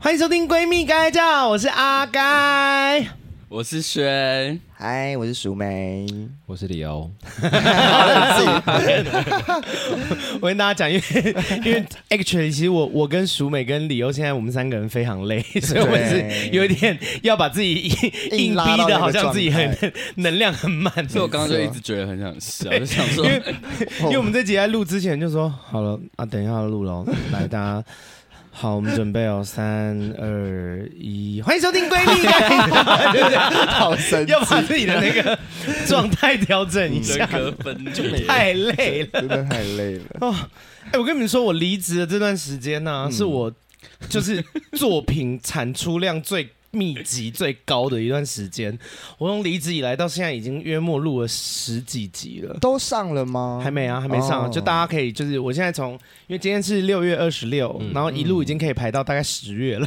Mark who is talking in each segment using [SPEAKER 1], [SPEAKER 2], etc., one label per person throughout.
[SPEAKER 1] 欢迎收听《闺蜜该叫》，我是阿该。
[SPEAKER 2] 我是轩，
[SPEAKER 3] 嗨，我是淑梅。
[SPEAKER 4] 我是李欧，
[SPEAKER 1] 我跟大家讲，因为因为 actually，其实我我跟淑美跟李欧现在我们三个人非常累， 所以我们是有一点要把自己硬硬
[SPEAKER 3] 硬拉
[SPEAKER 1] 逼
[SPEAKER 3] 到那
[SPEAKER 1] 的，
[SPEAKER 3] 个
[SPEAKER 1] 好像自己很
[SPEAKER 3] 状态
[SPEAKER 1] 能量很满。
[SPEAKER 2] 所以我刚刚就一直觉得很想笑，就想说
[SPEAKER 1] 因为因为我们这集在录之前就说好了啊，等一下要录 喽，来大家。好，我们准备哦，三二一，欢迎收听闺蜜该，对不对
[SPEAKER 3] 好神奇
[SPEAKER 1] 要，把自己的那个状态调整一
[SPEAKER 2] 人
[SPEAKER 1] 下，
[SPEAKER 2] 格分裂，
[SPEAKER 1] 太
[SPEAKER 2] 哎
[SPEAKER 1] 累了。
[SPEAKER 3] 真的太累 了。
[SPEAKER 1] 哦，哎、我跟你们说，我离职的这段时间呢、是我就是作品产出量最密集、最高的一段时间。 我从离职以来到现在，已经约莫录了十几集了。
[SPEAKER 3] 都上了吗？
[SPEAKER 1] 还没啊，还没上啊
[SPEAKER 3] 哦
[SPEAKER 1] 就大家可以，就是我现在从，因为今天是六月二十六，然后一路已经可以排到大概十月了。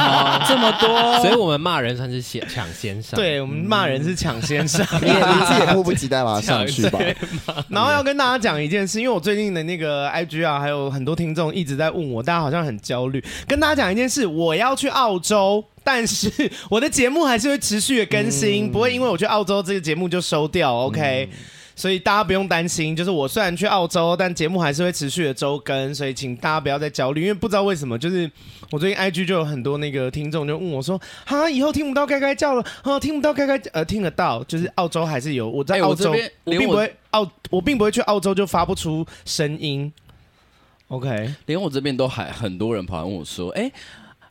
[SPEAKER 4] 这么多，所以我们骂人算是先抢先上。
[SPEAKER 1] 对我们骂人是抢先上，
[SPEAKER 3] 你 也啊你自己也迫不及待把它上去吧？
[SPEAKER 1] 然后要跟大家讲一件事，因为我最近的那个 IG 啊，还有很多听众一直在问我，大家好像很焦虑。跟大家讲一件事，我要去澳洲，但是我的节目还是会持续的更新，
[SPEAKER 2] 嗯
[SPEAKER 1] 不会因为我去澳洲这个节目就收掉。OK，、所以大家不用担心，就是我虽然去澳洲，但节目还是会持续的周更，所以请大家不要再焦虑，因为不知道为什么，就是我最近 IG 就有很多那个听众就问我说，哈，以后听不到该该叫了，哈，听不到该该呃听得到，就是澳洲还是有我在
[SPEAKER 2] 哎
[SPEAKER 1] 澳
[SPEAKER 2] 我这
[SPEAKER 1] 洲，
[SPEAKER 2] 边
[SPEAKER 1] 我
[SPEAKER 2] 连
[SPEAKER 1] 并
[SPEAKER 2] 我
[SPEAKER 1] 不会澳，我并不会去澳洲就发不出声音。OK，
[SPEAKER 2] 连我这边都还很多人跑来问我说：“哎、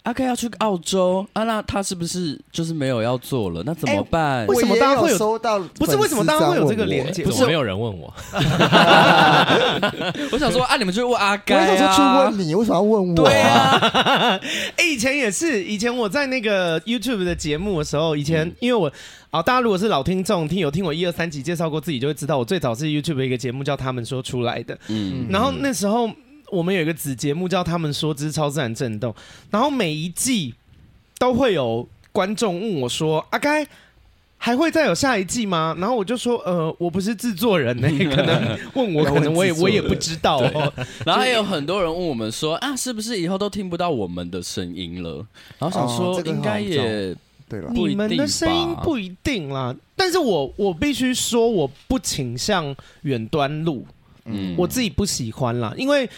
[SPEAKER 2] 阿盖要去澳洲啊，那他是不是就是没有要做了？那怎么办？”
[SPEAKER 1] 哎为什么
[SPEAKER 3] 我也
[SPEAKER 1] 大家会有
[SPEAKER 3] 收到？
[SPEAKER 1] 不是为什么大家会有这个连接？
[SPEAKER 4] 不是没有人问我，
[SPEAKER 2] 我想说啊，你们就问阿
[SPEAKER 3] 我
[SPEAKER 2] 盖
[SPEAKER 3] 也想说
[SPEAKER 2] 啊
[SPEAKER 3] 去，问你，为什么要问我？
[SPEAKER 2] 对啊，
[SPEAKER 1] 哎、以前也是，以前我在那个 YouTube 的节目的时候，以前、因为我啊，大家如果是老听众，听有听我一二三集介绍过自己，就会知道我最早是 YouTube 的一个节目叫《他们说》出来的。
[SPEAKER 2] 嗯，
[SPEAKER 1] 然后那时候我们有一个子节目叫《他们说之超自然震动》，然后每一季都会有观众问我说：“阿、该还会再有下一季吗？”然后我就说：“呃，我不是制作人呢、可能问我，
[SPEAKER 3] 要
[SPEAKER 1] 可
[SPEAKER 3] 问
[SPEAKER 1] 能我也
[SPEAKER 3] 制作
[SPEAKER 1] 我也
[SPEAKER 3] 人
[SPEAKER 1] 不知道哦。
[SPEAKER 2] 然后还有很多人问我们说啊，是不是以后都听不到我们的声音了？然后想
[SPEAKER 3] 哦
[SPEAKER 2] 说
[SPEAKER 3] 这个
[SPEAKER 2] 应该
[SPEAKER 3] 好
[SPEAKER 2] 也
[SPEAKER 3] 对了，
[SPEAKER 2] 不一
[SPEAKER 1] 你们
[SPEAKER 2] 定
[SPEAKER 1] 的声音
[SPEAKER 2] 吧
[SPEAKER 1] 不一定啦，但是我我必须说，我不倾向远端录，
[SPEAKER 2] 嗯，
[SPEAKER 1] 我自己不喜欢啦，因为哎、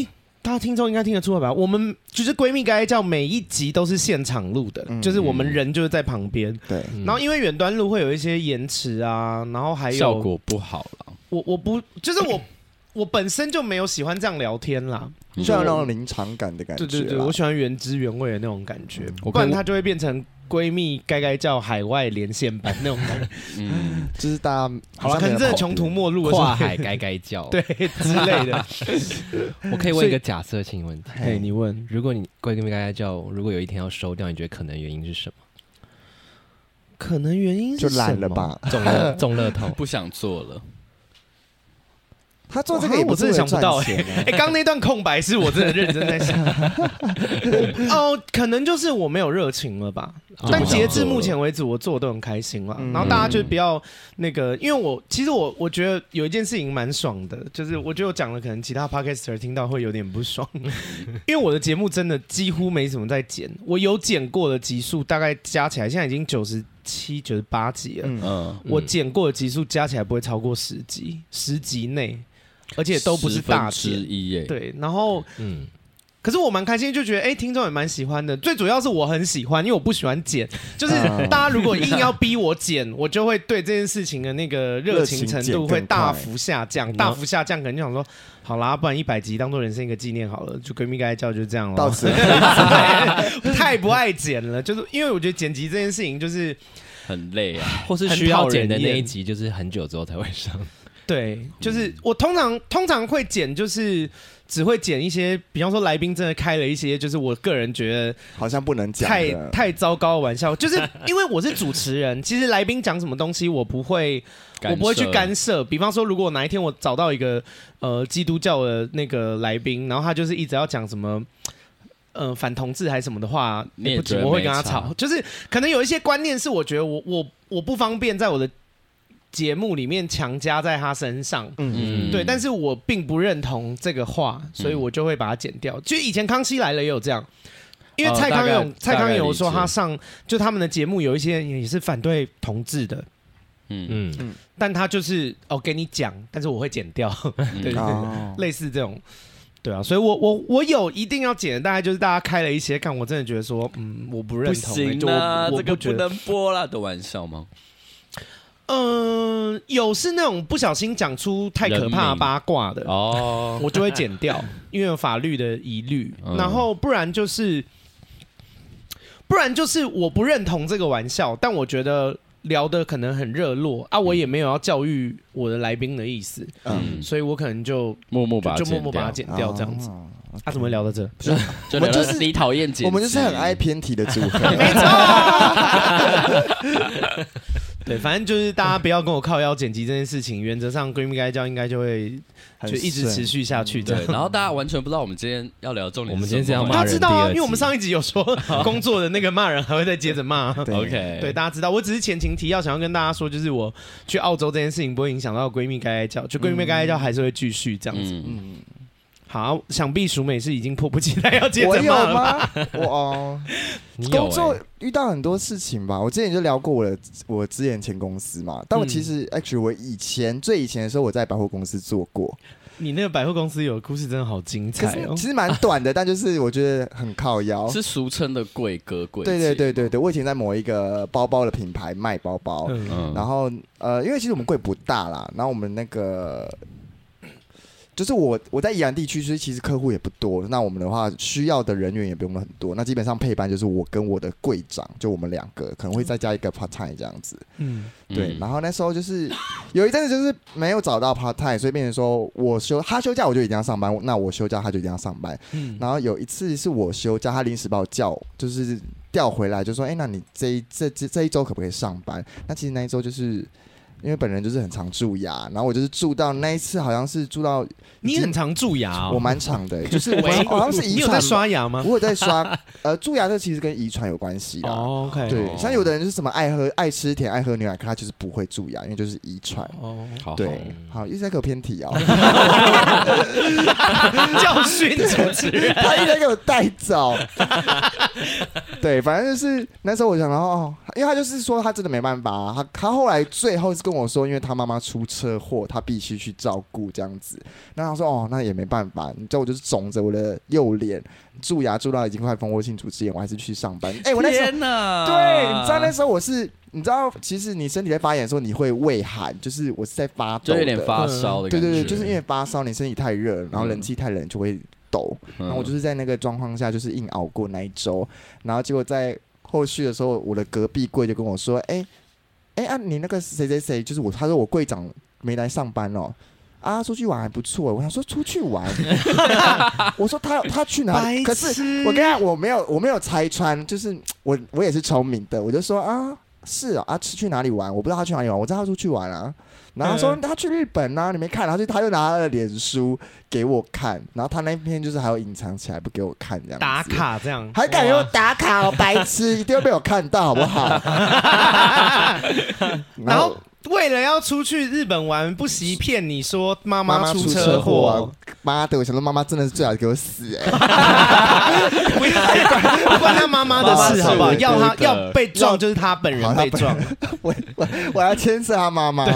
[SPEAKER 1] 诶大家听众应该听得出来吧？我们就是闺蜜该叫每一集都是现场录的，
[SPEAKER 3] 嗯
[SPEAKER 1] 就是我们人就是在旁边。
[SPEAKER 3] 对，
[SPEAKER 4] 嗯
[SPEAKER 1] 然后因为远端录会有一些延迟啊，然后还有
[SPEAKER 2] 效果不好了。
[SPEAKER 1] 我我不就是我 我本身就没有喜欢这样聊天啦，
[SPEAKER 3] 就要让临场感的感觉
[SPEAKER 1] 嗯对
[SPEAKER 3] 啦。
[SPEAKER 1] 对对，我喜欢原汁原味的那种感觉，
[SPEAKER 2] 我
[SPEAKER 1] 不然
[SPEAKER 2] 可以
[SPEAKER 1] 它就会变成闺蜜该该叫海外连线版那种感觉。
[SPEAKER 2] 嗯，
[SPEAKER 3] 就是大家
[SPEAKER 1] 好了，可能真的穷途末路的时候
[SPEAKER 4] 跨海该该叫。
[SPEAKER 1] 对，之类的。
[SPEAKER 4] 我可以问一个假设性问题：
[SPEAKER 1] 嘿，你问
[SPEAKER 4] 如果你贵宾该该叫，如果有一天要收掉，你觉得可能原因是什么？
[SPEAKER 1] 可能原因
[SPEAKER 3] 就是懒
[SPEAKER 1] 什
[SPEAKER 3] 了
[SPEAKER 1] 么
[SPEAKER 3] 吧？？
[SPEAKER 4] 中乐中乐透，
[SPEAKER 2] 不想做了。
[SPEAKER 3] 他做这个也
[SPEAKER 1] 我
[SPEAKER 3] 不
[SPEAKER 1] 真
[SPEAKER 3] 是为
[SPEAKER 1] 的
[SPEAKER 3] 了
[SPEAKER 1] 想不到
[SPEAKER 3] 赚
[SPEAKER 1] 哎、
[SPEAKER 3] 钱啊
[SPEAKER 1] 哎，刚、那段空白是我真的认真在想。哦，可能就是我没有热情了吧。
[SPEAKER 4] 就
[SPEAKER 1] 但
[SPEAKER 4] 不想
[SPEAKER 1] 截至
[SPEAKER 4] 做
[SPEAKER 1] 目
[SPEAKER 4] 了
[SPEAKER 1] 前为止，我做的都很开心了。
[SPEAKER 3] 嗯
[SPEAKER 1] 然后大家就不要那个，因为我其实我我觉得有一件事情蛮爽的，就是我觉得我讲了，可能其他 podcaster 听到会有点不爽，因为我的节目真的几乎没什么在剪，我有剪过的集数大概加起来现在已经九十七、九十八集了。
[SPEAKER 3] 嗯，
[SPEAKER 2] 嗯，
[SPEAKER 1] 我剪过的集数加起来不会超过十集，十集内，而且都不是
[SPEAKER 2] 十分
[SPEAKER 1] 大
[SPEAKER 2] 之
[SPEAKER 1] 集。
[SPEAKER 2] 一耶。
[SPEAKER 1] 对，然后
[SPEAKER 4] 嗯，
[SPEAKER 1] 可是我蛮开心，就觉得哎、诶听众也蛮喜欢的。最主要是我很喜欢，因为我不喜欢 剪，就是
[SPEAKER 3] 啊
[SPEAKER 1] 大家如果硬要逼我剪，我就会对这件事情的那个热情程度会大幅下
[SPEAKER 3] 嗯
[SPEAKER 1] 降，大幅下降，可能就想说，好啦，不然一百集当做人生一个纪念好了，就闺蜜该叫就这样了。
[SPEAKER 3] 到此
[SPEAKER 1] 太不爱剪了，就是因为我觉得剪辑这件事情就是
[SPEAKER 2] 很累啊。
[SPEAKER 4] 或是
[SPEAKER 1] 很
[SPEAKER 4] 需要
[SPEAKER 1] 讨人
[SPEAKER 4] 剪的那一
[SPEAKER 1] 厌
[SPEAKER 4] 集，就是很久之后才会上。
[SPEAKER 1] 对，就是
[SPEAKER 3] 嗯
[SPEAKER 1] 我通常通常会剪，就是只会剪一些，比方说来宾真的开了一些，就是我个人觉得
[SPEAKER 3] 好像不能讲
[SPEAKER 1] 太
[SPEAKER 3] 的
[SPEAKER 1] 太糟糕的玩笑， 就是因为我是主持人，其实来宾讲什么东西我不会，我不会去干涉。比方说，如果哪一天我找到一个呃基督教的那个来宾，然后他就是一直要讲什么。呃，反同志还是什么的话，
[SPEAKER 2] 你也
[SPEAKER 1] 不止
[SPEAKER 2] 觉得
[SPEAKER 1] 我会
[SPEAKER 2] 没
[SPEAKER 1] 跟他
[SPEAKER 2] 差
[SPEAKER 1] 吵，就是可能有一些观念是我觉得我我我不方便在我的节目里面强加在他身上，
[SPEAKER 2] 嗯
[SPEAKER 1] 对，但是我并不认同这个话，所以我就会把它剪掉。就以前《康熙来了》也有这样，因为蔡康
[SPEAKER 2] 哦大
[SPEAKER 1] 永、
[SPEAKER 2] 概
[SPEAKER 1] 蔡康
[SPEAKER 2] 大概
[SPEAKER 1] 永
[SPEAKER 2] 理解
[SPEAKER 1] 说他上就他们的节目有一些人也是反对同志的，
[SPEAKER 2] 嗯，
[SPEAKER 4] 嗯，
[SPEAKER 1] 但他就是哦给你讲，但是我会剪掉，
[SPEAKER 2] 嗯
[SPEAKER 1] 对对对，
[SPEAKER 3] 哦，
[SPEAKER 1] 类似这种。对啊，所以我我我有一定要剪，大概就是大家开了一些看，我真的觉得说，嗯，我不认
[SPEAKER 2] 不
[SPEAKER 1] 同、欸，
[SPEAKER 2] 行
[SPEAKER 1] 就
[SPEAKER 2] 啊，
[SPEAKER 1] 我我
[SPEAKER 2] 这个
[SPEAKER 1] 觉
[SPEAKER 2] 不
[SPEAKER 1] 得，
[SPEAKER 2] 能播啦的玩笑吗？
[SPEAKER 1] 嗯、有是那种不小心讲出太可怕的八卦的，
[SPEAKER 4] 哦，
[SPEAKER 1] 我就会剪掉，因为有法律的疑虑。
[SPEAKER 2] 嗯
[SPEAKER 1] 然后不然就是，不然就是我不认同这个玩笑，但我觉得聊的可能很热络啊，我也没有要教育我的来宾的意思，
[SPEAKER 2] 嗯，
[SPEAKER 1] 所以我可能就
[SPEAKER 2] 默默把它
[SPEAKER 1] 就就默默
[SPEAKER 2] 剪掉
[SPEAKER 1] 把它剪掉这样子。
[SPEAKER 3] 哦
[SPEAKER 1] 啊，怎么聊到这？
[SPEAKER 2] 就
[SPEAKER 3] 我们
[SPEAKER 2] 聊
[SPEAKER 3] 就是
[SPEAKER 2] 你讨厌剪辑，
[SPEAKER 3] 我们就是很爱偏题的组 合，
[SPEAKER 1] 对，反正就是大家不要跟我靠腰剪辑这件事情，原则上闺蜜该教应该就会
[SPEAKER 3] 很
[SPEAKER 1] 就一直
[SPEAKER 3] 顺
[SPEAKER 1] 持续下去这
[SPEAKER 2] 对，
[SPEAKER 1] 样。
[SPEAKER 2] 然后大家完全不知道我们今天要聊的重点
[SPEAKER 4] 我
[SPEAKER 2] 是
[SPEAKER 4] 们
[SPEAKER 2] 什么，
[SPEAKER 4] 今天这样骂
[SPEAKER 1] 大家
[SPEAKER 4] 人
[SPEAKER 1] 知道
[SPEAKER 4] 第
[SPEAKER 1] 啊，
[SPEAKER 4] 二
[SPEAKER 1] 因为我们
[SPEAKER 4] 集
[SPEAKER 1] 上一集有说工作的那个骂人还会再接着骂。
[SPEAKER 3] 对
[SPEAKER 4] 哎
[SPEAKER 2] OK，
[SPEAKER 1] 对，大家知道，我只是前情提要，想要跟大家说，就是我去澳洲这件事情不会影响到闺蜜该爱教，就闺蜜该爱教还是会继续这样子。
[SPEAKER 2] 嗯，
[SPEAKER 3] 嗯，
[SPEAKER 1] 好，想必淑美是已经迫不及待要接
[SPEAKER 3] 我
[SPEAKER 1] 着
[SPEAKER 3] 有啊
[SPEAKER 1] 骂了吧。欸
[SPEAKER 3] 吗？ 我哦，
[SPEAKER 4] 你有欸
[SPEAKER 3] 工作遇到很多事情吧。我之前就聊过我的我之前前公司嘛，但我
[SPEAKER 1] 嗯
[SPEAKER 3] 其实 actually 我以前最以前的时候我在百货公司做过，
[SPEAKER 1] 你那个百货公司有故事真的好精
[SPEAKER 3] 可
[SPEAKER 1] 彩
[SPEAKER 3] 是
[SPEAKER 1] 哦
[SPEAKER 3] 其。实蛮短的，但就是我觉得很靠腰。
[SPEAKER 2] 是俗称的贵哥贵，
[SPEAKER 3] 对对，对对对，我以前在某一个包包的品牌卖包包，
[SPEAKER 1] 嗯，
[SPEAKER 2] 嗯，
[SPEAKER 3] 然后呃，因为其实我们柜不大啦，然后我们那个就是我我在宜兰地区，所以其实客户也不多。那我们的话，需要的人员也不用很多。那基本上配班就是我跟我的柜长，就我们两个，可能会再加一个 part time 这样子。
[SPEAKER 1] 嗯，
[SPEAKER 3] 对，
[SPEAKER 2] 嗯
[SPEAKER 3] 然后那时候就是 有一阵子就是没有找到 part time，所以变成说我休他休假我就一定要上班，那我休假他就一定要上班。
[SPEAKER 1] 嗯
[SPEAKER 3] 然后有一次是我休假，他临时把我叫，就是调回来，就说：“哎、那你这一这这这一周可不可以上班？”那其实那一周就是因为本人就是很常蛀牙，然后我就是蛀到那一次好像是蛀到
[SPEAKER 1] 你很常蛀牙哦，
[SPEAKER 3] 我蛮长的、就是我
[SPEAKER 1] 喂
[SPEAKER 3] 好像是 遗
[SPEAKER 1] 你有在
[SPEAKER 3] 传，
[SPEAKER 1] 刷牙吗
[SPEAKER 3] 我有在刷。呃，蛀牙这其实跟遗传有关系啊啦。
[SPEAKER 1] 哦？OK，
[SPEAKER 3] 对，像有的人就是什么爱喝、爱吃甜、爱喝牛奶，可他就是不会蛀牙，因为就是遗传。
[SPEAKER 1] 哦，
[SPEAKER 2] 好
[SPEAKER 3] 对，好，一直在给我偏题哦，
[SPEAKER 1] 教训主持人。
[SPEAKER 3] 他一直在给我带走。 对，反正就是那时候我想，然后哦，因为他就是说他真的没办法、啊，他他后来最后是跟我说，因为他妈妈出车祸，他必须去照顾这样子。那他说哦，那也没办法，你知道我就是肿着我的右脸，蛀牙蛀到已经快蜂窝性组织炎，我还是去上班。哎、我那时候
[SPEAKER 2] 天哪，
[SPEAKER 3] 对，你知道那时候我是，你知道，其实你身体在发炎的时候，你会畏寒，就是我是在发抖
[SPEAKER 2] 就
[SPEAKER 3] 的，
[SPEAKER 2] 有点发烧的
[SPEAKER 3] 对
[SPEAKER 2] 感觉，
[SPEAKER 3] 对对，就是因为发烧，你身体太热，然后冷气太冷就会抖。
[SPEAKER 2] 嗯，
[SPEAKER 3] 然后我就是在那个状况下，就是硬熬过那一周。然后结果在后续的时候，我的隔壁柜就跟我说：“哎、哎、啊，你那个谁谁谁，就是我，他说我柜长没来上班哦。”啊，出去玩还不错。我想说出去玩， 我说他他去哪里？
[SPEAKER 1] 白
[SPEAKER 3] 可是
[SPEAKER 1] 痴，
[SPEAKER 3] 我跟他我没有我没有拆穿，就是我我也是聪明的，我就说啊是啊啊是去哪里玩？我不知道他去哪里玩，我知道他出去玩啊。然后他说
[SPEAKER 1] 嗯
[SPEAKER 3] 他去日本啊，你没看？然后就他就拿他的脸书给我看，然后他那篇就是还有隐藏起来不给我看这样子
[SPEAKER 1] 打，卡这样，
[SPEAKER 3] 还敢用打卡哦，白痴，一定会被我看到好不 好？
[SPEAKER 1] 然后为了要出去日本玩，不惜骗你说妈
[SPEAKER 3] 妈妈
[SPEAKER 1] 出
[SPEAKER 3] 出
[SPEAKER 1] 车
[SPEAKER 3] 车祸啊
[SPEAKER 1] 祸，！
[SPEAKER 3] 妈的，我想说妈妈真的是最好给我死哎、
[SPEAKER 1] 不要不关他妈妈的事，好不好？要他要被撞就是他本人被撞，
[SPEAKER 3] 我我我要牵涉她 妈妈。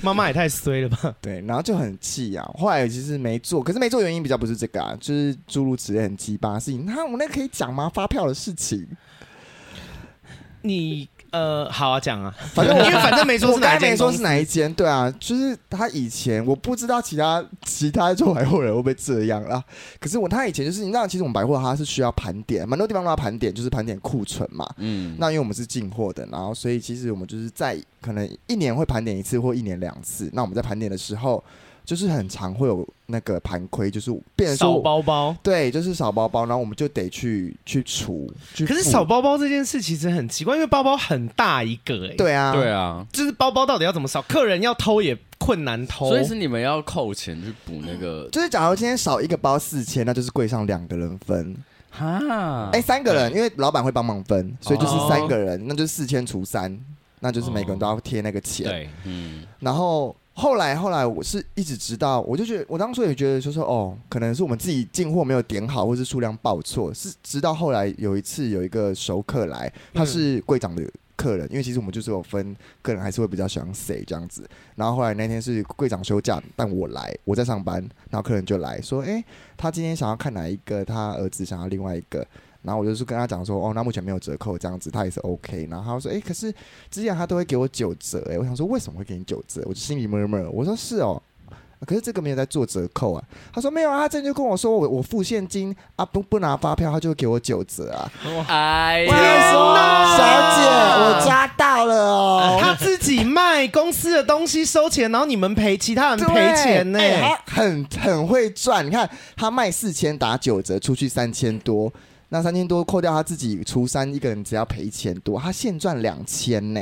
[SPEAKER 1] 妈妈也太衰了吧？
[SPEAKER 3] 对，然后就很气啊。后来其实没做，可是没做原因比较不是这个啊，就是诸如此类很鸡巴的事情。那我那可以讲吗？发票的事情，
[SPEAKER 1] 你呃，好啊，讲啊，
[SPEAKER 3] 反正
[SPEAKER 1] 因
[SPEAKER 3] 我
[SPEAKER 1] 为反正没说
[SPEAKER 3] 我
[SPEAKER 1] 是哪
[SPEAKER 3] 刚
[SPEAKER 1] 一
[SPEAKER 3] 才没
[SPEAKER 1] 间
[SPEAKER 3] 说
[SPEAKER 1] 公
[SPEAKER 3] 是
[SPEAKER 1] 司，
[SPEAKER 3] 哪一间，对啊，就是他以前我不知道其他其他做百货人会不会这样啦。可是我他以前就是你知道，其实我们百货它是需要盘点，蛮多地方都要盘点，就是盘点库存嘛。
[SPEAKER 2] 嗯，
[SPEAKER 3] 那因为我们是进货的，然后所以其实我们就是在可能一年会盘点一次或一年两次。那我们在盘点的时候，就是很常会有那个盘亏，就是变成说
[SPEAKER 1] 少
[SPEAKER 3] 我
[SPEAKER 1] 包包。
[SPEAKER 3] 对，就是少包包，然后我们就得去去除，去
[SPEAKER 1] 可是
[SPEAKER 3] 付
[SPEAKER 1] 少包包这件事其实很奇怪，因为包包很大一个，哎，，
[SPEAKER 3] 对啊，
[SPEAKER 2] 对啊，
[SPEAKER 1] 就是包包到底要怎么少？客人要偷也困难偷，
[SPEAKER 2] 所以是你们要扣钱去补那个
[SPEAKER 3] 就是假如今天少一个包四千，那就是柜上两个人分，
[SPEAKER 2] 哈
[SPEAKER 3] 哎、，三个人，因为老板会帮忙分，所以就是
[SPEAKER 1] 哦
[SPEAKER 3] 哦三个人，那就是四千除三，那就是每个人都要贴那个钱。
[SPEAKER 4] 对，
[SPEAKER 2] 嗯，
[SPEAKER 3] 然后后来后来我是一直直到，我就觉得我当初也觉得就是哦，可能是我们自己进货没有点好，或是数量报错。是直到后来有一次有一个熟客来，他是柜长的。客人，因为其实我们就是有分客人，还是会比较喜欢谁这样子。然后后来那天是柜长休假，但我来，我在上班，然后客人就来说，哎、他今天想要看哪一个，他儿子想要另外一个。然后我就是跟他讲说，哦，那目前没有折扣这样子，他也是 OK。然后他说，哎、可是之前他都会给我九折、诶，哎，我想说为什么会给你九折？我就心里 murmur，我说是哦，可是这个没有在做折扣啊。他说没有啊，他之前就跟我说我我付现金啊，不不拿发票，他就会给我九折啊。
[SPEAKER 2] 哎
[SPEAKER 3] 我想说小姐，我抓到了哦。
[SPEAKER 1] 他自己卖公司的东西收钱，然后你们赔其他人
[SPEAKER 3] 对
[SPEAKER 1] 赔钱呢、
[SPEAKER 3] 哎他很很会赚。你看他卖四千打九折，出去三千多，那三千多扣掉他自己除三，一个人只要赔一千多，他现赚两千呢。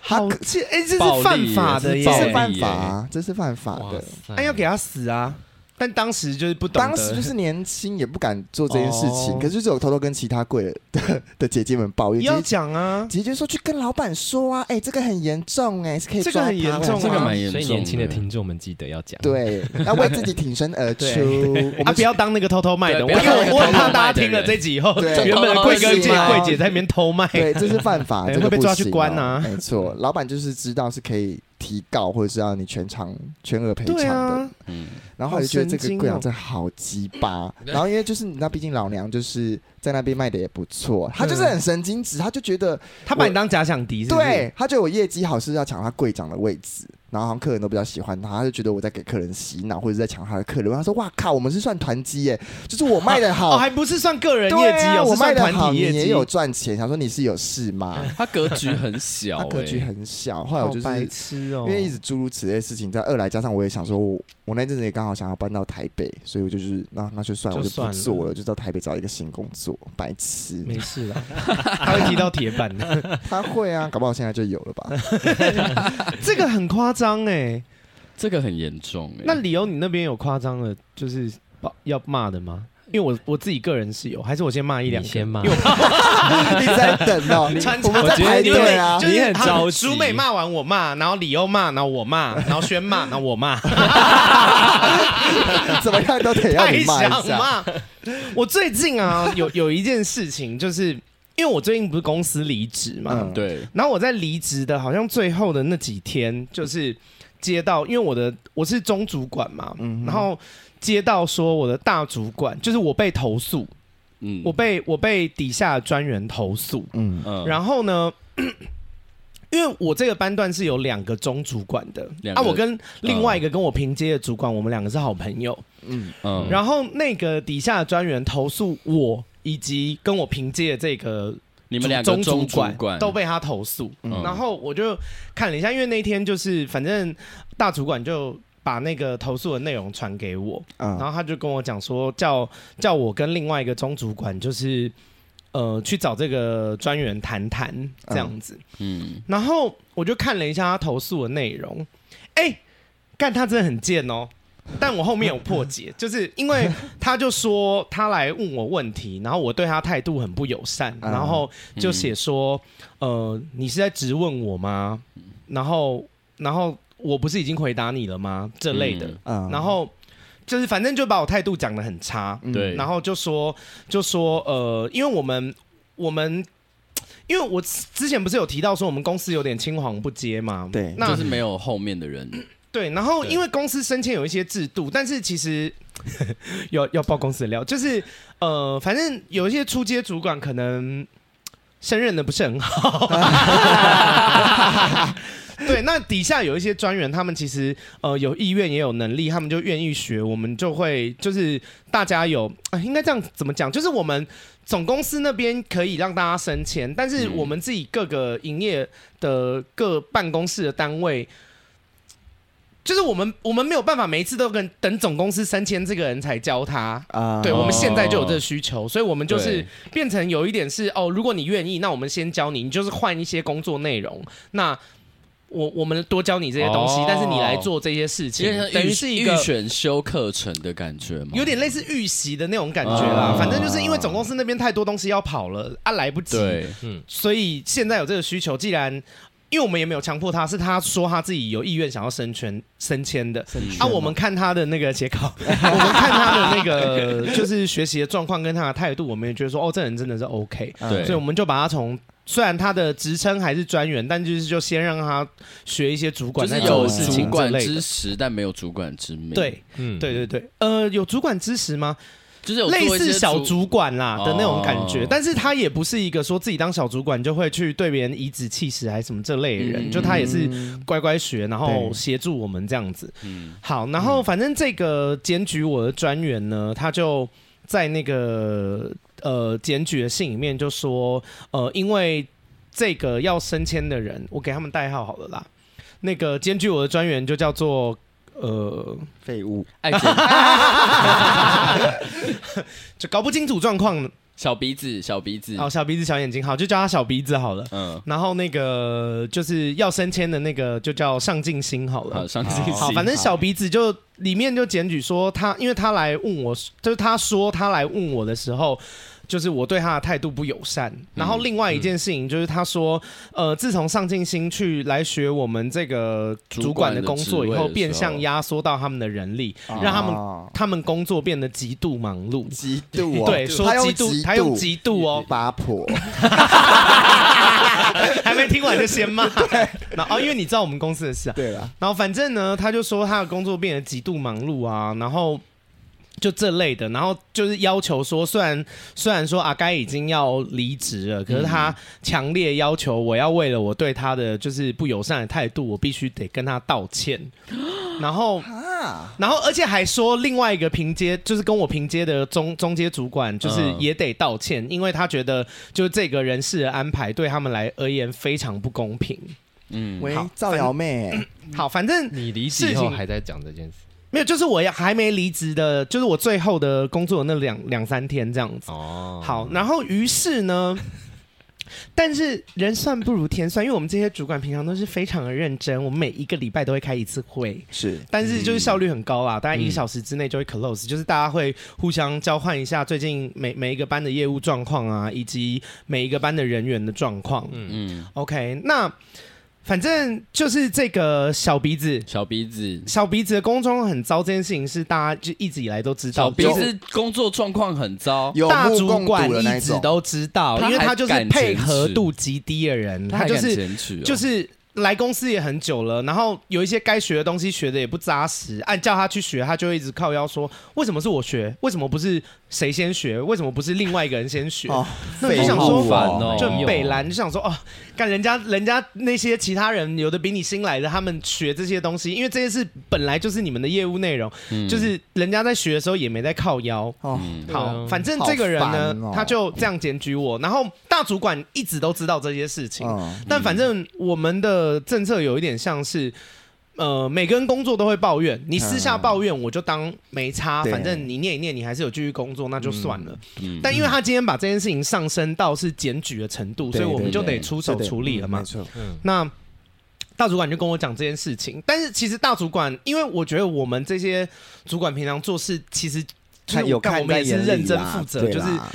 [SPEAKER 1] 好，这哎、这
[SPEAKER 2] 暴
[SPEAKER 1] 是犯
[SPEAKER 2] 力
[SPEAKER 1] 法的耶
[SPEAKER 2] 耶
[SPEAKER 3] 这
[SPEAKER 2] 暴力
[SPEAKER 3] 是犯法、啊，这是犯法
[SPEAKER 4] 哇
[SPEAKER 3] 的。
[SPEAKER 4] 塞
[SPEAKER 1] 哎，要给他死啊！但当时就是不懂得，
[SPEAKER 3] 嗯当时就是年轻，也不敢做这件事情，
[SPEAKER 1] 哦
[SPEAKER 3] 可是就是有偷偷跟其他贵人的 的姐姐们抱怨，
[SPEAKER 1] 要
[SPEAKER 3] 姐
[SPEAKER 1] 讲啊，
[SPEAKER 3] 姐姐就说去跟老板说啊，哎、这个很严重哎、是可以
[SPEAKER 1] 这个
[SPEAKER 3] 抓
[SPEAKER 1] 很严
[SPEAKER 3] 他
[SPEAKER 1] 重啊
[SPEAKER 2] 这个蛮严
[SPEAKER 4] 所
[SPEAKER 2] 重
[SPEAKER 4] 以年轻的听众们记得要讲，，
[SPEAKER 3] 对，要为自己挺身 而出。我
[SPEAKER 1] 啊，
[SPEAKER 3] 们
[SPEAKER 1] 不要当那个偷偷卖的，我
[SPEAKER 2] 对
[SPEAKER 1] 因
[SPEAKER 2] 不要当
[SPEAKER 1] 为
[SPEAKER 2] 那个
[SPEAKER 1] 我很
[SPEAKER 2] 偷
[SPEAKER 1] 怕
[SPEAKER 2] 偷卖
[SPEAKER 1] 大家
[SPEAKER 2] 的
[SPEAKER 1] 听了
[SPEAKER 2] 人
[SPEAKER 1] 这集以后，
[SPEAKER 3] 对
[SPEAKER 1] 原本的贵哥
[SPEAKER 2] 偷偷
[SPEAKER 1] 姐
[SPEAKER 2] 卖
[SPEAKER 1] 贵姐在那边偷卖，
[SPEAKER 3] 对，这是犯法，
[SPEAKER 1] 哎
[SPEAKER 3] 这个
[SPEAKER 1] 会被
[SPEAKER 3] 不
[SPEAKER 1] 抓去
[SPEAKER 3] 行
[SPEAKER 1] 关
[SPEAKER 3] 哦
[SPEAKER 1] 啊
[SPEAKER 3] 没错，老板就是知道是可以提告，或者是要你全场全额赔偿
[SPEAKER 1] 对
[SPEAKER 3] 的
[SPEAKER 1] 啊。，
[SPEAKER 2] 嗯，
[SPEAKER 3] 然后我就觉得这
[SPEAKER 1] 好神
[SPEAKER 3] 个
[SPEAKER 1] 经哦
[SPEAKER 3] 贵阳真的好鸡巴。
[SPEAKER 1] 哦
[SPEAKER 3] 然后因为就是你知道，毕竟老娘就是在那边卖的也不错，他
[SPEAKER 1] 嗯
[SPEAKER 3] 就是很神经质，他就觉得
[SPEAKER 1] 他把你当假想敌，是不是，
[SPEAKER 3] 对他觉得我业绩好是要抢他柜长的位置，然后好像客人都比较喜欢他，他就觉得我在给客人洗脑或者在抢他的客人。他说：“哇靠，我们是算团积耶， 就是我卖的好。
[SPEAKER 1] 哦，还不是算个人
[SPEAKER 3] 对
[SPEAKER 1] 业绩
[SPEAKER 3] 啊，
[SPEAKER 1] 哦，
[SPEAKER 3] 我
[SPEAKER 1] 是算
[SPEAKER 3] 卖的
[SPEAKER 1] 团
[SPEAKER 3] 好，
[SPEAKER 1] 体
[SPEAKER 3] 你
[SPEAKER 1] 业
[SPEAKER 3] 也
[SPEAKER 1] 绩，
[SPEAKER 3] 有赚钱。想说你是有事吗？
[SPEAKER 2] 他格局很小，
[SPEAKER 3] 他格局
[SPEAKER 2] 哎
[SPEAKER 3] 很小，后来我就
[SPEAKER 1] 好白
[SPEAKER 3] 是
[SPEAKER 1] 痴哦，
[SPEAKER 3] 因为一直诸如此类的事情，在二来加上我也想说我，我那阵子也刚好想要搬到台北，所以我就是那那就算了我
[SPEAKER 1] 就
[SPEAKER 3] 就
[SPEAKER 1] 算
[SPEAKER 3] 不
[SPEAKER 1] 了
[SPEAKER 3] 做了，就到台北找一个新工作，白痴。
[SPEAKER 1] 没事啦， 他会提到铁板 的，
[SPEAKER 3] 他会啊，搞不好现在就有 了吧？
[SPEAKER 1] 这个很夸张哎。
[SPEAKER 2] 欸这个很严重哎。
[SPEAKER 1] 那理由你那边有夸张的，就是要骂的吗？因为我我自己个人是有，还是我先骂一两
[SPEAKER 4] 你
[SPEAKER 1] 个？
[SPEAKER 4] 先骂
[SPEAKER 1] 因为我
[SPEAKER 3] 一直在等哦，
[SPEAKER 1] 穿插
[SPEAKER 3] 我们在排队啊
[SPEAKER 1] 就。是
[SPEAKER 2] 你很着急
[SPEAKER 1] 淑美骂完我骂，然后李欧骂，然后我骂，然后轩骂，然后我 骂，
[SPEAKER 3] 怎么样都得要
[SPEAKER 1] 太
[SPEAKER 3] 你骂
[SPEAKER 1] 想
[SPEAKER 3] 一下。
[SPEAKER 1] 骂。我最近啊，有有一件事情，就是因为我最近不是公司离职嘛，
[SPEAKER 3] 嗯
[SPEAKER 2] 对，
[SPEAKER 1] 然后我在离职的，好像最后的那几天，就是接到，因为我的我是中主管嘛，
[SPEAKER 3] 嗯哼
[SPEAKER 1] 然后接到说我的大主管，就是我被投诉，
[SPEAKER 2] 嗯，
[SPEAKER 1] 我被我被底下的专员投诉，
[SPEAKER 3] 嗯
[SPEAKER 2] 嗯
[SPEAKER 1] 然后呢？ 因为我这个班段是有两个中主管的，
[SPEAKER 2] 两个
[SPEAKER 1] 啊，我跟另外一个跟我平接的主管，我们两个是好朋友。
[SPEAKER 3] 嗯，
[SPEAKER 2] 嗯
[SPEAKER 1] 然后那个底下的专员投诉我，以及跟我平接的这个
[SPEAKER 2] 你们两个
[SPEAKER 1] 中
[SPEAKER 2] 中主
[SPEAKER 1] 管都被他投诉，
[SPEAKER 2] 嗯
[SPEAKER 1] 然后我就看了一下，因为那天就是反正大主管就把那个投诉的内容传给我，
[SPEAKER 2] 嗯
[SPEAKER 1] 然
[SPEAKER 3] 啊，
[SPEAKER 1] 后他就跟我讲说，叫叫我跟另外一个中主管就是呃去找这个专员谈谈这样子，
[SPEAKER 2] 嗯，
[SPEAKER 1] 然后我就看了一下他投诉的内容，哎，干他真的很贱哦。但我后面有破 解，就是因为他就说他来问我问题，然后我对他态度很不友善，
[SPEAKER 3] 嗯
[SPEAKER 1] 然后就写说，
[SPEAKER 2] 嗯
[SPEAKER 1] 呃，你是在质问我吗？然后，然后我不是已经回答你了吗？这类的，
[SPEAKER 2] 嗯
[SPEAKER 3] 嗯
[SPEAKER 1] 然后就是反正就把我态度讲的很差，
[SPEAKER 3] 嗯
[SPEAKER 2] 对
[SPEAKER 1] 然后就说就说呃，因为我们我们。因为我之前不是有提到说我们公司有点青黄不接嘛，
[SPEAKER 3] 对
[SPEAKER 1] 那嗯
[SPEAKER 2] 就是没有后面的人，
[SPEAKER 1] 对，然后
[SPEAKER 2] 对
[SPEAKER 1] 因为公司升迁有一些制度，但是其实 要要报公司的料，就是呃，反正有一些初阶主管可能胜任的不是很好。对，那底下有一些专员，他们其实呃有意愿也有能力，他们就愿意学，我们就会就是大家有、啊应该这样怎么讲？就是我们总公司那边可以让大家升迁，但是
[SPEAKER 2] 嗯
[SPEAKER 1] 我们自己各个营业的各办公室的单位，就是我们我们没有办法每一次都跟等总公司升迁这个人才教他。
[SPEAKER 3] 啊，
[SPEAKER 1] 对，
[SPEAKER 2] 哦
[SPEAKER 1] 我们现在就有这个需求，所以我们就是
[SPEAKER 2] 对
[SPEAKER 1] 变成有一点是哦，如果你愿意，那我们先教你，你就是换一些工作内容。那我我们多教你这些东西，
[SPEAKER 2] 哦
[SPEAKER 1] 但是你来做这些事情
[SPEAKER 2] 因为，
[SPEAKER 1] 等于是一
[SPEAKER 2] 预
[SPEAKER 1] 个
[SPEAKER 2] 选修课程的感觉嘛，
[SPEAKER 1] 有点类似预习的那种感觉啦
[SPEAKER 2] 哦。
[SPEAKER 1] 反正就是因为总公司那边太多东西要跑了啊，来不及，
[SPEAKER 2] 对，
[SPEAKER 1] 所以现在有这个需求，既然。因为我们也没有强迫他，是他说他自己有意愿想要升迁升迁的。啊，我们看他的那个写考， 我们看他的那个就是学习的状况跟他的态度，我们也觉得说，哦，这人真的是 OK，
[SPEAKER 3] 嗯
[SPEAKER 2] 对
[SPEAKER 1] 所以我们就把他从。虽然他的职称还是专员，但就是就先让他学一些主管
[SPEAKER 2] 就
[SPEAKER 1] 在
[SPEAKER 2] 是
[SPEAKER 1] 做
[SPEAKER 2] 有
[SPEAKER 1] 的事
[SPEAKER 2] 主
[SPEAKER 1] 情之
[SPEAKER 2] 管
[SPEAKER 1] 类
[SPEAKER 2] 之
[SPEAKER 1] 的。
[SPEAKER 2] 实，但没有主管之命。
[SPEAKER 1] 对，
[SPEAKER 4] 嗯，
[SPEAKER 1] 对对对，呃，有主管支持吗？
[SPEAKER 2] 就是有
[SPEAKER 1] 类
[SPEAKER 2] 做一
[SPEAKER 1] 似
[SPEAKER 2] 些
[SPEAKER 1] 小主管啦的那种感觉
[SPEAKER 2] 哦，
[SPEAKER 1] 但是他也不是一个说自己当小主管就会去对别人颐指气使还是什么这类的人，
[SPEAKER 2] 嗯
[SPEAKER 1] 就他也是乖乖学，然后协助我们这样子。
[SPEAKER 2] 嗯
[SPEAKER 1] 好，然后反正这个检举我的专员呢，他就在那个呃检举的信里面就说，呃，因为这个要升迁的人，我给他们代号好了啦。那个检举我的专员就叫做呃，
[SPEAKER 3] 废物，
[SPEAKER 2] 爱 情
[SPEAKER 1] 就搞不清楚状况
[SPEAKER 2] 小鼻子，小鼻子，
[SPEAKER 1] 哦，小鼻子小眼睛，好，就叫他小鼻子好了。
[SPEAKER 2] 嗯，
[SPEAKER 1] 然后那个就是要升迁的那个就叫上进心好了
[SPEAKER 2] 啊好，。上进心，
[SPEAKER 1] 好，反正小鼻子就里面就检举说他，因为他来问我，就是他说他来问我的时候，就是我对他的态度不友善。嗯然后另外一件事情就是他说，呃，自从上进心去来学我们这个主管的工作以
[SPEAKER 2] 主管的职位的时
[SPEAKER 1] 后，
[SPEAKER 2] 候
[SPEAKER 1] 变相压缩到他们的人力，让他们
[SPEAKER 3] 们
[SPEAKER 1] 他们工作变得极度忙碌。
[SPEAKER 3] 啊嫉妒哦，
[SPEAKER 1] 对，说
[SPEAKER 3] 他用
[SPEAKER 1] 极度，他用极度哦，
[SPEAKER 3] 八婆，
[SPEAKER 1] 还 没听完就先骂。然后、哦、因为你知道我们公司的事啊，
[SPEAKER 3] 对啦，
[SPEAKER 1] 然后反正呢，他就说他的工作变得极度忙碌啊，然后。就这类的，然后就是要求说，虽然虽然说阿该已经要离职了，可是他强烈要求我要为了我对他的就是不友善的态度，我必须得跟他道歉。然后
[SPEAKER 3] 啊，
[SPEAKER 1] 然后，而且还说另外一个平接，就是跟我平接的中中阶主管，就是
[SPEAKER 2] 嗯
[SPEAKER 1] 也得道歉，因为他觉得就是这个人事的安排对他们来而言非常不公平。
[SPEAKER 2] 嗯，
[SPEAKER 3] 喂，造谣妹，
[SPEAKER 1] 好，反正
[SPEAKER 4] 你离职以后
[SPEAKER 1] 事情
[SPEAKER 4] 还在讲这件事
[SPEAKER 1] 没有，就是我也还没离职的，就是我最后的工作的那两两三天这样子。
[SPEAKER 4] 哦，
[SPEAKER 1] 好，然后于是呢， 但是人算不如天算，因为我们这些主管平常都是非常的认真，我们每一个礼拜都会开一次会。
[SPEAKER 3] 是
[SPEAKER 1] 但是就是效率很高啊啦，大概一小时之内就会 close，、就是大家会互相交换一下最近每每一个班的业务状况啊，以及每一个班的人员的状况。
[SPEAKER 2] 嗯，
[SPEAKER 1] OK，那反正就是这个小鼻子，
[SPEAKER 2] 小鼻子，
[SPEAKER 1] 小鼻子的工作状况很糟，这件事情是大家就一直以来都知道，
[SPEAKER 2] 小鼻子工作状况很糟，
[SPEAKER 3] 有
[SPEAKER 1] 哦大
[SPEAKER 3] 目
[SPEAKER 1] 主
[SPEAKER 3] 共
[SPEAKER 1] 管
[SPEAKER 3] 睹的那
[SPEAKER 1] 一
[SPEAKER 3] 一
[SPEAKER 1] 直
[SPEAKER 3] 种，
[SPEAKER 1] 都知道，
[SPEAKER 2] 他
[SPEAKER 1] 因为
[SPEAKER 2] 还
[SPEAKER 1] 他就是
[SPEAKER 2] 敢
[SPEAKER 1] 配
[SPEAKER 2] 坚
[SPEAKER 1] 合
[SPEAKER 2] 持
[SPEAKER 1] 度极低的人，他
[SPEAKER 2] 还
[SPEAKER 1] 就
[SPEAKER 2] 敢
[SPEAKER 1] 是
[SPEAKER 2] 检举哦，
[SPEAKER 1] 就是来公司也很久了，然后有一些该学的东西学的也不扎实，按叫他去学，他就会一直靠腰说，为什么是我学？为什么不是谁先学？为什么不是另外一个人先学？
[SPEAKER 3] 哦，
[SPEAKER 1] 那我就
[SPEAKER 3] 废
[SPEAKER 1] 想
[SPEAKER 3] 物
[SPEAKER 1] 说
[SPEAKER 3] 哦
[SPEAKER 2] 烦哦
[SPEAKER 1] 就
[SPEAKER 4] 没
[SPEAKER 1] 很
[SPEAKER 4] 有
[SPEAKER 1] 北蓝，就想说哦，看人家人家那些其他人有的比你新来的，他们学这些东西，因为这些是本来就是你们的业务内容，
[SPEAKER 2] 嗯
[SPEAKER 1] 就是人家在学的时候也没在靠腰，
[SPEAKER 3] 哦，
[SPEAKER 2] 嗯
[SPEAKER 4] 对
[SPEAKER 1] 好，
[SPEAKER 4] 啊
[SPEAKER 1] 反正这个人呢，
[SPEAKER 3] 好烦哦
[SPEAKER 1] 他就这样检举我，然后大主管一直都知道这些事情，
[SPEAKER 3] 嗯，
[SPEAKER 1] 但反正我们的政策有一点像是。呃，每个人工作都会抱怨，你私
[SPEAKER 2] 嗯
[SPEAKER 1] 下抱怨我就当没差，
[SPEAKER 3] 对
[SPEAKER 1] 反正你念一念，你还是有继续工作，那就算了。
[SPEAKER 2] 嗯
[SPEAKER 1] 但因为他今天把这件事情上升到是检举的程度，
[SPEAKER 3] 对
[SPEAKER 1] 嗯所以我们就
[SPEAKER 2] 对
[SPEAKER 1] 得
[SPEAKER 2] 对
[SPEAKER 1] 出手
[SPEAKER 3] 是的
[SPEAKER 1] 处理了嘛
[SPEAKER 3] 没。错，
[SPEAKER 1] 那大主管就跟我讲这件事情，但是其实大主管，因为我觉得我们这些主管平常做事，其实就是
[SPEAKER 3] 看有
[SPEAKER 1] 干
[SPEAKER 3] 看
[SPEAKER 1] 我们
[SPEAKER 3] 在
[SPEAKER 1] 也是
[SPEAKER 3] 眼里
[SPEAKER 1] 认真
[SPEAKER 3] 啦
[SPEAKER 1] 负责，
[SPEAKER 3] 对
[SPEAKER 1] 就是
[SPEAKER 3] 啦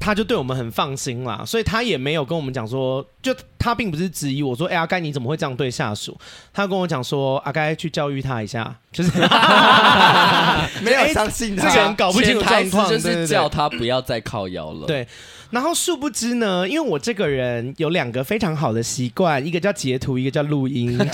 [SPEAKER 1] 他就对我们很放心啦，所以他也没有跟我们讲说，就他并不是质疑我说，哎、阿该你怎么会这样对下属？他跟我讲说，阿该去教育他一下，就是
[SPEAKER 3] 没有
[SPEAKER 1] 哎
[SPEAKER 3] 相信
[SPEAKER 1] 这个人
[SPEAKER 3] 他，
[SPEAKER 1] 搞不清楚状况，对
[SPEAKER 2] 就是
[SPEAKER 1] 对
[SPEAKER 2] 叫
[SPEAKER 1] 对。
[SPEAKER 2] 他不要再靠腰了。
[SPEAKER 1] 对然后殊不知呢，因为我这个人有两个非常好的习惯，一个叫截图，一个叫录 音。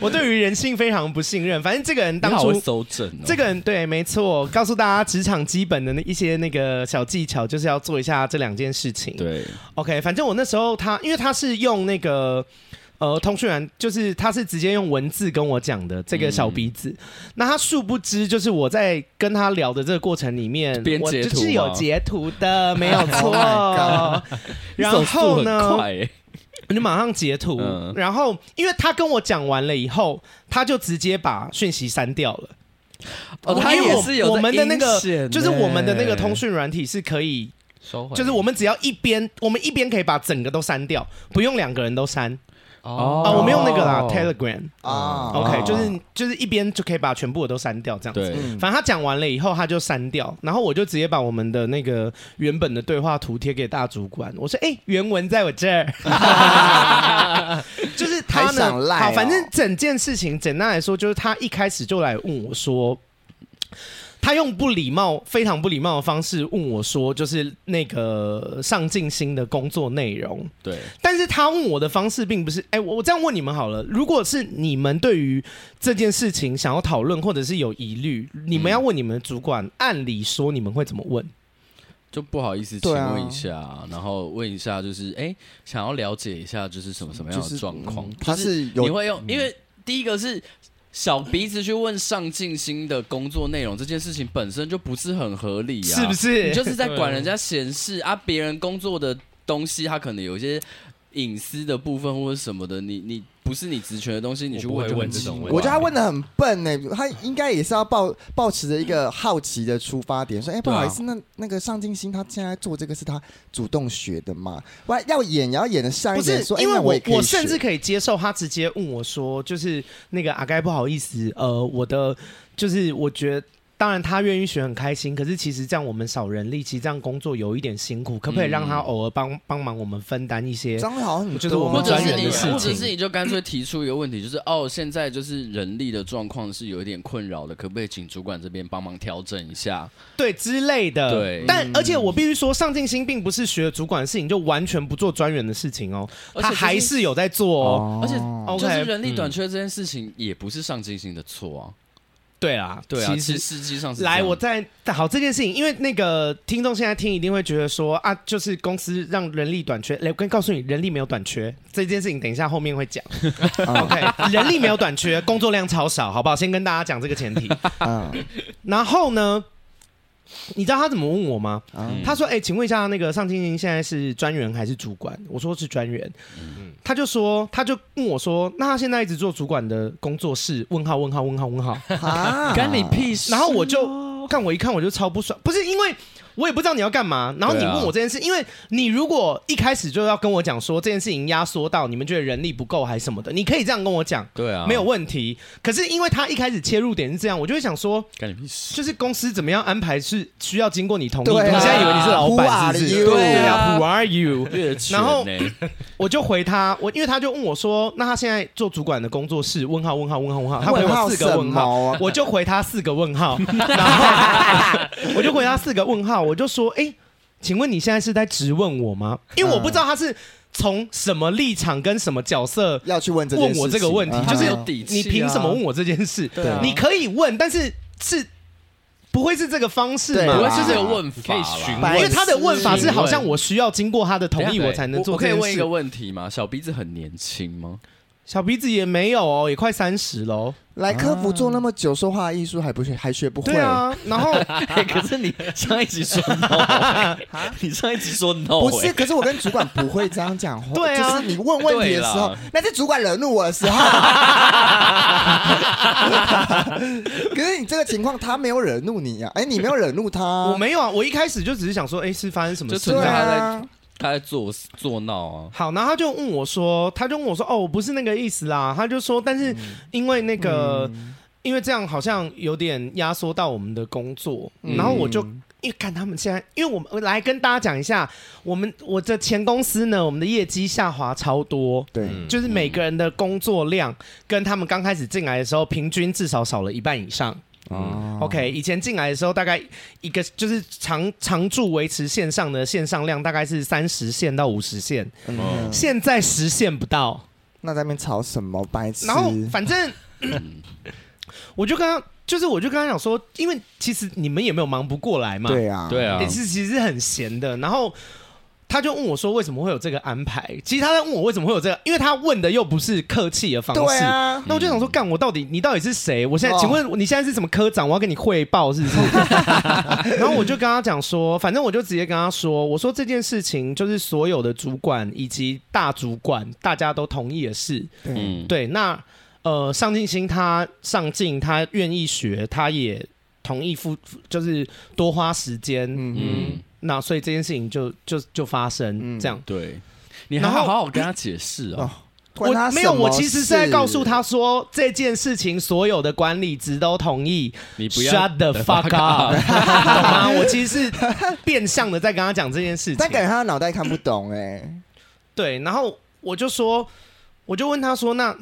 [SPEAKER 1] 我对于人性非常不信任，反正这个人
[SPEAKER 2] 你
[SPEAKER 1] 当
[SPEAKER 2] 好
[SPEAKER 1] 初
[SPEAKER 2] 会搜证哦，
[SPEAKER 1] 这个人对，没错，告诉大家职场基本的那一些那个小技巧，就是要做一下这两件事情。
[SPEAKER 2] 对，
[SPEAKER 1] OK，反正我那时候他，因为他是用那个呃通讯软，就是他是直接用文字跟我讲的这个小鼻子。
[SPEAKER 2] 嗯
[SPEAKER 1] 那他殊不知，就是我在跟他聊的这个过程里面，
[SPEAKER 2] 边
[SPEAKER 1] 我
[SPEAKER 2] 截
[SPEAKER 1] 就
[SPEAKER 2] 图
[SPEAKER 1] 是有
[SPEAKER 2] 吗
[SPEAKER 1] 截图的，没有
[SPEAKER 3] Oh my
[SPEAKER 1] 错。然后
[SPEAKER 2] 你手速很
[SPEAKER 1] 呢，
[SPEAKER 2] 快欸
[SPEAKER 1] 我就马上截图。
[SPEAKER 2] 嗯
[SPEAKER 1] 然后，因为他跟我讲完了以后，他就直接把讯息删掉了。
[SPEAKER 2] 哦，
[SPEAKER 1] 因
[SPEAKER 2] 他
[SPEAKER 1] 为
[SPEAKER 2] 也
[SPEAKER 1] 我
[SPEAKER 2] 是有
[SPEAKER 1] 我
[SPEAKER 2] 在
[SPEAKER 1] 们的那个
[SPEAKER 2] 阴险
[SPEAKER 1] 就是我们的那个
[SPEAKER 2] 欸
[SPEAKER 1] 通讯软体是可以
[SPEAKER 4] 收回，
[SPEAKER 1] 就是我们只要一边，我们一边可以把整个都删掉，不用两个人都删。啊、我们用那个啦
[SPEAKER 4] 哦
[SPEAKER 1] ，Telegram。
[SPEAKER 3] 啊
[SPEAKER 1] OK，就是就是一边就可以把全部的都删掉这样子。
[SPEAKER 2] 对，
[SPEAKER 3] 嗯
[SPEAKER 1] 反正他讲完了以后，他就删掉，然后我就直接把我们的那个原本的对话图贴给大主管，我说：“哎、原文在我这儿。” 就是他
[SPEAKER 3] 还
[SPEAKER 1] 呢，
[SPEAKER 3] 想赖哦
[SPEAKER 1] 好，反正整件事情简单来说，就是他一开始就来问我说。他用不礼貌、非常不礼貌的方式问我说：“就是那个上进心的工作内容，
[SPEAKER 2] 对，
[SPEAKER 1] 但是他问我的方式并不是，哎、我我这样问你们好了，如果是你们对于这件事情想要讨论或者是有疑虑，你们要问你们的主管，按理说你们会怎么问？
[SPEAKER 2] 就不好意思，请
[SPEAKER 3] 对啊
[SPEAKER 2] 问一下，然后问一下，就是哎、想要了解一下，就是什么什么样
[SPEAKER 3] 就
[SPEAKER 2] 的
[SPEAKER 3] 是
[SPEAKER 2] 状况、
[SPEAKER 3] 嗯他
[SPEAKER 2] 就是
[SPEAKER 3] 有
[SPEAKER 2] 你会用，因为第一个是。小鼻子去问上进心的工作内容这件事情本身就不是很合理啊，
[SPEAKER 1] 是不是
[SPEAKER 2] 你就是在
[SPEAKER 4] 对啊
[SPEAKER 2] 管人家闲事啊，别人工作的东西，他可能有一些隐私的部分或者什么的，你你不是你职权的东西，你去
[SPEAKER 4] 我不
[SPEAKER 2] 问
[SPEAKER 4] 会
[SPEAKER 2] 就很
[SPEAKER 4] 问这
[SPEAKER 2] 奇
[SPEAKER 4] 种
[SPEAKER 2] 怪
[SPEAKER 4] 问题
[SPEAKER 3] 我觉得他问的很笨呢、欸他应该也是要抱抱持着一个好奇的出发点，说：“哎、不
[SPEAKER 2] 对啊
[SPEAKER 3] 好意思，那那个上进心他现在做这个是他主动学的嘛？我要演也要演的像
[SPEAKER 1] 不
[SPEAKER 3] 一
[SPEAKER 1] 是
[SPEAKER 3] 点，说，哎、
[SPEAKER 1] 因为
[SPEAKER 3] 那
[SPEAKER 1] 我
[SPEAKER 3] 也可以学
[SPEAKER 1] 甚至可以接受他直接问我说，就是那个阿该不好意思，呃，我的就是我觉得。当然，他愿意学很开心，可是其实这样我们少人力，其实这样工作有一点辛苦，可不可以让
[SPEAKER 3] 嗯
[SPEAKER 1] 他偶尔帮帮忙我们分担一些？
[SPEAKER 3] 张好很多，啊
[SPEAKER 1] 就是我
[SPEAKER 2] 或
[SPEAKER 1] 们
[SPEAKER 2] 者
[SPEAKER 1] 专
[SPEAKER 2] 是
[SPEAKER 1] 员
[SPEAKER 2] 你，
[SPEAKER 1] 的事
[SPEAKER 2] 或者
[SPEAKER 1] 情
[SPEAKER 2] 是你就干脆提出一个问题，就是哦，现在就是人力的状况是有一点困扰的，可不可以请主管这边帮忙调整一下？
[SPEAKER 1] 对之类的。
[SPEAKER 2] 对
[SPEAKER 1] 但而且我必须说，上进心并不是学主管的事情就完全不做专员的事情哦，
[SPEAKER 2] 而且
[SPEAKER 1] 他
[SPEAKER 2] 就是
[SPEAKER 1] 还是有在做哦。
[SPEAKER 2] 而且
[SPEAKER 1] 哦
[SPEAKER 2] 就是
[SPEAKER 1] OK，
[SPEAKER 2] 人力短缺这件事情也不是上进心的错啊，
[SPEAKER 1] 对啦，
[SPEAKER 2] 对啊，
[SPEAKER 1] 其
[SPEAKER 2] 其实
[SPEAKER 1] 实。
[SPEAKER 2] 实际上是这样
[SPEAKER 1] 来，我再好这件事情，因为那个听众现在听一定会觉得说啊，就是公司让人力短缺。来，我跟告诉你，人力没有短缺这件事情，等一下后面会 讲。OK，人
[SPEAKER 3] 嗯
[SPEAKER 1] 力没有短缺，工作量超少，好不好？先跟大家讲这个前提。
[SPEAKER 3] 嗯
[SPEAKER 1] 然后呢，你知道他怎么问我吗？
[SPEAKER 3] 嗯
[SPEAKER 1] 他说：“哎、请问一下，那个尚青青现在是专员还是主管？”我说是专员，
[SPEAKER 2] 嗯
[SPEAKER 1] 他就说，他就问我说：“那他现在一直做主管的工作室？”问号问号问号问 号。
[SPEAKER 3] 啊，
[SPEAKER 2] 干你屁事！
[SPEAKER 1] 然后我就看我一看我就超不爽，不是因为我也不知道你要干嘛，然后你
[SPEAKER 2] 对啊
[SPEAKER 1] 问我这件事，因为你如果一开始就要跟我讲说这件事情压缩到你们觉得人力不够还是什么的，你可以这样跟我讲，
[SPEAKER 2] 对啊，
[SPEAKER 1] 没有问题。可是因为他一开始切入点是这样，我就会想说，
[SPEAKER 2] 干你屁事！
[SPEAKER 1] 就是公司怎么样安排是需要经过你同意，
[SPEAKER 3] 对啊
[SPEAKER 1] 你现在以为你是老
[SPEAKER 3] Who are
[SPEAKER 1] 板是不是？
[SPEAKER 3] you？
[SPEAKER 1] 对 啊，Who are you？
[SPEAKER 2] 越权
[SPEAKER 1] 然后
[SPEAKER 2] 呢
[SPEAKER 1] 我就回他，我因为他就问我说，那他现在做主管的工作室？问号问号问号问号，他回
[SPEAKER 3] 问
[SPEAKER 1] 我
[SPEAKER 3] 号
[SPEAKER 1] 四个
[SPEAKER 3] 什
[SPEAKER 1] 问
[SPEAKER 3] 么
[SPEAKER 1] 号。
[SPEAKER 3] 啊？
[SPEAKER 1] 我就回他四个问号，然后 我就回他四个问号，我就说，哎、请问你现在是在质问我吗？因为我不知道他是从什么立场跟什么角色
[SPEAKER 3] 要去问这件
[SPEAKER 1] 问
[SPEAKER 3] 事
[SPEAKER 1] 我这个
[SPEAKER 3] 情
[SPEAKER 1] 问题
[SPEAKER 3] 嗯，
[SPEAKER 1] 就
[SPEAKER 2] 他
[SPEAKER 1] 是
[SPEAKER 2] 没有底气
[SPEAKER 1] 你
[SPEAKER 2] 啊
[SPEAKER 1] 凭什么问我这件事？
[SPEAKER 2] 对啊
[SPEAKER 1] 你可以问，但是是不会是这个方式
[SPEAKER 3] 对
[SPEAKER 1] 嘛？
[SPEAKER 2] 不会
[SPEAKER 3] 啊
[SPEAKER 2] 是这个问
[SPEAKER 4] 你
[SPEAKER 2] 法
[SPEAKER 4] 可以
[SPEAKER 2] 啦，
[SPEAKER 4] 询
[SPEAKER 3] 白
[SPEAKER 4] 问，
[SPEAKER 1] 因为他的问法是好像
[SPEAKER 4] 询问
[SPEAKER 1] 我需要经过他的同意
[SPEAKER 4] 对
[SPEAKER 1] 我才能
[SPEAKER 2] 我
[SPEAKER 1] 做
[SPEAKER 2] 我
[SPEAKER 1] 这
[SPEAKER 2] 可以
[SPEAKER 1] 件
[SPEAKER 2] 问一个
[SPEAKER 1] 事。
[SPEAKER 2] 问题吗？小鼻子很年轻 吗？
[SPEAKER 1] 小鼻子也没有哦，也快三十喽。
[SPEAKER 3] 来科普做那么久，说话艺术还不学还学不会
[SPEAKER 1] 啊对，啊，然后
[SPEAKER 4] 哎，可是你上一集说 no，欸你上一集说
[SPEAKER 2] 哦
[SPEAKER 4] no，
[SPEAKER 3] 不是，
[SPEAKER 4] 欸
[SPEAKER 3] 可是我跟主管不会这样讲话。
[SPEAKER 1] 对啊
[SPEAKER 3] 就是你问问题的时候
[SPEAKER 2] 对啦，
[SPEAKER 3] 那是主管惹怒我的时候。 可是你这个情况，他没有惹怒你呀、啊，哎、你没有惹怒他、
[SPEAKER 1] 我没有啊，我一开始就只是想说，哎，是发生什么
[SPEAKER 2] 就
[SPEAKER 1] 事
[SPEAKER 2] 存
[SPEAKER 3] 对
[SPEAKER 2] 在他在
[SPEAKER 3] 啊，
[SPEAKER 2] 他在作作闹啊，
[SPEAKER 1] 好，然后他就问我说，他就问我说，哦，我不是那个意思啦。他就说，但是因为那个，因为这样好像有点压缩到我们的工作，
[SPEAKER 3] 嗯
[SPEAKER 1] 然后我就。因为看他们现在，因为我们我来跟大家讲一下，我们我的前公司呢，我们的业绩下滑超多，
[SPEAKER 3] 对，
[SPEAKER 4] 嗯
[SPEAKER 1] 就是每个人的工作量跟他们刚开始进来的时候，平均至少少了一半以上。
[SPEAKER 3] 哦
[SPEAKER 1] OK，以前进来的时候大概一个就是常常驻维持线上的线上量大概是三十线到五十线，
[SPEAKER 3] 嗯
[SPEAKER 1] 现在实现不到。
[SPEAKER 3] 那在那边吵什么白痴？
[SPEAKER 1] 然后反正 我就跟他，就是我就跟他讲说，因为其实你们也没有忙不过来嘛，
[SPEAKER 3] 对啊，
[SPEAKER 2] 对啊
[SPEAKER 1] 也，哎是其实很闲的。然后他就问我说，为什么会有这个安排？其实他在问我为什么会有这个，因为他问的又不是客气的方
[SPEAKER 3] 对
[SPEAKER 1] 式。
[SPEAKER 3] 啊，
[SPEAKER 1] 那我就想说，干我到底你到底是谁？我现在
[SPEAKER 3] 哦
[SPEAKER 1] 请问你现在是什么科长？我要跟你汇报 是不是？ 然后我就跟他讲说，反正我就直接跟他说，我说这件事情就是所有的主管以及大主管大家都同意的事。
[SPEAKER 3] 对，
[SPEAKER 2] 嗯，
[SPEAKER 1] 对，那呃，上进心他上进，他愿意学，他也同意付，就是多花时间。
[SPEAKER 3] 嗯
[SPEAKER 2] 嗯，
[SPEAKER 1] 那所以这件事情就就就发生、
[SPEAKER 3] 嗯
[SPEAKER 1] 这样。
[SPEAKER 2] 对，你还
[SPEAKER 1] 然后
[SPEAKER 2] 好好跟他解释
[SPEAKER 3] 哦
[SPEAKER 2] 啊，
[SPEAKER 3] 关他
[SPEAKER 1] 我没有，
[SPEAKER 3] 什么
[SPEAKER 1] 我其实是在
[SPEAKER 3] 事
[SPEAKER 1] 告诉他说这件事情所有的管理职都同意
[SPEAKER 2] 你不要
[SPEAKER 1] ，shut the fuck up，懂吗？我其实是变相的在跟他讲这件事情
[SPEAKER 3] 但，感觉他的脑袋看不懂哎、
[SPEAKER 1] 对，然后我就说，我就问他说，那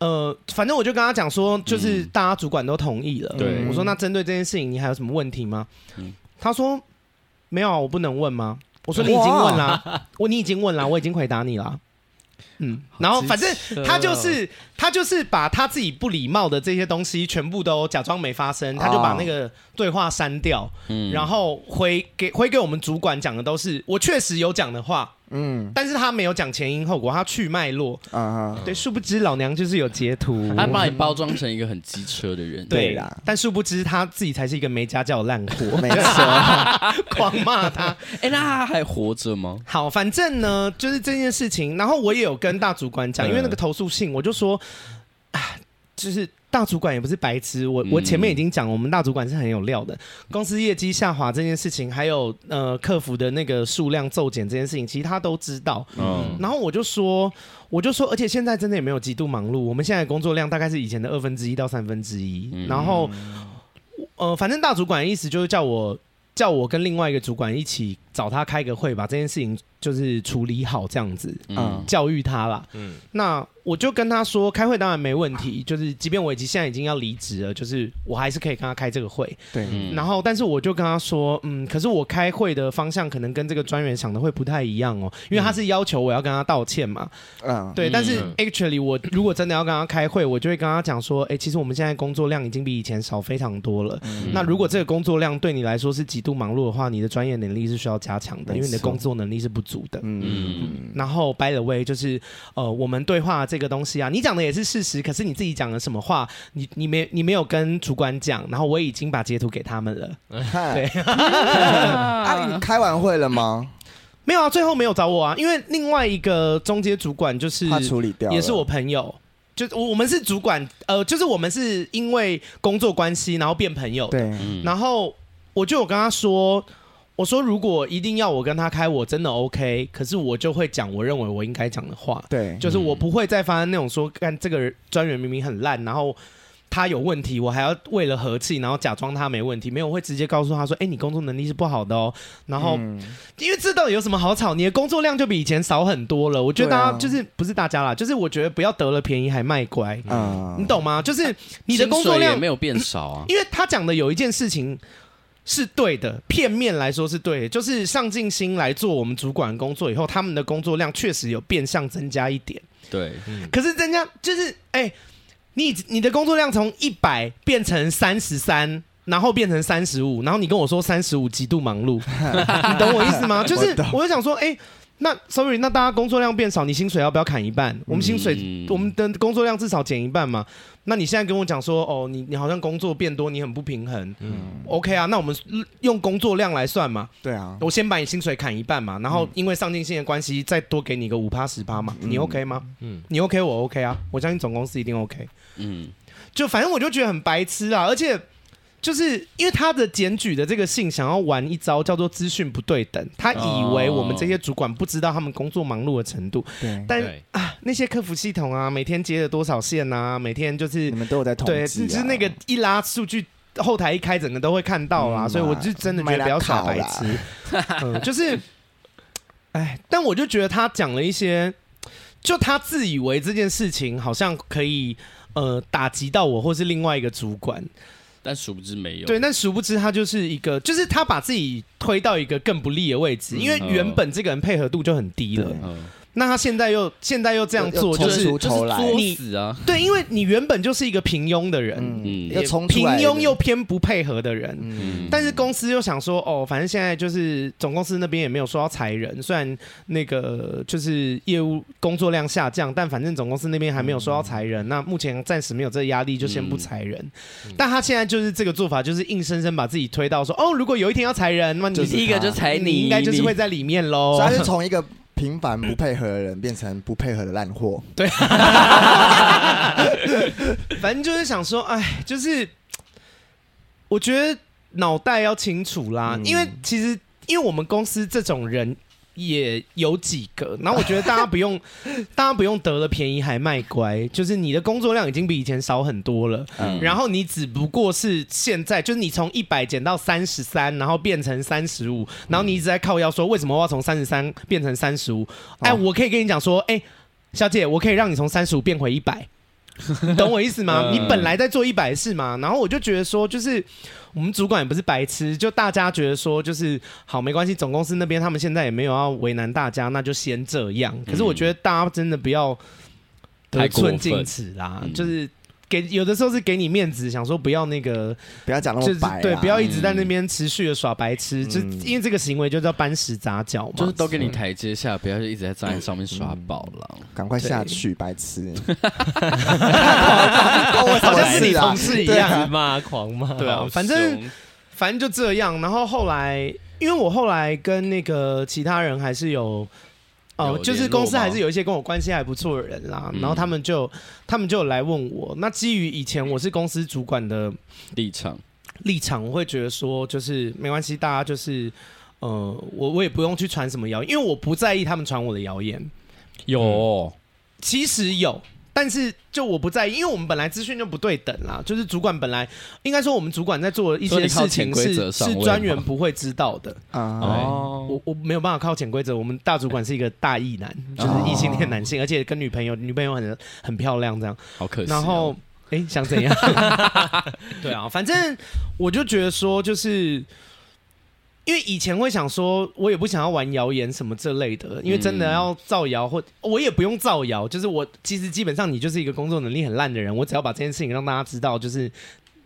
[SPEAKER 1] 呃，反正我就跟他讲说，就是
[SPEAKER 2] 嗯
[SPEAKER 1] 大家主管都同意了，
[SPEAKER 2] 对
[SPEAKER 1] 我说那针对这件事情，你还有什么问题吗？
[SPEAKER 2] 嗯
[SPEAKER 1] 他说没有啊，我不能问吗？我说你已经问啦，我你已经问啦，我已经回答你啦。嗯，然后反正
[SPEAKER 2] 啊
[SPEAKER 1] 他就是他就是把他自己不礼貌的这些东西全部都假装没发生，他就把那个对话删掉，
[SPEAKER 2] 嗯
[SPEAKER 1] 然后回给回给我们主管讲的都是我确实有讲的话，
[SPEAKER 3] 嗯
[SPEAKER 1] 但是他没有讲前因后果，他去脉络。
[SPEAKER 3] 啊 哈，
[SPEAKER 1] 对，殊不知老娘就是有截图。
[SPEAKER 2] 他把你包装成一个很机车的 人，
[SPEAKER 1] 对
[SPEAKER 3] 对啦
[SPEAKER 1] 但殊不知他自己才是一个没家教的烂货，
[SPEAKER 3] 没错，
[SPEAKER 1] 狂骂他。
[SPEAKER 2] 哎，那他还活着吗？
[SPEAKER 1] 好，反正呢，就是这件事情。然后我也有跟大主管
[SPEAKER 2] 嗯
[SPEAKER 1] 讲，因为那个投诉信，我就说，啊，就是大主管也不是白痴。我我
[SPEAKER 2] 嗯
[SPEAKER 1] 前面已经讲，我们大主管是很有料的。公司业绩下滑这件事情，还有呃客服的那个数量骤减这件事情，其实他都知道。
[SPEAKER 2] 嗯，
[SPEAKER 1] 然后我就说，我就说，而且现在真的也没有极度忙碌，我们现在的工作量大概是以前的二分之一到三分之一。
[SPEAKER 2] 嗯
[SPEAKER 1] 然后，呃，反正大主管的意思就是叫我叫我跟另外一个主管一起找他开个会，把这件事情就是处理好，这样子
[SPEAKER 2] 嗯
[SPEAKER 1] 教育他啦。
[SPEAKER 4] 嗯，
[SPEAKER 1] 那我就跟他说，开会当然没问题，就是即便我已经现在已经要离职了，就是我还是可以跟他开这个会。
[SPEAKER 3] 对，
[SPEAKER 2] 嗯
[SPEAKER 1] 然后，但是我就跟他说，嗯，可是我开会的方向可能跟这个专员想的会不太一样哦，因为他是要求我要跟他道歉嘛。
[SPEAKER 3] 嗯，
[SPEAKER 1] 对，
[SPEAKER 2] 嗯
[SPEAKER 1] 但是
[SPEAKER 4] 嗯
[SPEAKER 1] actually 我如果真的要跟他开会，我就会跟他讲说，哎、其实我们现在工作量已经比以前少非常多了。
[SPEAKER 3] 嗯
[SPEAKER 1] 那如果这个工作量对你来说是极度忙碌的话，你的专业能力是需要加强的，因为你的
[SPEAKER 3] 没错
[SPEAKER 1] 工作能力是不足的。
[SPEAKER 2] 嗯
[SPEAKER 3] 嗯，
[SPEAKER 1] 然后 by the way，就是呃，我们对话这个东西啊，你讲的也是事实，可是你自己讲了什么话，你你没你没有跟主管讲，然后我已经把截图给他们了。
[SPEAKER 3] 嗨
[SPEAKER 1] 对
[SPEAKER 3] 啊，你开完会了吗？
[SPEAKER 1] 没有啊，最后没有找我啊，因为另外一个中介主管就是
[SPEAKER 3] 他处理掉了，
[SPEAKER 1] 也是我朋友，就我我们是主管，呃，就是我们是因为工作关系然后变朋友的，
[SPEAKER 3] 对，
[SPEAKER 2] 嗯
[SPEAKER 1] 然后我就有跟他说。我说，如果一定要我跟他开，我真的 OK，可是我就会讲我认为我应该讲的话，
[SPEAKER 3] 对，
[SPEAKER 1] 就是我不会再发生那种说，干这个人专员明明很烂，然后他有问题，我还要为了和气，然后假装他没问题，没有，我会直接告诉他说，哎、你工作能力是不好的哦，然后
[SPEAKER 3] 嗯
[SPEAKER 1] 因为这到底有什么好吵？你的工作量就比以前少很多了。我觉得大家
[SPEAKER 3] 对啊
[SPEAKER 1] 就是、不是大家啦，就是我觉得不要得了便宜还卖乖，
[SPEAKER 3] 啊
[SPEAKER 1] 嗯你懂吗？就是你的工作
[SPEAKER 2] 薪水也
[SPEAKER 1] 量
[SPEAKER 2] 没，有变少 啊，
[SPEAKER 1] 因为他讲的有一件事情是对的，片面来说是对的，就是上进心来做我们主管工作以后，他们的工作量确实有变相增加一点。
[SPEAKER 2] 对，
[SPEAKER 1] 可是增加就是哎、你你的工作量从一百变成三十三。然后变成三十五，然后你跟我说三十五极度忙碌，你懂我意思吗？就是
[SPEAKER 3] 我懂
[SPEAKER 1] 我就想说，哎、那 sorry，那大家工作量变少，你薪水要不要砍一半？我们薪水、
[SPEAKER 2] 嗯
[SPEAKER 1] 我们的工作量至少减一半嘛。那你现在跟我讲说，哦，你你好像工作变多，你很不平衡。
[SPEAKER 4] 嗯
[SPEAKER 1] OK 啊，那我们嗯用工作量来算嘛，
[SPEAKER 3] 对啊，
[SPEAKER 1] 我先把你薪水砍一半嘛，然后因为上进心的关系，再多给你个五趴十趴嘛，你 OK 吗？
[SPEAKER 4] 嗯
[SPEAKER 1] 你 OK，我 OK 啊，我相信总公司一定 OK。
[SPEAKER 2] 嗯
[SPEAKER 1] 就反正我就觉得很白痴啊，而且就是因为他的检举的这个信想要玩一招叫做资讯不对等，他以为我们这些主管不知道他们工作忙碌的程度，
[SPEAKER 3] 对，
[SPEAKER 1] 但
[SPEAKER 4] 对，
[SPEAKER 1] 那些客服系统啊，每天接了多少线啊，每天就是
[SPEAKER 3] 你们都有在统
[SPEAKER 1] 对，
[SPEAKER 3] 计啊，
[SPEAKER 1] 就是那个一拉数据。后台一开，整个都会看到啦，
[SPEAKER 3] 嗯
[SPEAKER 1] 所以我就真的觉得不要耍白痴， 嗯，就是，哎，但我就觉得他讲了一些，就他自以为这件事情好像可以呃打击到我或是另外一个主管，
[SPEAKER 2] 但殊不知没有，
[SPEAKER 1] 对，但殊不知他就是一个，就是他把自己推到一个更不利的位置，因为原本这个人配合度就很低了，
[SPEAKER 3] 嗯对
[SPEAKER 2] 嗯，
[SPEAKER 1] 那他现在又现在又这样
[SPEAKER 3] 又
[SPEAKER 1] 做，就
[SPEAKER 3] 又重
[SPEAKER 1] 是
[SPEAKER 3] 出
[SPEAKER 2] 就是
[SPEAKER 3] 头来
[SPEAKER 2] 作
[SPEAKER 1] 你
[SPEAKER 2] 死啊，
[SPEAKER 1] 对，因为你原本就是一个平庸的人，
[SPEAKER 3] 嗯，
[SPEAKER 2] 嗯
[SPEAKER 3] 要冲出
[SPEAKER 1] 平
[SPEAKER 3] 来的
[SPEAKER 1] 庸又偏不配合的人。
[SPEAKER 2] 嗯，
[SPEAKER 1] 但是公司又想说，哦，反正现在就是总公司那边也没有说要裁人，虽然那个就是业务工作量下降，但反正总公司那边还没有说要裁
[SPEAKER 3] 嗯
[SPEAKER 1] 人，那目前暂时没有这个压力，就先不裁人。但他现在就是这个做法，就是硬生生把自己推到说，哦，如果有一天要裁人，那你
[SPEAKER 3] 就
[SPEAKER 2] 你
[SPEAKER 3] 是
[SPEAKER 2] 第一个
[SPEAKER 3] 他
[SPEAKER 2] 就裁
[SPEAKER 1] 你应该就是
[SPEAKER 2] 你
[SPEAKER 1] 会在里面喽
[SPEAKER 3] 所以。他就从一个平凡不配合的人变成不配合的烂货。
[SPEAKER 1] 反正就是想说，哎，就是我觉得脑袋要清楚啦，
[SPEAKER 3] 嗯
[SPEAKER 1] 因为其实因为我们公司这种人也有几个，然后我觉得大家不用， 大家不用得了便宜还卖乖，就是你的工作量已经比以前少很多了，
[SPEAKER 2] 嗯
[SPEAKER 1] 然后你只不过是现在就是你从一百减到三十三，然后变成三十五，然后你一直在靠腰说为什么我要从三十三变成三十五？
[SPEAKER 2] 哦
[SPEAKER 1] 哎，我可以跟你讲说，哎，小姐，我可以让你从三十五变回一 百。你懂我意思吗？
[SPEAKER 2] 嗯
[SPEAKER 1] 你本来在做一百事嘛，然后我就觉得说，就是我们主管也不是白痴，就大家觉得说，就是好没关系，总公司那边他们现在也没有要为难大家，那就先这样。可是我觉得大家真的不要得
[SPEAKER 2] 嗯太过分
[SPEAKER 1] 寸进尺啦，
[SPEAKER 2] 嗯
[SPEAKER 1] 就是给有的时候是给你面子，想说不要那个，
[SPEAKER 3] 不要讲那
[SPEAKER 1] 就
[SPEAKER 3] 么
[SPEAKER 1] 是
[SPEAKER 3] 白啊，
[SPEAKER 1] 对，不要一直在那边持续的耍白痴，
[SPEAKER 3] 嗯
[SPEAKER 1] 就是因为这个行为就叫搬屎砸脚嘛，
[SPEAKER 2] 就是都给你台阶下，不要一直在站在上面耍宝了。
[SPEAKER 3] 赶快下
[SPEAKER 1] 对
[SPEAKER 3] 去，白痴！
[SPEAKER 1] 好像是你同
[SPEAKER 2] 啊
[SPEAKER 1] 事一样。
[SPEAKER 4] 骂狂骂，
[SPEAKER 1] 对啊
[SPEAKER 4] 好
[SPEAKER 1] 反正
[SPEAKER 4] 凶
[SPEAKER 1] 反正就这样。然后后来，因为我后来跟那个其他人还是有，哦、
[SPEAKER 2] 有
[SPEAKER 1] 就是
[SPEAKER 2] 联络
[SPEAKER 1] 公司
[SPEAKER 2] 吗
[SPEAKER 1] 还是有一些跟我关系还不错的人啦。
[SPEAKER 2] 嗯
[SPEAKER 1] 然后他们就他们就有来问我，那基于以前我是公司主管的
[SPEAKER 2] 立场，
[SPEAKER 1] 立场，我会觉得说，就是没关系，大家就是。呃，我我也不用去传什么谣言，因为我不在意他们传我的谣言。
[SPEAKER 2] 有哦
[SPEAKER 1] 其实有，但是就我不在意，因为我们本来资讯就不对等啦。就是主管本来应该说，我们主管在做的一
[SPEAKER 2] 所以
[SPEAKER 1] 些
[SPEAKER 2] 你靠
[SPEAKER 1] 事
[SPEAKER 2] 潜
[SPEAKER 1] 情
[SPEAKER 2] 规
[SPEAKER 1] 是
[SPEAKER 2] 则上
[SPEAKER 1] 是
[SPEAKER 2] 位
[SPEAKER 1] 专
[SPEAKER 2] 吗
[SPEAKER 1] 员不会知道的。
[SPEAKER 3] 啊，
[SPEAKER 2] 哦，
[SPEAKER 1] 我我没有办法靠潜规则，我们大主管是一个大异男，就是异性恋男
[SPEAKER 2] 哦
[SPEAKER 1] 性，而且跟女朋友，女朋友很很漂亮这样。
[SPEAKER 2] 好可惜哦。
[SPEAKER 1] 然后，哎、想怎样？ 对啊，反正我就觉得说，就是因为以前会想说，我也不想要玩谣言什么这类的，因为真的要造谣或我也不用造谣，就是我其实基本上你就是一个工作能力很烂的人，我只要把这件事情让大家知道，就是。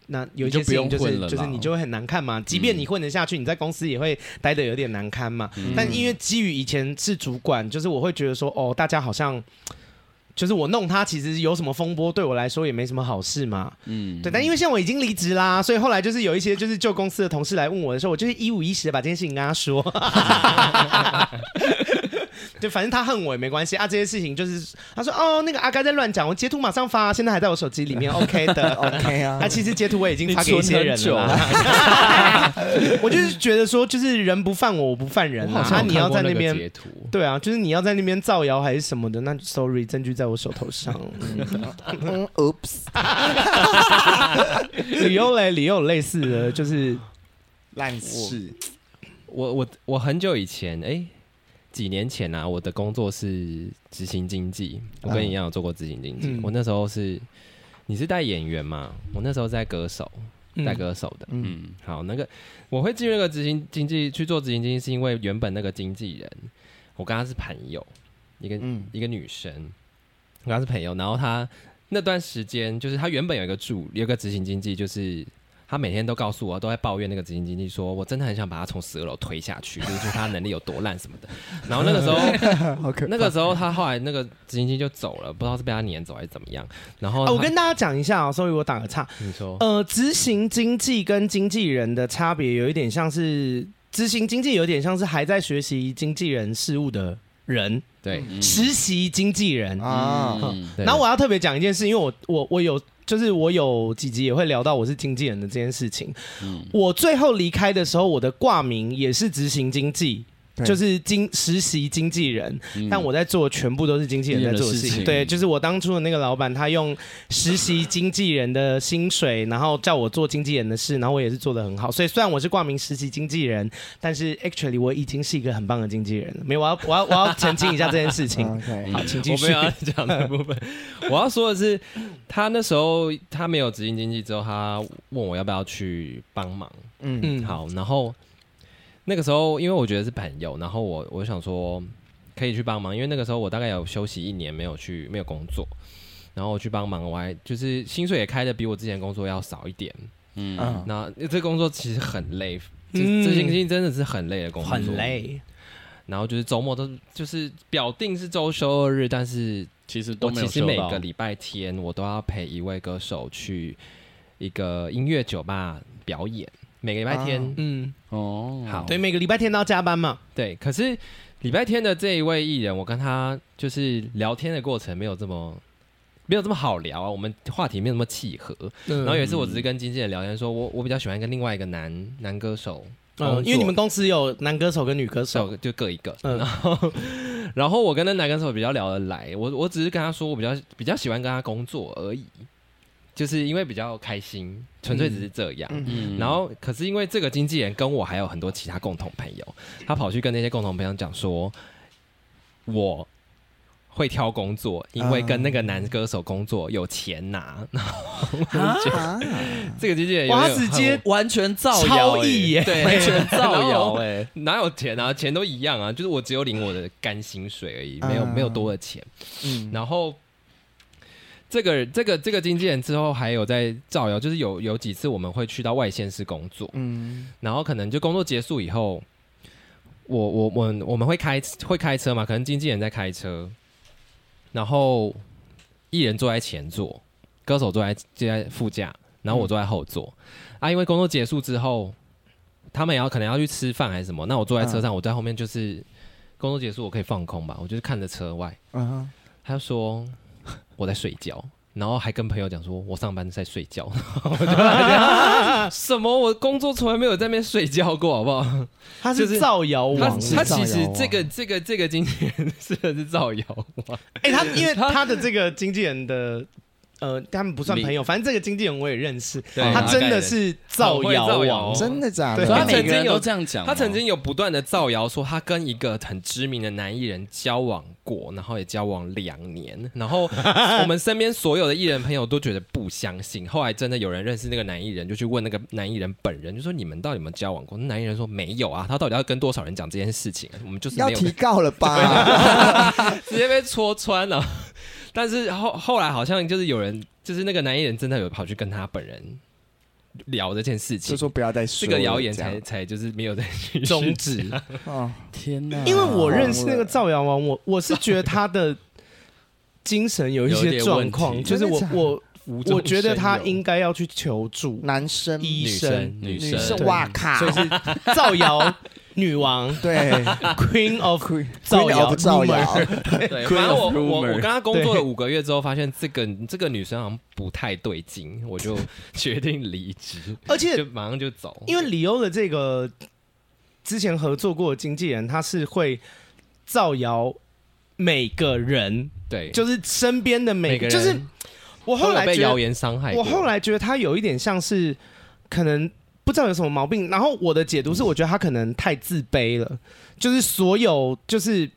[SPEAKER 1] 那有一些
[SPEAKER 2] 你就不
[SPEAKER 1] 事情
[SPEAKER 2] 用
[SPEAKER 1] 就是
[SPEAKER 2] 混了啦
[SPEAKER 1] 就是你就会很难看嘛，即便你混得下去，你在公司也会待的有点难堪嘛。但因为基于以前是主管，就是我会觉得说，哦，大家好像就是我弄他，其实有什么风波对我来说也没什么好事嘛。
[SPEAKER 2] 嗯，
[SPEAKER 1] 对，但因为现在我已经离职啦，所以后来就是有一些就是旧公司的同事来问我的时候，我就是一五一十的把这件事情跟他说。对，反正他恨我也没关系啊。这些事情就是他说哦，那个阿该在乱讲，我截图马上发，现在还在我手机里面，OK 的
[SPEAKER 3] OK 啊
[SPEAKER 1] 那、其实截图我已经
[SPEAKER 2] 你
[SPEAKER 1] 发给一些
[SPEAKER 2] 存
[SPEAKER 1] 人
[SPEAKER 2] 很久
[SPEAKER 1] 了啦。 我就是觉得说，就是人不犯我，我不犯人
[SPEAKER 2] 我
[SPEAKER 1] 啦。
[SPEAKER 2] 好像
[SPEAKER 1] 啊
[SPEAKER 2] 有
[SPEAKER 1] 你要在
[SPEAKER 2] 看过那
[SPEAKER 1] 那
[SPEAKER 2] 个
[SPEAKER 1] 边
[SPEAKER 2] 截图，
[SPEAKER 1] 对啊，就是你要在那边造谣还是什么的，那 sorry，证据在我手头 上。
[SPEAKER 3] 嗯，Oops，
[SPEAKER 1] 理由嘞，理由类似的，就是
[SPEAKER 3] 烂事，
[SPEAKER 4] 我我我很久以前哎、几年前啊，我的工作是执行经济，我跟你一样有做过执行经济。
[SPEAKER 1] 嗯
[SPEAKER 4] 我那时候是你是带演员嘛？我那时候是带歌手，带歌手的。
[SPEAKER 3] 嗯，
[SPEAKER 2] 嗯，
[SPEAKER 4] 好，那个我会进入那个执行经济去做执行经济，是因为原本那个经纪人，我跟他是朋友，一个、
[SPEAKER 3] 嗯
[SPEAKER 4] 一个女生，我跟他是朋友。然后他那段时间，就是他原本有一个助，有一个执行经济，就是他每天都告诉我，都在抱怨那个执行经济，说我真的很想把他从十二楼推下去， 就是说他能力有多烂什么的。然后那个时候，
[SPEAKER 3] 好可
[SPEAKER 4] 那个时候他后来那个执行经济就走了，不知道是被他撵走还是怎么样。然后
[SPEAKER 1] 啊
[SPEAKER 4] 他、
[SPEAKER 1] 我跟大家讲一下哦，sorry，我打个岔。
[SPEAKER 4] 你说，
[SPEAKER 1] 呃，执行经济跟经纪人的差别有一点像是，执行经济有点像是还在学习经纪人事务的人，
[SPEAKER 4] 对，
[SPEAKER 2] 嗯
[SPEAKER 1] 实习经纪人。
[SPEAKER 3] 啊，
[SPEAKER 2] 嗯
[SPEAKER 4] 对
[SPEAKER 1] 然后我要特别讲一件事，因为我我我有。就是我有几集也会聊到我是经纪人的这件事情。
[SPEAKER 2] 嗯
[SPEAKER 1] 我最后离开的时候，我的挂名也是执行经纪，
[SPEAKER 3] 对
[SPEAKER 1] 就是经实习经纪人。
[SPEAKER 2] 嗯
[SPEAKER 1] 但我在做的全部都是经纪人在做的事
[SPEAKER 2] 经纪人的事
[SPEAKER 1] 情。
[SPEAKER 2] 情
[SPEAKER 1] 对，就是我当初的那个老板，他用实习经纪人的薪水，然后叫我做经纪人的事，然后我也是做的很好。所以虽然我是挂名实习经纪人，但是 actually 我已经是一个很棒的经纪人了。没有，我要我要我要澄清一下这件事情。
[SPEAKER 3] OK，
[SPEAKER 1] 好，请继
[SPEAKER 4] 我
[SPEAKER 1] 续
[SPEAKER 4] 没。有要讲的部分，我要说的是，他那时候他没有执行经济之后，他问我要不要去帮忙。
[SPEAKER 3] 嗯，
[SPEAKER 1] 嗯，
[SPEAKER 4] 好，然后那个时候因为我觉得是朋友，然后我我想说可以去帮忙，因为那个时候我大概有休息一年没有去没有工作，然后我去帮忙，我还就是薪水也开的比我之前工作要少一点。
[SPEAKER 2] 嗯
[SPEAKER 3] 嗯，
[SPEAKER 4] 那这工作其实很累，这
[SPEAKER 1] 嗯
[SPEAKER 4] 这行经济真的是很累的工作，
[SPEAKER 1] 很。累。
[SPEAKER 4] 然后就是周末都就是表定是周休二日，但是
[SPEAKER 2] 其实都
[SPEAKER 4] 我
[SPEAKER 2] 没
[SPEAKER 4] 其
[SPEAKER 2] 有
[SPEAKER 4] 实每
[SPEAKER 2] 收到
[SPEAKER 4] 个礼拜天我都要陪一位歌手去一个音乐酒吧表演，每个礼拜天。
[SPEAKER 1] 嗯，
[SPEAKER 2] 哦，
[SPEAKER 4] 好
[SPEAKER 1] 对，每个礼拜天都要加班嘛。
[SPEAKER 4] 对，可是礼拜天的这一位艺人，我跟他就是聊天的过程没有这么。没有这么好聊啊，我们话题没有那么契合。
[SPEAKER 1] 然
[SPEAKER 4] 然后有一次，我只是跟经纪人聊天说，我我比较喜欢跟另外一个男男歌手工作
[SPEAKER 1] 嗯，因为你们公司有男歌手跟女歌 手，
[SPEAKER 4] 手就各一个，
[SPEAKER 1] 嗯
[SPEAKER 4] 然后然后我跟那男歌手比较聊得来，我我只是跟他说我比较比较喜欢跟他工作而已，就是因为比较开心，纯粹只是这样。
[SPEAKER 3] 嗯
[SPEAKER 2] 嗯
[SPEAKER 4] 然后，可是因为这个经纪人跟我还有很多其他共同朋友，他跑去跟那些共同朋友讲说，我会挑工作，因为跟那个男歌手工作有钱拿。 然后
[SPEAKER 2] 啊
[SPEAKER 3] 啊，
[SPEAKER 4] 这个经纪人有
[SPEAKER 1] 哇，他
[SPEAKER 4] 点
[SPEAKER 1] 直
[SPEAKER 4] 很
[SPEAKER 1] 接
[SPEAKER 2] 完全造谣、
[SPEAKER 1] 超意
[SPEAKER 2] 欸，
[SPEAKER 1] 耶
[SPEAKER 2] 对，完 全造谣哎、
[SPEAKER 4] 哪有钱啊？钱都一样啊，就是我只有领我的干薪水而已，没有
[SPEAKER 3] 嗯
[SPEAKER 4] 没有多的钱。
[SPEAKER 3] 嗯，
[SPEAKER 4] 然后这个这个这个经纪人之后还有在造谣，就是有有几次我们会去到外县市工作，
[SPEAKER 3] 嗯，
[SPEAKER 4] 然后可能就工作结束以后，我我我我们会开会开车嘛，可能经纪人在开车，然后艺人坐在前座，歌手坐在坐在副驾，然后我坐在后座。啊，因为工作结束之后，他们也要可能要去吃饭还是什么，那我坐在车上，我在后面就是工作结束我可以放空吧，我就是看着车外。
[SPEAKER 3] 啊，
[SPEAKER 4] 他就说我在睡觉，然后还跟朋友讲说我上班在睡觉。我就发现什么？我工作从来没有在那边睡觉过，好不好？
[SPEAKER 1] 他
[SPEAKER 4] 就是是
[SPEAKER 1] 造谣
[SPEAKER 4] 他
[SPEAKER 1] 王，
[SPEAKER 4] 他其
[SPEAKER 3] 造
[SPEAKER 4] 实
[SPEAKER 3] 谣啊
[SPEAKER 4] 这个这个这个经纪人 真的是造谣啊，
[SPEAKER 1] 哎、他因为他的这个经纪人的。呃，他们不算朋友，反正这个经纪人我也认识，
[SPEAKER 4] 对
[SPEAKER 1] 他真的是造谣
[SPEAKER 4] 很会造
[SPEAKER 1] 王
[SPEAKER 4] 谣，
[SPEAKER 3] 真的假的？
[SPEAKER 1] 对
[SPEAKER 2] 所以他
[SPEAKER 4] 曾
[SPEAKER 2] 嗯每个人
[SPEAKER 4] 经有
[SPEAKER 2] 都这样讲吗，哦
[SPEAKER 4] 他曾经有不断的造谣说他跟一个很知名的男艺人交往过，然后也交往两年，然后我们身边所有的艺人朋友都觉得不相信。后来真的有人认识那个男艺人，就去问那个男艺人本人，就说你们到底有没有交往过？那男艺人说没有啊，他到底要跟多少人讲这件事情啊？我们就是
[SPEAKER 3] 要
[SPEAKER 4] 没有
[SPEAKER 3] 提告了 吧？
[SPEAKER 4] 直接被戳穿了。 但是后后来好像就是有人，就是那个男艺人真的有跑去跟他本人聊这件事情
[SPEAKER 3] 就，说不要再说
[SPEAKER 4] 这
[SPEAKER 3] 了
[SPEAKER 4] 个谣言才
[SPEAKER 3] 样
[SPEAKER 4] 才就是没有再去
[SPEAKER 1] 终 止。
[SPEAKER 3] 哦
[SPEAKER 2] 天哪，
[SPEAKER 1] 因为我认识那个造谣王，我我是觉得他的精神有一些状
[SPEAKER 2] 有
[SPEAKER 1] 况，
[SPEAKER 2] 点问题
[SPEAKER 1] 就是我
[SPEAKER 3] 真的假的
[SPEAKER 1] 我
[SPEAKER 4] 无中
[SPEAKER 1] 我觉得他
[SPEAKER 4] 生有
[SPEAKER 1] 应该要去求 助
[SPEAKER 3] 男生
[SPEAKER 1] 医
[SPEAKER 4] 女
[SPEAKER 1] 生，
[SPEAKER 4] 生
[SPEAKER 2] 女
[SPEAKER 3] 女
[SPEAKER 2] 生
[SPEAKER 3] 生，
[SPEAKER 1] 对
[SPEAKER 3] 哇靠！
[SPEAKER 1] 所以是造谣女 王
[SPEAKER 3] 对，
[SPEAKER 1] Queen of
[SPEAKER 3] Queen-
[SPEAKER 1] 造谣
[SPEAKER 3] Queen of 造谣，
[SPEAKER 4] 啊对，
[SPEAKER 2] Queen
[SPEAKER 4] 反正
[SPEAKER 2] of
[SPEAKER 4] 我我我
[SPEAKER 2] rumor
[SPEAKER 4] 跟他工作了五个月之后，发现这个这个女生好像不太对劲，我就决定离职，
[SPEAKER 1] 而且
[SPEAKER 4] 就马上就走。
[SPEAKER 1] 因为李欧的这个之前合作过的经纪人，他是会造谣每个人，
[SPEAKER 4] 对，
[SPEAKER 1] 就是身边的每
[SPEAKER 4] 每个
[SPEAKER 1] 个，
[SPEAKER 4] 人
[SPEAKER 1] 就是我
[SPEAKER 4] 我
[SPEAKER 1] 后来
[SPEAKER 4] 被
[SPEAKER 1] 觉
[SPEAKER 4] 谣
[SPEAKER 1] 得，
[SPEAKER 4] 言伤害
[SPEAKER 1] 我
[SPEAKER 4] 过，
[SPEAKER 1] 后来觉得他有一点像是可能。不知道有什么毛病，然后我的解读是，我觉得他可能太自卑了，就是所有就是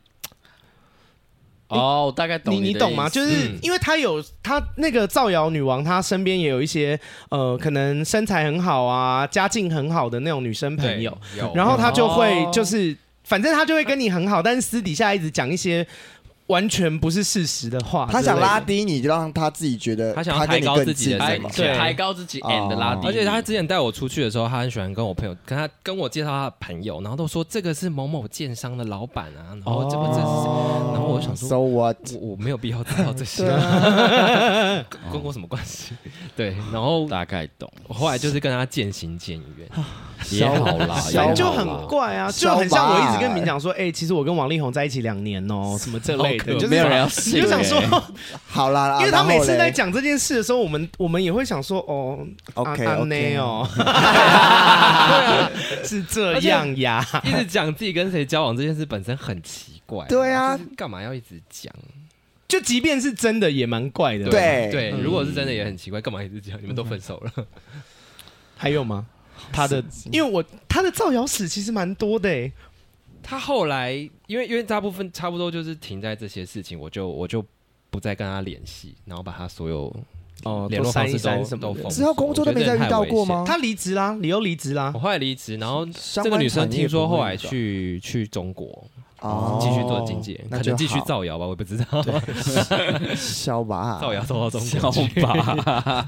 [SPEAKER 2] 哦，我大概懂
[SPEAKER 1] 你
[SPEAKER 2] 你
[SPEAKER 1] 你
[SPEAKER 2] 的
[SPEAKER 1] 懂吗？
[SPEAKER 2] 意思
[SPEAKER 1] 就是
[SPEAKER 4] 嗯
[SPEAKER 1] 因为她有她那个造谣女王，她身边也有一些呃，可能身材很好啊，家境很好的那种女生
[SPEAKER 4] 对
[SPEAKER 1] 朋友，
[SPEAKER 4] 有，
[SPEAKER 1] 然后她就会
[SPEAKER 2] 哦
[SPEAKER 1] 就是，反正她就会跟你很好，但是私底下一直讲一些完全不是事实的话之类的。
[SPEAKER 3] 他想拉低你，就让他自己觉得
[SPEAKER 4] 他想要
[SPEAKER 3] 跟你
[SPEAKER 4] 抬高
[SPEAKER 3] 更
[SPEAKER 4] 自己
[SPEAKER 3] 近
[SPEAKER 4] 的
[SPEAKER 2] 抬
[SPEAKER 4] 身
[SPEAKER 3] 嘛
[SPEAKER 1] 对
[SPEAKER 2] 哎抬高自己
[SPEAKER 3] 哎哦
[SPEAKER 2] and 拉低你，
[SPEAKER 4] 而且他之前带我出去的时候，他很喜欢跟我朋友，跟他跟我介绍他的朋友，然后都说这个是某某建商的老板啊，然后这个这是谁，然后我想
[SPEAKER 3] 哦哎
[SPEAKER 4] 说，
[SPEAKER 3] ，so what？
[SPEAKER 4] 我我没有必要知道这 些
[SPEAKER 3] 对，啊，
[SPEAKER 4] 跟跟我什么关系？对，然后
[SPEAKER 2] 大概懂，
[SPEAKER 4] 我后来就是跟他渐行渐 远，
[SPEAKER 2] 也好啦，
[SPEAKER 3] 小
[SPEAKER 2] 也好啦
[SPEAKER 1] 就很怪啊，就
[SPEAKER 3] 消
[SPEAKER 1] 很像我
[SPEAKER 3] 吧
[SPEAKER 1] 一直跟明讲说，哎、其实我跟王力宏在一起两年哦、 什么这类
[SPEAKER 2] 好可
[SPEAKER 1] 的，就是
[SPEAKER 2] 没有人要
[SPEAKER 1] 你
[SPEAKER 2] 信
[SPEAKER 1] 就想 说
[SPEAKER 2] 欸，
[SPEAKER 3] 好啦，
[SPEAKER 1] 因为他每次在
[SPEAKER 3] 讲
[SPEAKER 1] 讲这件事的时候，我们我们也会想说，哦，啊
[SPEAKER 3] OK
[SPEAKER 1] 啊
[SPEAKER 3] OK
[SPEAKER 1] 内 哦，
[SPEAKER 4] 啊
[SPEAKER 1] 是这样呀。
[SPEAKER 4] 一直讲自己跟谁交往这件事本身很奇怪，
[SPEAKER 3] 对啊
[SPEAKER 4] 就是干嘛要一直讲？
[SPEAKER 1] 就即便是真的，也蛮怪的。
[SPEAKER 3] 对
[SPEAKER 4] 对，如果是
[SPEAKER 3] 嗯
[SPEAKER 4] 真的也很奇怪，干嘛一直讲？你们都分手了，
[SPEAKER 1] 还有吗？他的，因为我他的造谣史其实蛮多的欸，
[SPEAKER 4] 他后来因为因为大部分差不多就是停在这些事情，我就我就不再跟他联系，然后把他所有
[SPEAKER 1] 哦
[SPEAKER 4] 联络方式
[SPEAKER 1] 删一
[SPEAKER 4] 都
[SPEAKER 1] 删什
[SPEAKER 4] 都
[SPEAKER 1] 么的
[SPEAKER 4] 封锁。
[SPEAKER 3] 之后工作都没再遇到过吗
[SPEAKER 4] 我觉得这很太危险？
[SPEAKER 1] 他离职啦，理由离职啦
[SPEAKER 4] 我。后来离职，然后
[SPEAKER 3] 相
[SPEAKER 4] 这个
[SPEAKER 3] 关
[SPEAKER 4] 女生
[SPEAKER 3] 产业
[SPEAKER 4] 听说
[SPEAKER 3] 不会
[SPEAKER 4] 后来
[SPEAKER 3] 遇到
[SPEAKER 4] 去去中国
[SPEAKER 3] 哦，
[SPEAKER 4] 继续做经纪人，
[SPEAKER 3] 那
[SPEAKER 4] 可
[SPEAKER 3] 就
[SPEAKER 4] 能继续
[SPEAKER 3] 好
[SPEAKER 4] 造谣吧，我也不知道
[SPEAKER 3] 消
[SPEAKER 1] 啊
[SPEAKER 3] 吧，
[SPEAKER 4] 造谣造到中
[SPEAKER 2] 小
[SPEAKER 4] 国去。
[SPEAKER 2] 吧，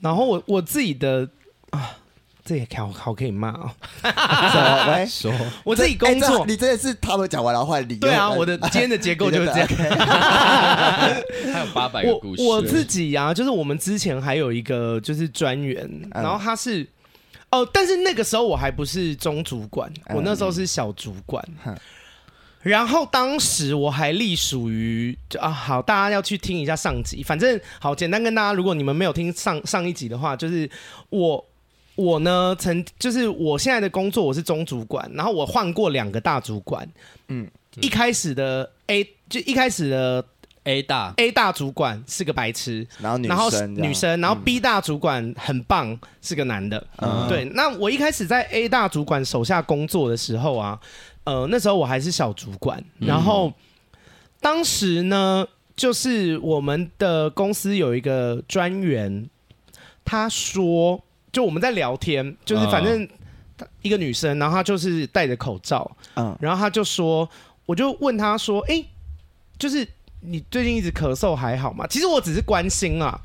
[SPEAKER 1] 然后我我自己的啊，这也好好可以骂哦。
[SPEAKER 3] 怎么喂，
[SPEAKER 4] 说
[SPEAKER 1] 我自己
[SPEAKER 3] 哎
[SPEAKER 1] 工
[SPEAKER 3] 这
[SPEAKER 1] 作，
[SPEAKER 3] 你真的是他们讲完然后换你，
[SPEAKER 1] 对啊，
[SPEAKER 3] 又
[SPEAKER 1] 我 的今天的结构就是这样。
[SPEAKER 2] 还有八百个
[SPEAKER 1] 我
[SPEAKER 2] 故事，
[SPEAKER 1] 我自己呀、就是我们之前还有一个就是专员，
[SPEAKER 3] 嗯
[SPEAKER 1] 然后他是哦、但是那个时候我还不是中主管，我那时候是小主管。
[SPEAKER 3] 嗯
[SPEAKER 1] 然后当时我还隶属于就啊，好，大家要去听一下上集。反正好，简单跟大家，如果你们没有听上上一集的话，就是我我呢，曾就是我现在的工作我是中主管，然后我换过两个大主管，嗯
[SPEAKER 3] 嗯，
[SPEAKER 1] 一开始的 A 就一开始的
[SPEAKER 2] A 大
[SPEAKER 1] A 大主管是个白痴，
[SPEAKER 3] 然后女
[SPEAKER 1] 然后
[SPEAKER 3] 生这样
[SPEAKER 1] 女生，然后 B 大主管很棒，是个男的。
[SPEAKER 3] 嗯
[SPEAKER 1] 对，那我一开始在 A 大主管手下工作的时候啊，呃，那时候我还是小主管，
[SPEAKER 3] 嗯
[SPEAKER 1] 然后、当时呢，就是我们的公司有一个专员，他说，就我们在聊天，就是
[SPEAKER 3] 嗯
[SPEAKER 1] 反正她一个女生，然后她就是戴着口罩，
[SPEAKER 3] 嗯
[SPEAKER 1] 然后他就说，我就问他说，哎、就是你最近一直咳嗽还好吗？其实我只是关心啊，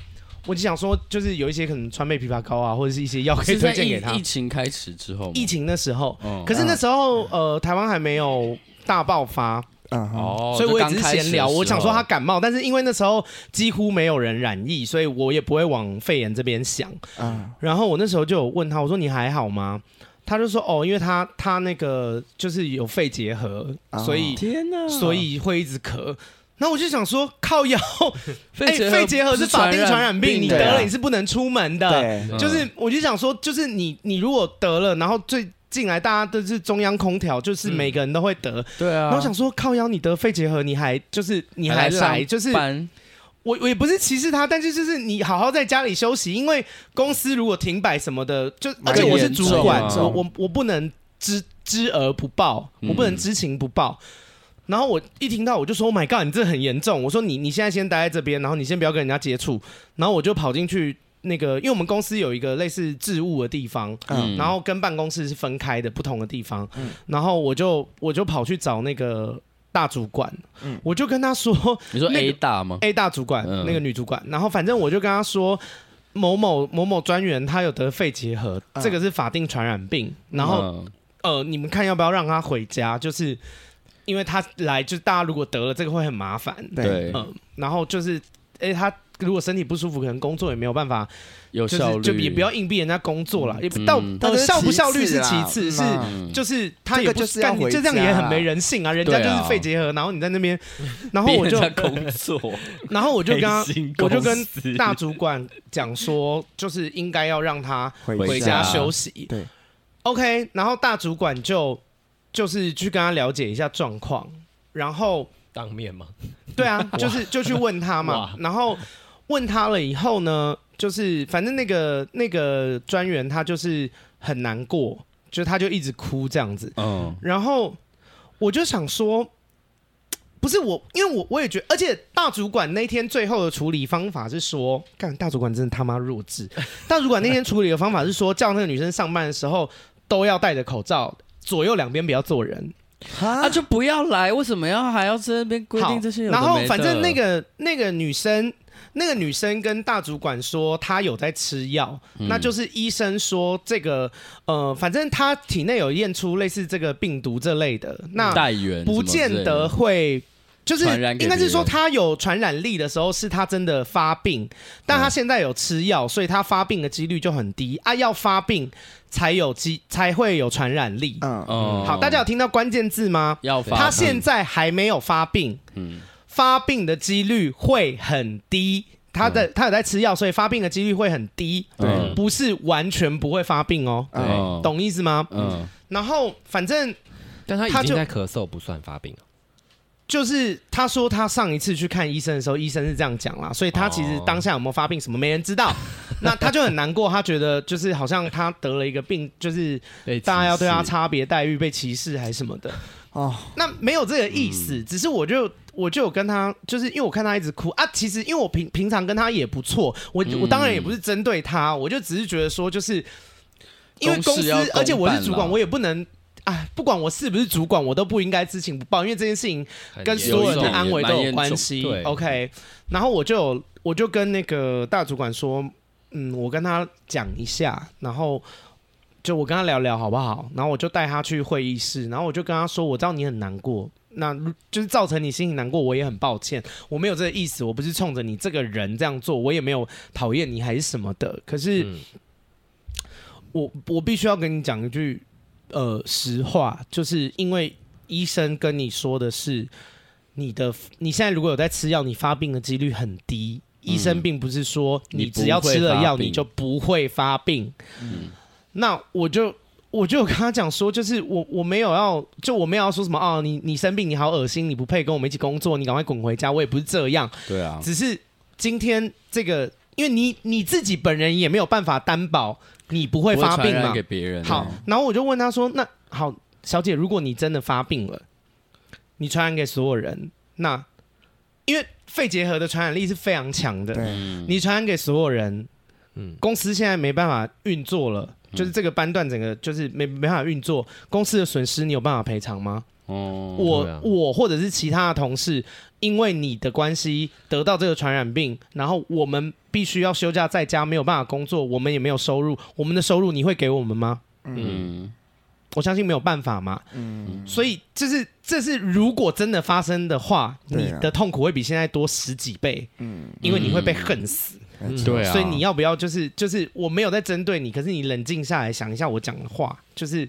[SPEAKER 1] 我只想说，就是有一些可能川贝枇杷膏啊，或者是一些药可以
[SPEAKER 2] 是
[SPEAKER 1] 推
[SPEAKER 2] 在
[SPEAKER 1] 荐给他
[SPEAKER 2] 疫疫。情开始之后吗，
[SPEAKER 1] 疫情的时候，
[SPEAKER 2] 嗯
[SPEAKER 1] 可是那时候呃，台湾还没有大爆发，
[SPEAKER 3] 嗯哼
[SPEAKER 2] 哦，
[SPEAKER 1] 所以我也
[SPEAKER 2] 就
[SPEAKER 1] 只是
[SPEAKER 2] 刚开始的
[SPEAKER 1] 闲聊。
[SPEAKER 2] 时候
[SPEAKER 1] 我想说他感冒，但是因为那时候几乎没有人染疫，所以我也不会往肺炎这边想。
[SPEAKER 3] 嗯
[SPEAKER 1] 然后我那时候就有问他，我说你还好吗？他就说哦，因为他他那个就是有肺结核，
[SPEAKER 3] 哦
[SPEAKER 1] 所以
[SPEAKER 2] 天哪，
[SPEAKER 1] 所以会一直咳。那我就想说，靠 腰，哎，
[SPEAKER 2] 结
[SPEAKER 1] 肺结核是法定传染病，你得
[SPEAKER 3] 对啊
[SPEAKER 1] 了你是不能出门的。
[SPEAKER 3] 对
[SPEAKER 4] 嗯
[SPEAKER 1] 就是我就想说，就是你你如果得了，然后最近来大家都是中央空调，就是每个人都会得。
[SPEAKER 2] 对啊，
[SPEAKER 1] 然后想说，靠腰，你得肺结核，你还就是你还来，就是
[SPEAKER 2] 班
[SPEAKER 1] 我我也不是歧视他，但是就是你好好在家里休息，因为公司如果停摆什么的，就而
[SPEAKER 3] 蛮
[SPEAKER 1] 且我是
[SPEAKER 2] 严
[SPEAKER 1] 主
[SPEAKER 2] 重啊
[SPEAKER 1] 管，我我我不能知知而不报，我不能
[SPEAKER 2] 嗯
[SPEAKER 1] 知情不报。然后我一听到我就说，Oh my god，你这很严重！我说你你现在先待在这边，然后你先不要跟人家接触。然后我就跑进去那个，因为我们公司有一个类似置物的地方，
[SPEAKER 3] 嗯
[SPEAKER 1] 然后跟办公室是分开的，不同的地方。
[SPEAKER 2] 嗯
[SPEAKER 1] 然后我就我就跑去找那个大主管，
[SPEAKER 3] 嗯
[SPEAKER 1] 我就跟他说，
[SPEAKER 2] 你说
[SPEAKER 1] 那个
[SPEAKER 2] A 大吗？
[SPEAKER 1] A 大主管、
[SPEAKER 2] 嗯
[SPEAKER 1] 那个女主管，然后反正我就跟她说。某某某某专员他有得肺结核，
[SPEAKER 3] 嗯
[SPEAKER 1] 这个是法定传染病。然后、
[SPEAKER 2] 嗯
[SPEAKER 1] 呃，你们看要不要让他回家？就是因为他来，就是大家如果得了这个会很麻烦。
[SPEAKER 3] 对
[SPEAKER 2] 对
[SPEAKER 1] 嗯、然后就是，哎、他如果身体不舒服，可能工作也没有办法，
[SPEAKER 2] 有
[SPEAKER 1] 就
[SPEAKER 2] 效
[SPEAKER 1] 是
[SPEAKER 2] 率，
[SPEAKER 1] 就也不要硬逼人家工作啦。也不
[SPEAKER 2] 嗯
[SPEAKER 1] 到
[SPEAKER 2] 嗯
[SPEAKER 1] 呃
[SPEAKER 3] 但是
[SPEAKER 1] 效不
[SPEAKER 3] 其次
[SPEAKER 1] 效率是
[SPEAKER 3] 啦
[SPEAKER 1] 其次，是
[SPEAKER 3] 嗯
[SPEAKER 2] 嗯
[SPEAKER 1] 就是他
[SPEAKER 3] 这
[SPEAKER 1] 也
[SPEAKER 3] 个
[SPEAKER 1] 不
[SPEAKER 3] 就是要
[SPEAKER 1] 干你
[SPEAKER 3] 回
[SPEAKER 1] 这样也
[SPEAKER 3] 家
[SPEAKER 1] 很
[SPEAKER 3] 啦
[SPEAKER 1] 没人性啊！人家
[SPEAKER 2] 对
[SPEAKER 1] 就
[SPEAKER 2] 啊
[SPEAKER 1] 是肺结核，然后你在那边，然后我 就
[SPEAKER 2] 逼人家工 作，
[SPEAKER 1] 然后我就跟他
[SPEAKER 2] 黑心，公
[SPEAKER 1] 我
[SPEAKER 2] 司
[SPEAKER 1] 就跟大主管讲说，就是应该要让他
[SPEAKER 2] 回
[SPEAKER 1] 回家休息。啊
[SPEAKER 3] 对
[SPEAKER 1] ，OK，然后大主管就就是去跟他了解一下状况，然后
[SPEAKER 4] 当面吗？
[SPEAKER 1] 对 啊，就是就去问他嘛
[SPEAKER 4] 哇，
[SPEAKER 1] 然后问他了以后呢，就是反正那个那个专员他就是很难过，就他就一直哭这样子，
[SPEAKER 2] 嗯，
[SPEAKER 1] 然后我就想说，不是我，因为我我也觉得，而且大主管那天最后的处理方法是说，干大主管真的他妈弱 智。大主管那天处理的方法是说，叫那个女生上班的时候都要戴着口罩，左右两边不要坐人。
[SPEAKER 3] 啊
[SPEAKER 2] 啊，就不要来，为什么要还要在那边规
[SPEAKER 1] 好
[SPEAKER 2] 定这些有的
[SPEAKER 1] 然
[SPEAKER 2] 没的？
[SPEAKER 1] 后反正那个那个女生。那个女生跟大主管说，她有在吃药，
[SPEAKER 2] 嗯
[SPEAKER 1] 那就是医生说这个，呃，反正她体内有验出类似这个病毒这类的，那
[SPEAKER 2] 代员
[SPEAKER 1] 啊不见
[SPEAKER 2] 嗯
[SPEAKER 1] 得会。就是
[SPEAKER 2] 传染给
[SPEAKER 1] 应该是说，
[SPEAKER 2] 别人
[SPEAKER 1] 他有传染力的时候，是他真的发病，但他现在有吃药，所以他发病的几率就很低啊。要发病才有机，才会有传染力。
[SPEAKER 3] 嗯
[SPEAKER 2] 哦，
[SPEAKER 1] 好，大家有听到关键字吗？
[SPEAKER 2] 要发
[SPEAKER 1] 他现在还没有发病，
[SPEAKER 2] 哦嗯
[SPEAKER 1] 发病的几率会很低。他
[SPEAKER 2] 嗯
[SPEAKER 1] 的他有在吃药，所以发病的几率会很低，
[SPEAKER 2] 对
[SPEAKER 1] 不是完全不会发病哦，
[SPEAKER 3] 嗯
[SPEAKER 2] 嗯哦
[SPEAKER 1] 懂意思吗？
[SPEAKER 2] 嗯
[SPEAKER 1] 然后反正
[SPEAKER 4] 但他
[SPEAKER 1] 他
[SPEAKER 4] 已
[SPEAKER 1] 就
[SPEAKER 4] 经在咳嗽，不算发病了
[SPEAKER 1] 就是他说他上一次去看医生的时候，医生是这样讲啦，所以他其实当下有没有发病什么没人知
[SPEAKER 2] 哦
[SPEAKER 1] 道，那他就很难过，他觉得就是好像他得了一个病，就是
[SPEAKER 4] 被
[SPEAKER 1] 大家要
[SPEAKER 4] 歧
[SPEAKER 1] 对啊他
[SPEAKER 4] 视
[SPEAKER 1] 差别待遇、被歧视还是什么的，
[SPEAKER 2] 嗯
[SPEAKER 3] 哦，
[SPEAKER 1] 那没有这个意思，只是我就我就有跟他，就是因为我看他一直哭啊，其实因为我平平常跟他也不错，我、
[SPEAKER 2] 嗯
[SPEAKER 1] 我当然也不是针对他，我就只是觉得说就是。因为公
[SPEAKER 2] 公事
[SPEAKER 1] 司
[SPEAKER 2] 要，
[SPEAKER 1] 而且我
[SPEAKER 2] 公办
[SPEAKER 1] 是
[SPEAKER 2] 啦
[SPEAKER 1] 主管，我也不能，哎，不管我是不是主管，我都不应该知情不报，因为这件事情
[SPEAKER 4] 很
[SPEAKER 1] 跟
[SPEAKER 4] 严
[SPEAKER 1] 所有人
[SPEAKER 4] 重
[SPEAKER 1] 的安危都有关
[SPEAKER 4] 有
[SPEAKER 1] 系
[SPEAKER 4] 一种。对
[SPEAKER 1] OK，然后我就有我就跟那个大主管说，嗯，我跟他讲一下，然后就我跟他聊聊好不好？然后我就带他去会议室，然后我就跟他说，我知道你很难过，那如就是造成你心情难过，我也很抱歉，我没有这个意思，我不是冲着你这个人这样做，我也没有讨厌你还是什么的，可是。
[SPEAKER 4] 嗯
[SPEAKER 1] 我我必须要跟你讲一句，呃，实话，就是因为医生跟你说的是，你的你现在如果有在吃药，你发病的几率很低。医生并不是说
[SPEAKER 2] 你
[SPEAKER 1] 你只要吃了药
[SPEAKER 2] 不会发病
[SPEAKER 1] 你就不会发病，那我就我就有跟他讲说，就是我我没有要，就我没有要说什么啊，你你生病，你好恶心，你不配跟我们一起工作，你赶快滚回家。我也不是这样，
[SPEAKER 2] 对啊，
[SPEAKER 1] 只是今天这个，因为你你自己本人也没有办法担保你不会
[SPEAKER 2] 不会
[SPEAKER 1] 发
[SPEAKER 2] 传
[SPEAKER 1] 病
[SPEAKER 2] 染
[SPEAKER 1] 嘛
[SPEAKER 2] 给。别人啊。
[SPEAKER 1] 好，然后我就问他说，那好，小姐，如果你真的发病了，你传染给所有人，那因为肺结核的传染力是非常强的，
[SPEAKER 3] 对，嗯
[SPEAKER 1] 你传染给所有人，
[SPEAKER 4] 嗯
[SPEAKER 1] 公司现在没办法运作了，就是这个班段整个就是没没办法运作，公司的损失你有办法赔偿吗？
[SPEAKER 2] 哦，
[SPEAKER 1] 我、
[SPEAKER 4] 对啊
[SPEAKER 1] 我或者是其他的同事，因为你的关系得到这个传染病，然后我们必须要休假在家，没有办法工作，我们也没有收入，我们的收入你会给我们吗？
[SPEAKER 4] 嗯，
[SPEAKER 2] 嗯，
[SPEAKER 1] 我相信没有办法嘛，
[SPEAKER 3] 嗯，
[SPEAKER 1] 所以就是这是如果真的发生的话，
[SPEAKER 3] 对
[SPEAKER 1] 你
[SPEAKER 3] 啊
[SPEAKER 1] 的痛苦会比现在多十几倍，
[SPEAKER 3] 嗯，
[SPEAKER 1] 因为你会被恨死。
[SPEAKER 3] 没错
[SPEAKER 2] 对啊，
[SPEAKER 1] 所以你要不要就是就是我没有在针对你，可是你冷静下来想一下我讲的话，就是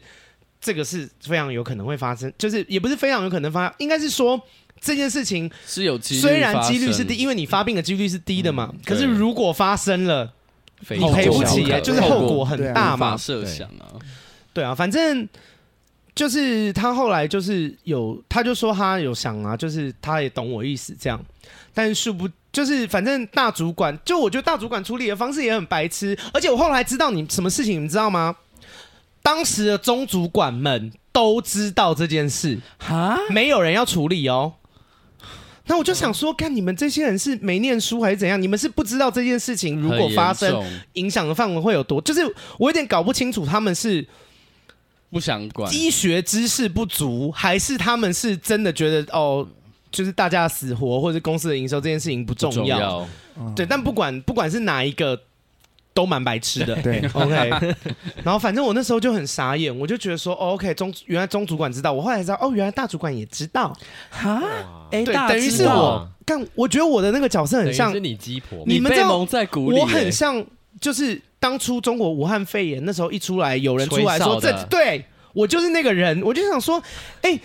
[SPEAKER 1] 这个是非常有可能会发生，就是也不是非常有可能发，应该是说这件事情
[SPEAKER 2] 是有几率，
[SPEAKER 1] 虽然几率是低，，因为你发病的几率是低的嘛，可是
[SPEAKER 2] 嗯对
[SPEAKER 1] 如果发生了，
[SPEAKER 4] 非
[SPEAKER 1] 你赔不起、
[SPEAKER 2] 后果
[SPEAKER 1] 耶，就是后果很大
[SPEAKER 2] 无
[SPEAKER 1] 嘛
[SPEAKER 2] 法，设想啊。
[SPEAKER 1] 对啊，反正。就是他后来就是有，他就说他有想啊，就是他也懂我意思这样，但是不就是反正大主管，就我觉得大主管处理的方式也很白痴，而且我后来知道你什么事情，你们知道吗？当时的中主管们都知道这件事，
[SPEAKER 2] 哈，
[SPEAKER 1] 没有人要处理哦。那我就想说，看你们这些人是没念书还是怎样？你们是不知道这件事情如果发
[SPEAKER 2] 很
[SPEAKER 1] 生
[SPEAKER 2] 严重
[SPEAKER 1] 影响的范围会有多？就是我有点搞不清楚，他们是
[SPEAKER 2] 不想管，
[SPEAKER 1] 医学知识不足，还是他们是真的觉得哦，就是大家的死活或者公司的营收这件事情不重要？
[SPEAKER 2] 不重要，
[SPEAKER 3] 嗯
[SPEAKER 1] 对，但不管不管是哪一个，都蛮白痴的。
[SPEAKER 3] 对
[SPEAKER 1] OK，然后反正我那时候就很傻眼，我就觉得说，哦，OK，中原来中主管知道，我后来才知道，哦，原来大主管也知道，
[SPEAKER 2] 哈，哎，
[SPEAKER 1] 对，
[SPEAKER 2] 大
[SPEAKER 1] 等于
[SPEAKER 2] 知
[SPEAKER 1] 是
[SPEAKER 2] 道
[SPEAKER 1] 我干，我觉得我的那个角色
[SPEAKER 4] 等
[SPEAKER 1] 很
[SPEAKER 4] 于
[SPEAKER 1] 像
[SPEAKER 4] 是你鸡婆嘛，
[SPEAKER 1] 你
[SPEAKER 2] 你
[SPEAKER 1] 们知
[SPEAKER 2] 被
[SPEAKER 1] 道
[SPEAKER 2] 蒙在鼓里，
[SPEAKER 1] 我很
[SPEAKER 2] 哎
[SPEAKER 1] 像，就是当初中国武汉肺炎那时候一出来，有人出来说
[SPEAKER 4] 吹哨
[SPEAKER 1] 这
[SPEAKER 4] 的
[SPEAKER 1] 对我就是那个人，我就想说，哎、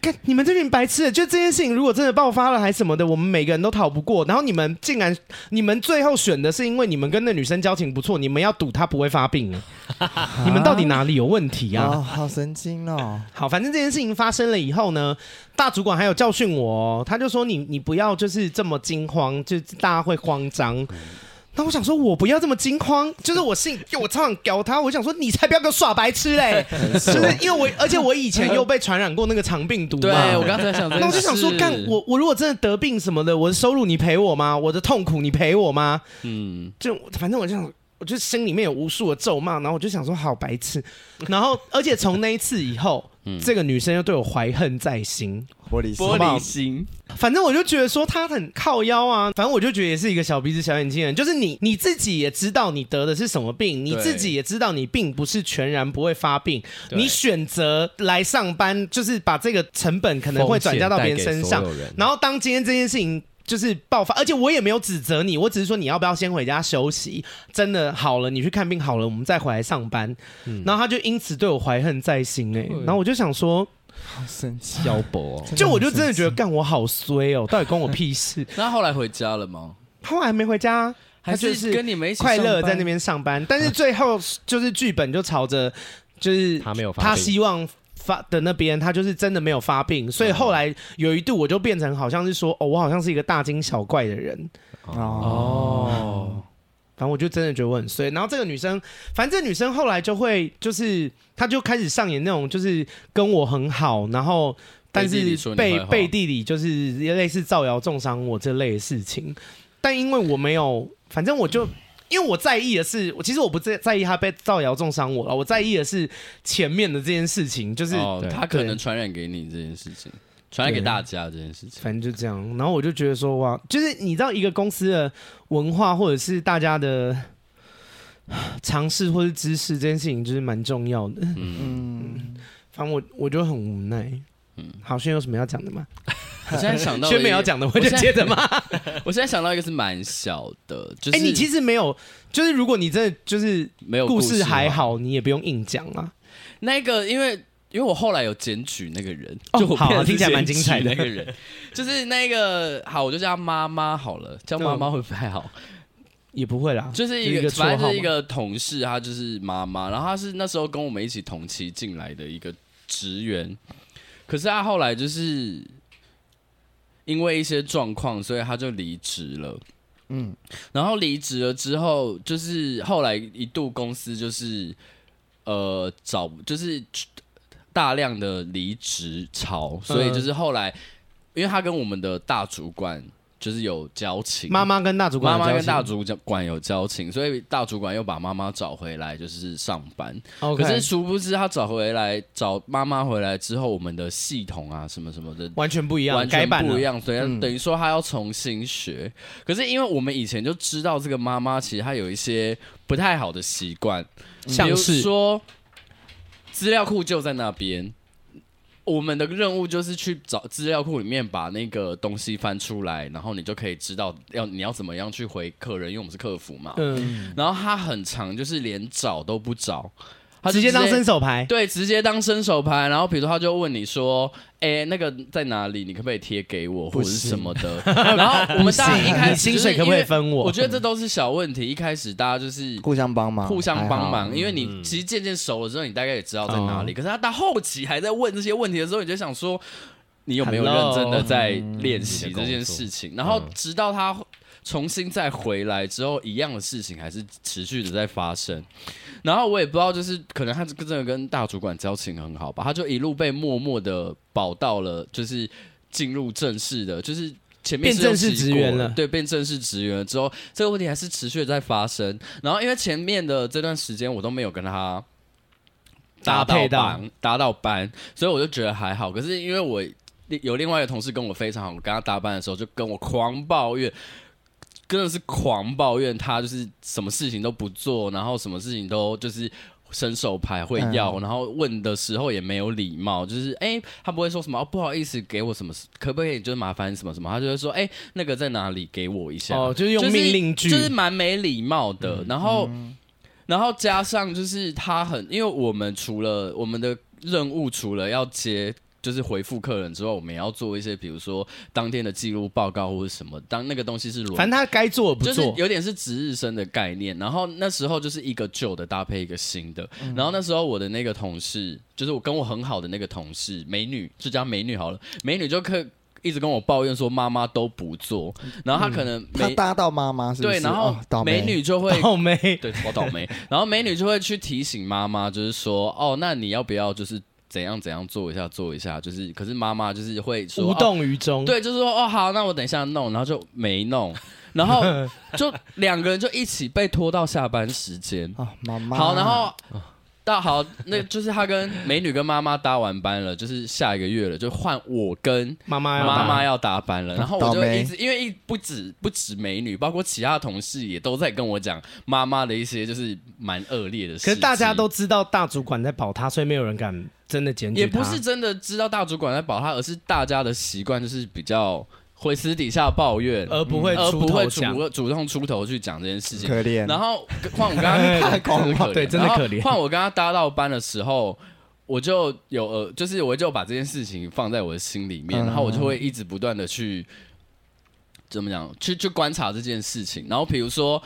[SPEAKER 1] 看你们这群白痴的，就这件事情如果真的爆发了还什么的，我们每个人都逃不过。然后你们竟然，你们最后选的是因为你们跟那女生交情不错，你们要赌她不会发病，啊你们到底哪里有问题啊？
[SPEAKER 3] 啊，好神经哦，
[SPEAKER 1] 好，反正这件事情发生了以后呢，大主管还有教训我、哦，他就说你你不要就是这么惊慌，就是大家会慌张。那我想说，我不要这么惊慌，就是我信，我超想屌他，我想说你才不要给我耍白痴 嘞， 就是因为我，而且我以前又被传染过那个肠病毒嘛，
[SPEAKER 2] 对我刚才想这件事，
[SPEAKER 1] 那我就想说，干我我如果真的得病什么的，我的收入你赔我吗？我的痛苦你赔我吗？
[SPEAKER 2] 嗯，
[SPEAKER 1] 就反正我就想，我就心里面有无数的咒骂，然后我就想说好白痴，然后而且从那一次以后，
[SPEAKER 4] 嗯
[SPEAKER 1] 这个女生又对我怀恨在心，
[SPEAKER 3] 玻璃
[SPEAKER 2] 玻璃心，
[SPEAKER 1] 反正我就觉得说她很靠腰啊，反正我就觉得也是一个小鼻子小眼睛的人，就是你你自己也知道你得的是什么病，你
[SPEAKER 2] 对
[SPEAKER 1] 自己也知道你并不是全然不会发病，
[SPEAKER 4] 对
[SPEAKER 1] 你选择来上班，就是把这个成本可能会转嫁到别人身上，
[SPEAKER 4] 风险带给所有人
[SPEAKER 1] 然后当今天这件事情就是爆发，而且我也没有指责你，我只是说你要不要先回家休息，真的好了，你去看病好了，我们再回来上班。然后他就因此对我怀恨在心哎、
[SPEAKER 4] 对
[SPEAKER 1] 然后我就想说，
[SPEAKER 3] 好神奇，
[SPEAKER 4] 消薄哦，
[SPEAKER 1] 就我就真的觉得干我好衰哦，到底关我屁事？
[SPEAKER 2] 那后来回家了吗？
[SPEAKER 1] 后来没回家，他
[SPEAKER 2] 还
[SPEAKER 1] 就是
[SPEAKER 2] 跟你们一起
[SPEAKER 1] 快乐
[SPEAKER 2] 上班
[SPEAKER 1] 在那边上班，但是最后就是剧本就朝着就是
[SPEAKER 4] 他没有发
[SPEAKER 1] 他
[SPEAKER 4] 病
[SPEAKER 1] 希望发的那边，他就是真的没有发病，所以后来有一度我就变成好像是说，哦，我好像是一个大惊小怪的人，
[SPEAKER 3] 哦，
[SPEAKER 2] 哦，
[SPEAKER 1] 反正我就真的觉得我很衰。然后这个女生，反正这女生后来就会就是，她就开始上演那种就是跟我很好，然后但
[SPEAKER 2] 背地
[SPEAKER 1] 是
[SPEAKER 2] 里说你
[SPEAKER 1] 背
[SPEAKER 2] 坏话
[SPEAKER 1] 背地里就是类似造谣重伤我这类的事情。但因为我没有，反正我就。因为我在意的是，我其实我不在在意她被造谣重伤我了，我在意的是前面的这件事情，就是、
[SPEAKER 2] 哦
[SPEAKER 4] 对
[SPEAKER 2] 他可能传染给你这件事情，传染给大家这件事情，
[SPEAKER 1] 反正就这样。然后我就觉得说，哇，就是你知道一个公司的文化或者是大家的唉尝试或是知识这件事情，就是蛮重要的。
[SPEAKER 2] 嗯，
[SPEAKER 3] 嗯，
[SPEAKER 1] 反正我我就很无奈。嗯
[SPEAKER 2] 嗯，
[SPEAKER 1] 好，轩有什么要讲的吗？
[SPEAKER 2] 我现在想到了
[SPEAKER 1] 轩没
[SPEAKER 2] 一
[SPEAKER 1] 有
[SPEAKER 2] 个
[SPEAKER 1] 讲的，我就接着骂。
[SPEAKER 2] 我现在想到一个是蛮小的，就是
[SPEAKER 1] 哎，你其
[SPEAKER 2] 实
[SPEAKER 1] 实没有，就是如果你真的就是
[SPEAKER 2] 没有
[SPEAKER 1] 故
[SPEAKER 2] 事
[SPEAKER 1] 事还，好，你也不用硬讲啊。
[SPEAKER 2] 那个因为。因为我后来有检举那个人，
[SPEAKER 1] 哦
[SPEAKER 2] 就我
[SPEAKER 1] 好啊
[SPEAKER 2] 变成
[SPEAKER 1] 听起来蛮
[SPEAKER 2] 检举
[SPEAKER 1] 精彩的
[SPEAKER 2] 那个
[SPEAKER 1] 嗯
[SPEAKER 2] 人，就是那个好，我就叫他妈妈好了，叫妈妈会不太好。
[SPEAKER 1] 也不会啦，
[SPEAKER 2] 就是一
[SPEAKER 1] 一
[SPEAKER 2] 个，
[SPEAKER 1] 绰号
[SPEAKER 2] 反正是一
[SPEAKER 1] 嘛
[SPEAKER 2] 个同事，她就是妈妈，然后她是那时候跟我们一起同期进来的一个职员，可是她后来就是因为一些状况，所以她就离职了。
[SPEAKER 3] 嗯，
[SPEAKER 2] 然后离职了之后，就是后来一度公司就是呃找就是大量的离职潮，所以就是后来，因为她跟我们的大主管就是有交情，
[SPEAKER 1] 妈妈跟大主管有
[SPEAKER 2] 妈
[SPEAKER 1] 交
[SPEAKER 2] 妈
[SPEAKER 1] 情，
[SPEAKER 2] 跟大主管有交情，所以大主管又把妈妈找回来，就是上班。
[SPEAKER 1] OK，
[SPEAKER 2] 可是殊不知，他找回来找妈妈回来之后，我们的系统啊什么什么的。
[SPEAKER 1] 完全不一样，
[SPEAKER 2] 完
[SPEAKER 1] 改
[SPEAKER 2] 全
[SPEAKER 1] 版
[SPEAKER 2] 不一
[SPEAKER 1] 了。嗯
[SPEAKER 2] 样，所以等于说他要重新学。可是因为我们以前就知道这个妈妈，其实她有一些不太好的习惯，比
[SPEAKER 1] 像
[SPEAKER 2] 如
[SPEAKER 1] 是
[SPEAKER 2] 说资料库就在那边，我们的任务就是去找资料库里面把那个东西翻出来，然后你就可以知道要你要怎么样去回客人，因为我们是客服嘛。
[SPEAKER 1] 嗯，
[SPEAKER 2] 然后他很长，就是连找都不找，他就
[SPEAKER 1] 直接当伸手牌，
[SPEAKER 2] 对，直接当伸手牌。然后比如说他就问你说：“哎、那个在哪里？你可不可以贴给我，或者是什么 的？”然后我们大家一开
[SPEAKER 1] 你
[SPEAKER 2] 始
[SPEAKER 1] 薪水可不可以？分我？
[SPEAKER 2] 我觉得这都是小问题。一开始大家就是
[SPEAKER 3] 互相帮忙，
[SPEAKER 2] 互相帮
[SPEAKER 3] 还
[SPEAKER 2] 忙，
[SPEAKER 3] 好
[SPEAKER 2] 因为你其实渐渐熟了之后，你大概也知道在哪里。可是他到后期还在问这些问题的时候，你就想说，你有没有
[SPEAKER 1] Hello
[SPEAKER 2] 认真的在练习
[SPEAKER 4] 嗯
[SPEAKER 2] 这件事情？然后直到他重新再回来之后，一样的事情还是持续的在发生。然后我也不知道，就是可能他真的跟大主管交情很好吧，他就一路被默默的保到了，就是进入正式的，就是。前
[SPEAKER 1] 变
[SPEAKER 2] 面是有
[SPEAKER 1] 正式
[SPEAKER 2] 洗
[SPEAKER 1] 职
[SPEAKER 2] 过
[SPEAKER 1] 员
[SPEAKER 2] 了
[SPEAKER 1] 了
[SPEAKER 2] 对，变正式职员了之后，这个问题还是持续的在发生。然后因为前面的这段时间我都没有跟他
[SPEAKER 1] 搭配到
[SPEAKER 2] 班搭到班，所以我就觉得还好。可是因为我有另外一个同事跟我非常好，我跟他搭班的时候就跟我狂抱怨。真的是狂抱怨他，就是什么事情都不做，然后什么事情都就是伸手牌会
[SPEAKER 1] 嗯
[SPEAKER 2] 要，然后问的时候也没有礼貌，就是哎、他不会说什么、哦、不好意思给我什么，可不可以就是麻烦什么什么，他就会说哎、那个在哪里给我一下，
[SPEAKER 1] 哦，就是用命令句，嗯
[SPEAKER 2] 就是蛮没礼貌的。然后，然后加上就是他很，因为我们除了我们的任务，除了要接。就是回复客人之后，我们也要做一些，比如说当天的记录报告或者什么。当那个东西是轮
[SPEAKER 1] 反正他该做的不
[SPEAKER 2] 就是
[SPEAKER 1] 做。
[SPEAKER 2] 有点是值日生的概念。然后那时候就是一个旧的搭配一个新的。
[SPEAKER 1] 嗯
[SPEAKER 2] 然后那时候我的那个同事，就是我跟我很好的那个同事，美女就叫美女好了，美女就可一直跟我抱怨说妈妈都不做，然
[SPEAKER 1] 嗯
[SPEAKER 2] 后她可能
[SPEAKER 3] 他
[SPEAKER 2] 没、
[SPEAKER 3] 搭到妈妈是不
[SPEAKER 2] 对，
[SPEAKER 3] 是？
[SPEAKER 2] 然后
[SPEAKER 3] 哦倒霉
[SPEAKER 2] 美女就 会。
[SPEAKER 1] 倒霉，
[SPEAKER 2] 对，我倒霉。然后美女就会去提醒妈妈，就是说，哦，那你要不要就是怎样怎样做一下做一下？就是，可是妈妈就是会说，
[SPEAKER 1] 无
[SPEAKER 2] 哦
[SPEAKER 1] 动于衷。
[SPEAKER 2] 对，就是说哦好，那我等一下弄，然后就没弄，然 后就两个人就一起被拖到下班时间。
[SPEAKER 3] 啊，妈妈哦
[SPEAKER 2] 好，然后到好，那就是他跟美女跟妈妈搭完班了，就是下一个月了，就换我跟。
[SPEAKER 1] 妈妈要嗯
[SPEAKER 2] 妈
[SPEAKER 1] 打
[SPEAKER 2] 妈要搭班了，然后我
[SPEAKER 3] 倒
[SPEAKER 2] 就
[SPEAKER 3] 霉
[SPEAKER 2] 一直因为一不止不止美女，包括其他同事也都在跟我讲妈妈的一些就是蛮恶劣的事。
[SPEAKER 1] 可是大家都知道大主管在保他，所以没有人敢真的检举
[SPEAKER 2] 也
[SPEAKER 1] 他
[SPEAKER 2] 不是真的知道大主管在保他，而是大家的习惯就是比较会私底下抱怨，
[SPEAKER 1] 而不呃会
[SPEAKER 2] 嗯而
[SPEAKER 1] 出
[SPEAKER 2] 不
[SPEAKER 1] 头
[SPEAKER 2] 会
[SPEAKER 1] 讲。
[SPEAKER 2] 主主动出头去讲这件事情。
[SPEAKER 3] 可怜，
[SPEAKER 2] 然 后换我跟他
[SPEAKER 1] 太
[SPEAKER 2] 可怜了
[SPEAKER 1] 对真的可怜
[SPEAKER 2] 然后换我跟他搭到班的时候，我就有呃，就是我就把这件事情放在我的心里面，
[SPEAKER 3] 嗯
[SPEAKER 2] 然后我就会一直不断的去怎么讲，去去观察这件事情。然后比如说，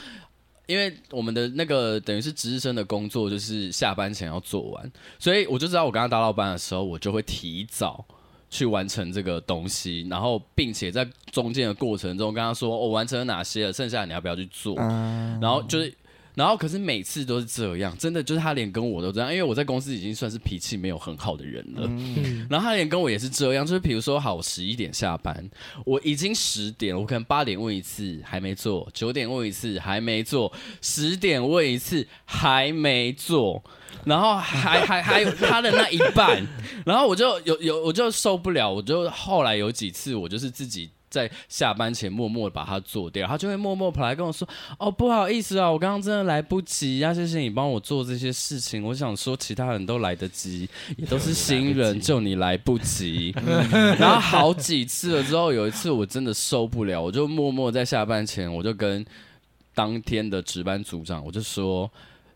[SPEAKER 2] 因为我们的那个等于是值日生的工作，就是下班前要做完，所以我就知道我跟他搭到班的时候，我就会提早。去完成这个东西，然后并且在中间的过程中跟他说，我、哦、完成了哪些了，剩下你要不要去做？
[SPEAKER 3] 嗯
[SPEAKER 2] 然后就是，然后可是每次都是这样，真的就是他连跟我都这样，因为我在公司已经算是脾气没有很好的人了。然后他连跟我也是这样，就是比如说，好，我十一点下班，我已经十点了，我可能八点问一次还没做，九点问一次还没做，十点问一次还没做，然后还 还还有他的那一半，然后我就有有我就受不了，我就后来有几次我就是自己。在下班前默默地把它做掉，他就会默默跑来跟我说：“哦，不好意思啊，我刚刚真的来不及啊，谢谢你帮我做这些事情。我想说，其他人都来得及，也都是新人，就你来不 及。然后好几次了之后，有一次我真的受不了，我就默默在下班前，我就跟当天的值班组长，我就说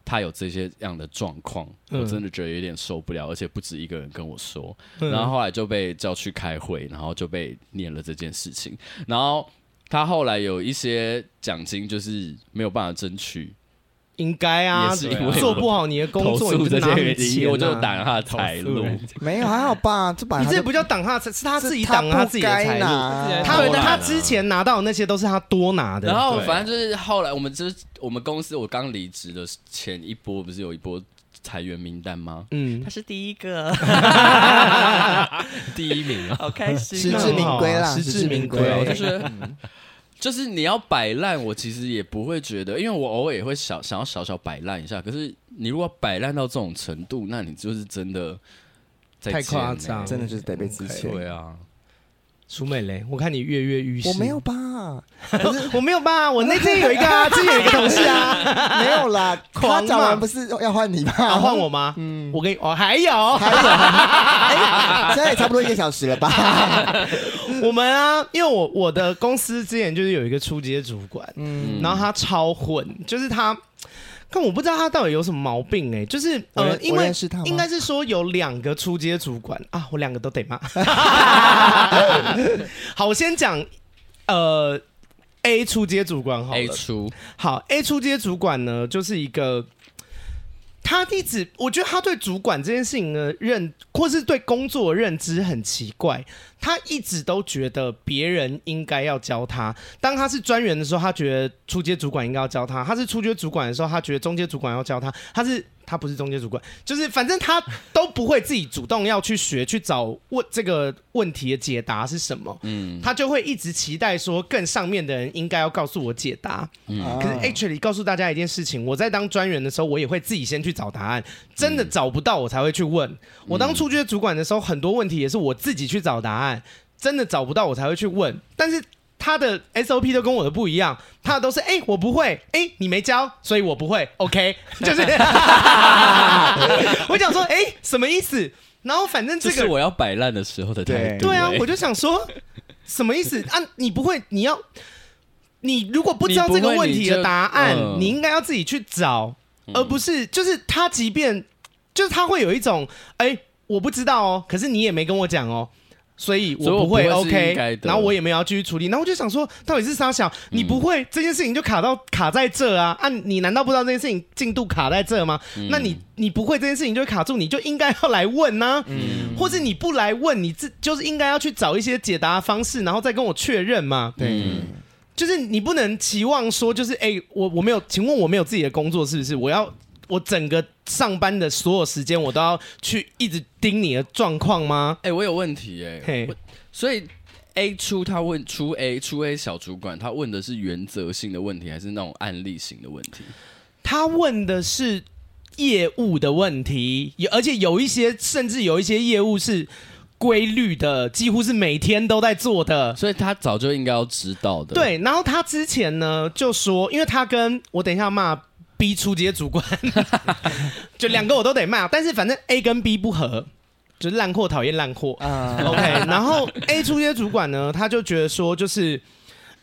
[SPEAKER 2] 他有这些样的状况，
[SPEAKER 1] 嗯
[SPEAKER 2] 我真的觉得有点受不了，而且不止一个人跟我说。
[SPEAKER 1] 嗯
[SPEAKER 2] 然后后来就被叫去开会，然后就被念了这件事情。然后他后来有一些奖金就是没有办法争取，
[SPEAKER 1] 应该啊，
[SPEAKER 2] 也是因为
[SPEAKER 1] 做不好你的工
[SPEAKER 2] 投
[SPEAKER 1] 作，你
[SPEAKER 2] 诉
[SPEAKER 1] 就
[SPEAKER 2] 这
[SPEAKER 1] 拿
[SPEAKER 2] 些
[SPEAKER 1] 你
[SPEAKER 2] 原
[SPEAKER 1] 钱、
[SPEAKER 2] 因，
[SPEAKER 1] 啊，
[SPEAKER 2] 我就挡了他的财路。
[SPEAKER 3] 没有还好吧，这把
[SPEAKER 1] 你
[SPEAKER 3] 他
[SPEAKER 1] 这
[SPEAKER 3] 就
[SPEAKER 1] 不叫挡他的财，是他
[SPEAKER 3] 是
[SPEAKER 1] 自己
[SPEAKER 3] 他
[SPEAKER 1] 挡他
[SPEAKER 3] 不
[SPEAKER 1] 自己的
[SPEAKER 3] 该
[SPEAKER 1] 财路。
[SPEAKER 3] 拿，
[SPEAKER 1] 他
[SPEAKER 2] 对啦
[SPEAKER 1] 他之前拿到的那些都是他多拿的，
[SPEAKER 2] 然后
[SPEAKER 1] 对
[SPEAKER 2] 反正就是后来我们就是我们公司我刚离职的前一波不是有一波裁员名单吗？
[SPEAKER 1] 嗯，
[SPEAKER 5] 他是第一个，
[SPEAKER 4] 第一名啊，
[SPEAKER 5] 好开心
[SPEAKER 3] 实
[SPEAKER 5] 哦、
[SPEAKER 3] 至名归啦，
[SPEAKER 1] 啊实至名归
[SPEAKER 2] 对，就
[SPEAKER 3] 对
[SPEAKER 2] 是就是你要摆烂，我其实也不会觉得，因为我偶尔也会想想要小小摆烂一下。可是你如果摆烂到这种程度，那你就是真的再
[SPEAKER 1] 太
[SPEAKER 2] 见
[SPEAKER 1] 夸
[SPEAKER 2] 欸
[SPEAKER 1] 张
[SPEAKER 3] 真的就是得被之前。
[SPEAKER 2] 对啊，
[SPEAKER 1] 苏美雷，我看你跃跃欲试。
[SPEAKER 3] 我没有，吧，
[SPEAKER 1] 我没有吧？我那 天有一个啊，之前有一个同事啊，
[SPEAKER 3] 没有啦。他
[SPEAKER 1] 狂
[SPEAKER 3] 讲
[SPEAKER 1] 骂
[SPEAKER 3] 完不是要换你吧？
[SPEAKER 1] 啊换我吗？嗯，我跟你哦，还有，
[SPEAKER 3] 哎，现在也差不多一个小时了 吧？
[SPEAKER 1] 我们啊，因为我我的公司之前就是有一个初阶主管，
[SPEAKER 2] 嗯
[SPEAKER 1] 然后他超混，就是他，但我不知道他到底有什么毛病哎、就是
[SPEAKER 3] 我
[SPEAKER 1] 呃，
[SPEAKER 3] 认
[SPEAKER 1] 因
[SPEAKER 3] 我
[SPEAKER 1] 为
[SPEAKER 3] 认识他吗
[SPEAKER 1] 应该是说有两个初阶主管啊，我两个都得 骂。好，我先讲呃 A 初阶主管好了
[SPEAKER 2] ，A 出
[SPEAKER 1] 好，A 初阶主管呢，就是一个他一直，我觉得他对主管这件事情呢认，或是对工作的认知很奇怪。他一直都觉得别人应该要教他。当他是专员的时候，他觉得初阶主管应该要教他；他是初阶主管的时候，他觉得中阶主管要教他。他是他不是中阶主管，就是反正他都不会自己主动要去学去找问这个问题的解答是什么。嗯，他就会一直期待说更上面的人应该要告诉我解答。
[SPEAKER 3] 嗯
[SPEAKER 1] 可
[SPEAKER 3] 啊
[SPEAKER 1] 是哎 actually 告诉大家一件事情，我在当专员的时候，我也会自己先去找答案，真的找不到我才会去问。我当初阶主管的时候，很多问题也是我自己去找答案，真的找不到我才会去问。但是他的 SOP 都跟我的不一样，他的都是哎、我不会，哎、你没教，所以我不会，OK，就是 我想说哎、什么意思？然后反正
[SPEAKER 2] 这
[SPEAKER 1] 这
[SPEAKER 2] 是
[SPEAKER 1] 个
[SPEAKER 2] 我要摆烂的时候的态度欸。
[SPEAKER 1] 对啊，我就想 说什么意思啊？你不会，你要你如果不知道这个问题的答案，
[SPEAKER 2] 你
[SPEAKER 1] 你
[SPEAKER 2] 不会你就嗯嗯
[SPEAKER 1] 应该要自己去找，而不是就是他，即便就是他会有一种哎、我不知道哦，可是你也没跟我讲哦。所以
[SPEAKER 2] 所以
[SPEAKER 1] 我
[SPEAKER 2] 我
[SPEAKER 1] 不会
[SPEAKER 2] 不会是应
[SPEAKER 1] OK，
[SPEAKER 2] 该的
[SPEAKER 1] 然后我也没有要继续处理，然后我就想说，到底是啥想？你不会、这件事情就卡到卡在这啊？啊，你难道不知道这件事情进度卡在这吗？那你你不会这件事情就会卡住，你就应该要来问呐、或是你不来问，你自就是应该要去找一些解答方式，然后再跟我确认
[SPEAKER 3] 嗯
[SPEAKER 1] 嘛。
[SPEAKER 3] 对，
[SPEAKER 1] 就是你不能期望说，就是哎、我我没有，请问我没有自己的工作是不是？我要我整个上班的所有时间，我都要去一直盯你的状况吗？
[SPEAKER 2] 哎、我有问题哎、
[SPEAKER 1] 嘿
[SPEAKER 2] 我所以 A 出他问出 A 出 A 小主管，他问的是原则性的问题，还是那种案例型的问题？
[SPEAKER 1] 他问的是业务的问题，有而且有一些甚至有一些业务是规律的，几乎是每天都在做的。
[SPEAKER 2] 所以他早就应该要知道的。，
[SPEAKER 1] 对，然后他之前呢就说，因为他跟我等一下要骂 B 出街主管， 就两个我都得骂，但是反正 A 跟 B 不合，就是烂货讨厌烂货。
[SPEAKER 3] 啊，
[SPEAKER 1] OK，然 后 A 出街主管呢，他就觉得说，就是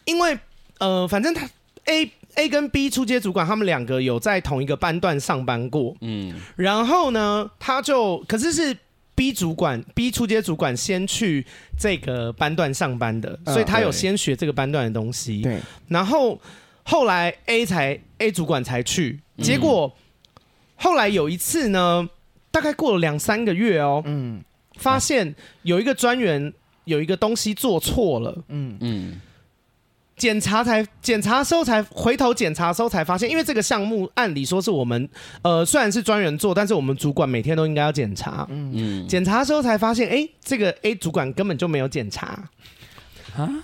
[SPEAKER 1] 因为呃，反正他 A A 跟 B 出街主管他们两个有在同一个班段上班过，
[SPEAKER 2] 嗯，
[SPEAKER 1] 然后呢，他就可是是 B 主管 B 出街主管先去这个班段上班的，
[SPEAKER 3] 嗯
[SPEAKER 1] 所以他有
[SPEAKER 2] 啊对
[SPEAKER 1] 先学这个班段的东西。
[SPEAKER 3] 对，
[SPEAKER 1] 然后后来 A 才 A 主管才去，结果、后来有一次呢，大概过了两三个月哦，
[SPEAKER 3] 嗯
[SPEAKER 1] 发现有一个专员有一个东西做错了，
[SPEAKER 3] 嗯
[SPEAKER 2] 嗯，
[SPEAKER 1] 检查才检查的时候才回头检查的时候才发现，因为这个项目按理说是我们呃虽然是专员做，但是我们主管每天都应该要检查，
[SPEAKER 2] 嗯，
[SPEAKER 1] 检查的时候才发现，哎、这个 A 主管根本就没有检查。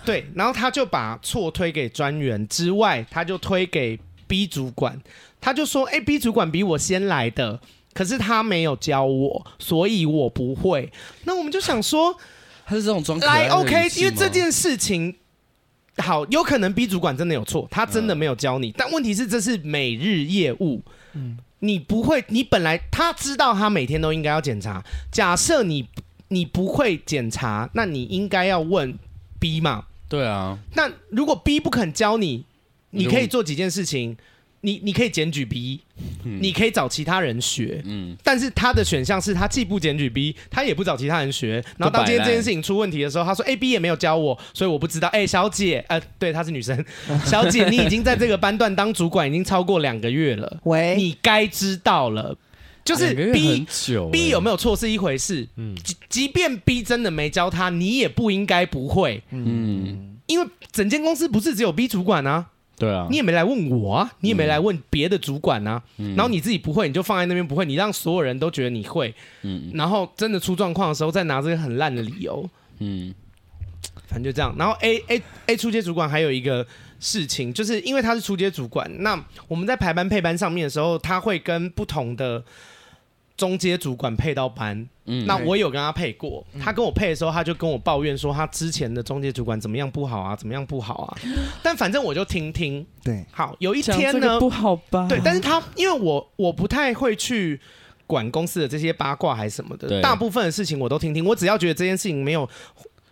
[SPEAKER 1] 对，然后他就把错推给专员之外，他就推给 B 主管，他就说：“哎、b 主管比我先来的，可是他没有教我，所以我不会。”那我们就想说，
[SPEAKER 2] 他是这种装可爱
[SPEAKER 1] 来
[SPEAKER 2] 的
[SPEAKER 1] ，OK，
[SPEAKER 2] 语气
[SPEAKER 1] 因为这
[SPEAKER 2] 吗
[SPEAKER 1] 件事情。好，有可能 B 主管真的有错，他真
[SPEAKER 2] 嗯
[SPEAKER 1] 的没有教你。但问题是，这是每日业务，
[SPEAKER 2] 嗯
[SPEAKER 1] 你不会，你本来他知道他每天都应该要检查。假设你你不会检查，那你应该要问 B 嘛。
[SPEAKER 2] 对啊，
[SPEAKER 1] 那如果 B 不肯教你，你
[SPEAKER 2] 你就
[SPEAKER 1] 可以做几件事情。你你可以检举 B，、你可以找其他人学。
[SPEAKER 2] 嗯，
[SPEAKER 1] 但是他的选项是他既不检举 B，他也不找其他人学。然后当今天这件事情出问题的时候，他说：“哎，B 也没有教我，所以我不知道。”哎，小姐，呃，对，她是女生， 小姐，你已经在这个班段当主管已经超过两个月 了，
[SPEAKER 3] 喂
[SPEAKER 1] 你该知道了。就是
[SPEAKER 4] 哎
[SPEAKER 2] 两个月
[SPEAKER 1] B
[SPEAKER 2] 很嗯久欸
[SPEAKER 1] B 有没有错是一回事，即即便 B 真的没教他，你也不应该不会，
[SPEAKER 2] 嗯，
[SPEAKER 1] 因为整间公司不是只有 B 主管啊，
[SPEAKER 2] 对啊，
[SPEAKER 1] 你也没来问我啊，你也没来
[SPEAKER 2] 嗯
[SPEAKER 1] 问别的主管啊，然后你自己不会，你就放在那边不会，你让所有人都觉得你会，
[SPEAKER 2] 嗯
[SPEAKER 1] 然后真的出状况的时候再拿这个很烂的理由，
[SPEAKER 2] 嗯
[SPEAKER 1] 反正就这样。然后 A A A 出街主管还有一个事情，就是因为他是出街主管，那我们在排班配班上面的时候，他会跟不同的中阶主管配到班。
[SPEAKER 2] 嗯
[SPEAKER 1] 那我有跟他配过，他跟我配的时候，他就跟我抱怨说他之前的中介主管怎么样不好啊，怎么样不好啊。但反正我就听听。
[SPEAKER 3] 对，
[SPEAKER 1] 好，有一
[SPEAKER 2] 讲
[SPEAKER 1] 天
[SPEAKER 2] 这
[SPEAKER 1] 呢
[SPEAKER 2] 个，不好吧？
[SPEAKER 1] 对，但是他因为我我不太会去管公司的这些八卦还是什么的，
[SPEAKER 2] 对
[SPEAKER 1] 大部分的事情我都听听，我只要觉得这件事情没有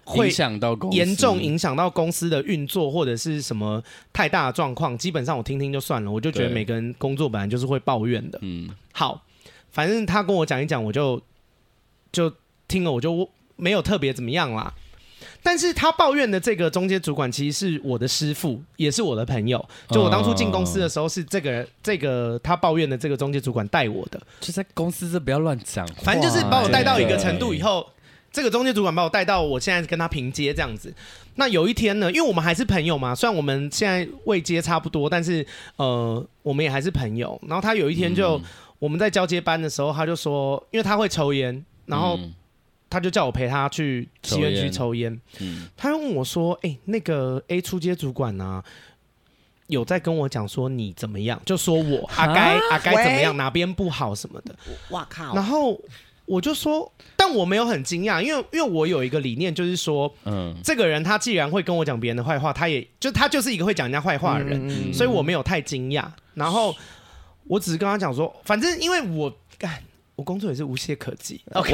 [SPEAKER 1] 会
[SPEAKER 2] 影响到公司
[SPEAKER 1] 严重影响到公司的运作或者是什么太大的状况，基本上我听听就算了。我就觉得
[SPEAKER 2] 对
[SPEAKER 1] 每个人工作本来就是会抱怨的。
[SPEAKER 2] 嗯
[SPEAKER 1] 好，反正他跟我讲一讲，我就就听了，我就没有特别怎么样啦。但是他抱怨的这个中间主管其实是我的师傅，也是我的朋友。就我当初进公司的时候，是这个这个他抱怨的这个中间主管带我的。
[SPEAKER 4] 哎
[SPEAKER 2] 就在公司这不要乱讲话，
[SPEAKER 1] 反正就是把我带到一个程度以
[SPEAKER 2] 后，
[SPEAKER 1] 后，这个中介主管把我带到我现在跟他平接这样子。那有一天呢，因为我们还是朋友嘛，虽然我们现在位阶差不多，但是呃，我们也还是朋友。然后他有一天就、我们在交接班的时候，他就说，因为他会抽烟，然后
[SPEAKER 2] 嗯
[SPEAKER 1] 他就叫我陪他去西园区抽烟。
[SPEAKER 2] 嗯
[SPEAKER 1] 他就问我说：“哎、那个 A 出街主管呢、有在跟我讲说你怎么样，就说我阿该阿该怎么样，哪边不好什么的。”
[SPEAKER 3] 哇靠
[SPEAKER 1] 然后我就说，但我没有很惊讶，因为因为我有一个理念，就是说，
[SPEAKER 2] 嗯
[SPEAKER 1] 这个人他既然会跟我讲别人的坏话，他也就他就是一个会讲人家坏话的人，
[SPEAKER 3] 嗯
[SPEAKER 1] 所以我没有太惊讶。然后我只是跟他讲说，反正因为我干。我工作也是无懈可击，OK，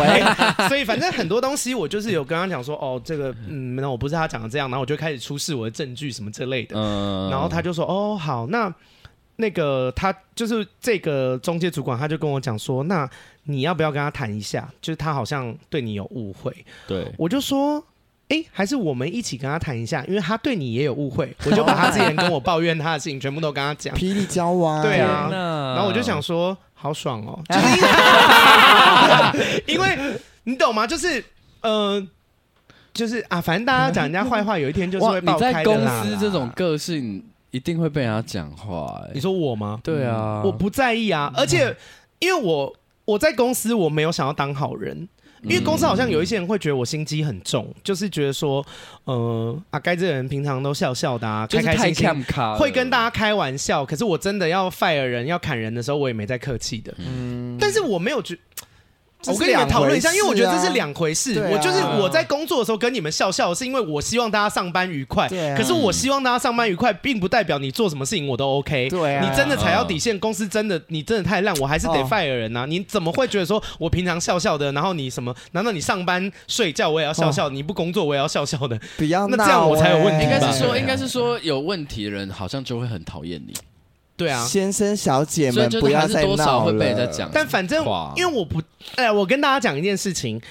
[SPEAKER 1] 所以反正很多东西我就是有跟他讲说，哦，这个，嗯，那我不是他讲的这样，然后我就开始出示我的证据什么之类的，
[SPEAKER 2] 嗯
[SPEAKER 1] 然后他就说：“哦，好，那那个他就是这个中介主管，他就跟我讲说，那你要不要跟他谈一下？就是他好像对你有误会。
[SPEAKER 2] 对”
[SPEAKER 1] 我就说：“哎，还是我们一起跟他谈一下，因为他对你也有误会。”我就把他之前跟我抱怨他的事情全部都跟他 讲。
[SPEAKER 3] 霹雳娇娃，
[SPEAKER 1] 对啊
[SPEAKER 2] 然
[SPEAKER 1] 然后我就想，说，好爽哦，就是 因为因为你懂吗？就是呃，就是啊，反正大家讲人家坏话，有一天就是
[SPEAKER 2] 哇，
[SPEAKER 1] 会
[SPEAKER 2] 你
[SPEAKER 1] 爆
[SPEAKER 2] 在
[SPEAKER 1] 开
[SPEAKER 2] 公
[SPEAKER 1] 的啦。
[SPEAKER 2] 司这种个性一定会被人家讲话，哎
[SPEAKER 1] 你说我吗？
[SPEAKER 2] 对
[SPEAKER 1] 嗯
[SPEAKER 2] 啊，
[SPEAKER 1] 我不在意
[SPEAKER 3] 嗯
[SPEAKER 1] 啊，而且因为我我在公司我没有想要当好人，
[SPEAKER 3] 嗯
[SPEAKER 1] 因为公司好像有一些人会觉得我心机很重，就是觉得说，呃，啊，该这个人平常都笑笑的啊，
[SPEAKER 2] 就
[SPEAKER 1] 开
[SPEAKER 2] 是
[SPEAKER 1] 开
[SPEAKER 2] 太
[SPEAKER 1] 心心。
[SPEAKER 2] 看卡，
[SPEAKER 1] 会跟大家开玩笑，可是我真的要 fire 人、要砍人的时候，我也没在客气的。
[SPEAKER 3] 嗯，
[SPEAKER 1] 但是我没有觉，
[SPEAKER 3] 这
[SPEAKER 1] 我
[SPEAKER 3] 是
[SPEAKER 1] 跟你们讨论一下，因为我觉得这是
[SPEAKER 3] 两
[SPEAKER 1] 两回事。
[SPEAKER 3] 啊对啊
[SPEAKER 1] 我就是我在工作的时候跟你们笑笑，是因为我希望大家上班愉快。
[SPEAKER 3] 对啊
[SPEAKER 1] 可是我希望大家上班愉快，并不代表你做什么事情我都 OK。
[SPEAKER 3] 对啊
[SPEAKER 1] 你真的踩到底线，公司真的你真的太烂，我还是得
[SPEAKER 3] 哦
[SPEAKER 1] fire 人啊！你怎么会觉得说我平常笑笑的，然后你什么？难道你上班睡觉我也要笑
[SPEAKER 3] 哦
[SPEAKER 1] 笑？你不工作我也要笑笑 的？
[SPEAKER 3] 不要闹
[SPEAKER 1] 那这样我才有问题
[SPEAKER 3] 欸
[SPEAKER 2] 应该
[SPEAKER 1] 吧
[SPEAKER 2] 是说，应该是说有问题的人好像就会很讨厌你，
[SPEAKER 1] 对啊。
[SPEAKER 3] 先生小姐
[SPEAKER 2] 所以
[SPEAKER 3] 们
[SPEAKER 2] 就是
[SPEAKER 3] 不要
[SPEAKER 2] 还是
[SPEAKER 3] 再
[SPEAKER 2] 多少
[SPEAKER 3] 闹
[SPEAKER 2] 会被人
[SPEAKER 3] 了
[SPEAKER 2] 家讲
[SPEAKER 1] 但反正
[SPEAKER 2] 话
[SPEAKER 1] 因为我不，哎、我跟大家讲一件事情，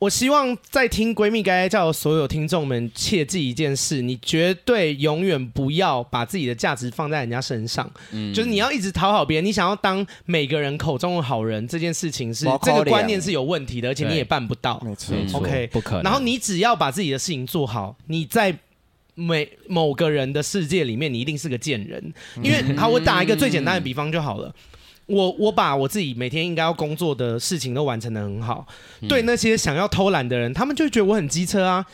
[SPEAKER 1] 我希望在听闺蜜该该叫的所有听众们切记一件事：你绝对永远不要把自己的价值放在人家身上，
[SPEAKER 2] 嗯
[SPEAKER 1] 就是你要一直讨好别人，你想要当每个人口中的好人，这件事情是
[SPEAKER 3] 不可
[SPEAKER 1] 这
[SPEAKER 3] 能
[SPEAKER 1] 个观念是有问题的，而且你也办不到。
[SPEAKER 3] 没错，
[SPEAKER 2] 没错
[SPEAKER 1] OK，
[SPEAKER 4] 不可能。
[SPEAKER 1] 然后你只要把自己的事情做好，你在每某个人的世界里面，你一定是个贱人。
[SPEAKER 4] 嗯
[SPEAKER 1] 因 为好，我打一个最简单的比方就好了。我我把我自己每天应该要工作的事情都完成的很好，
[SPEAKER 4] 嗯
[SPEAKER 1] 对那些想要偷懒的人，他们就会觉得我很机车啊。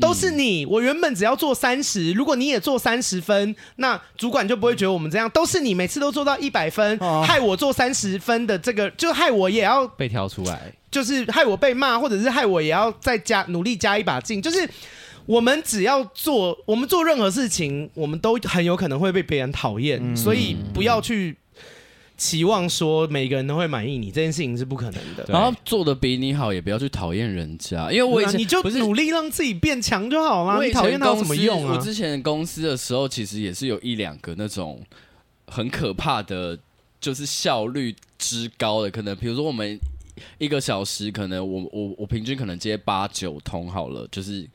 [SPEAKER 1] 都是你，我原本只要做三十，如果你也做三十分，那主管就不会觉得我们这样。都是你每次都做到一百分，
[SPEAKER 3] 哦
[SPEAKER 1] 害我做三十分的这个，就害我也要
[SPEAKER 4] 被挑出来，
[SPEAKER 1] 就是害我被骂，或者是害我也要再加努力加一把劲。就是我们只要做，我们做任何事情，我们都很有可能会被别人讨厌，所以不要去期望说每个人都会满意你，这件事情是不可能的。
[SPEAKER 4] 对
[SPEAKER 2] 然后做的比你好，也不要去讨厌人家，因为我以
[SPEAKER 1] 那啊
[SPEAKER 2] 前
[SPEAKER 1] 你就
[SPEAKER 2] 不是
[SPEAKER 1] 努力让自己变强就好啦，
[SPEAKER 2] 我
[SPEAKER 1] 啊
[SPEAKER 2] 以
[SPEAKER 1] 你
[SPEAKER 2] 前
[SPEAKER 1] 讨厌他有
[SPEAKER 2] 公
[SPEAKER 1] 什么
[SPEAKER 2] 司
[SPEAKER 1] 用
[SPEAKER 2] 我
[SPEAKER 1] 啊？
[SPEAKER 2] 之前公司的时候，其实也是有一两个那种很可怕的，就是效率之高的，可能比如说我们一个小时，可能我我我平均可能接八九通好了，就是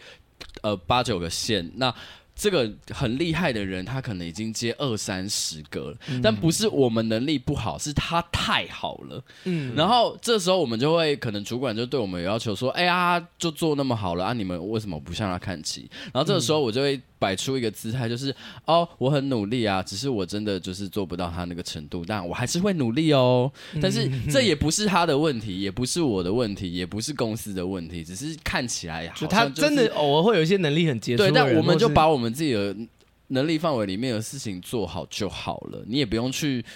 [SPEAKER 2] 呃八九个线那。这个很厉害的人，他可能已经接二三十个了，但不是我们能力不好，是他太好了。
[SPEAKER 1] 嗯，
[SPEAKER 2] 然后这时候我们就会，可能主管就对我们有要求说：“哎呀，就做那么好了啊，你们为什么不向他看齐？”然后这个时候我就会摆出一个姿态，就是：“哦，我很努力啊，只是我真的就是做不到他那个程度，但我还是会努力哦。但是这也不是他的问题，也不是我的问题，也不是公司的问题，只是看起来好
[SPEAKER 1] 就
[SPEAKER 2] 像
[SPEAKER 1] 他
[SPEAKER 2] 就是
[SPEAKER 1] 真的偶尔会有一些能力很杰出的
[SPEAKER 2] 对，
[SPEAKER 1] 人，
[SPEAKER 2] 但我们就
[SPEAKER 1] 或是
[SPEAKER 2] 把我们自己的能力范围里面的事情做好就好了，你也不用去呃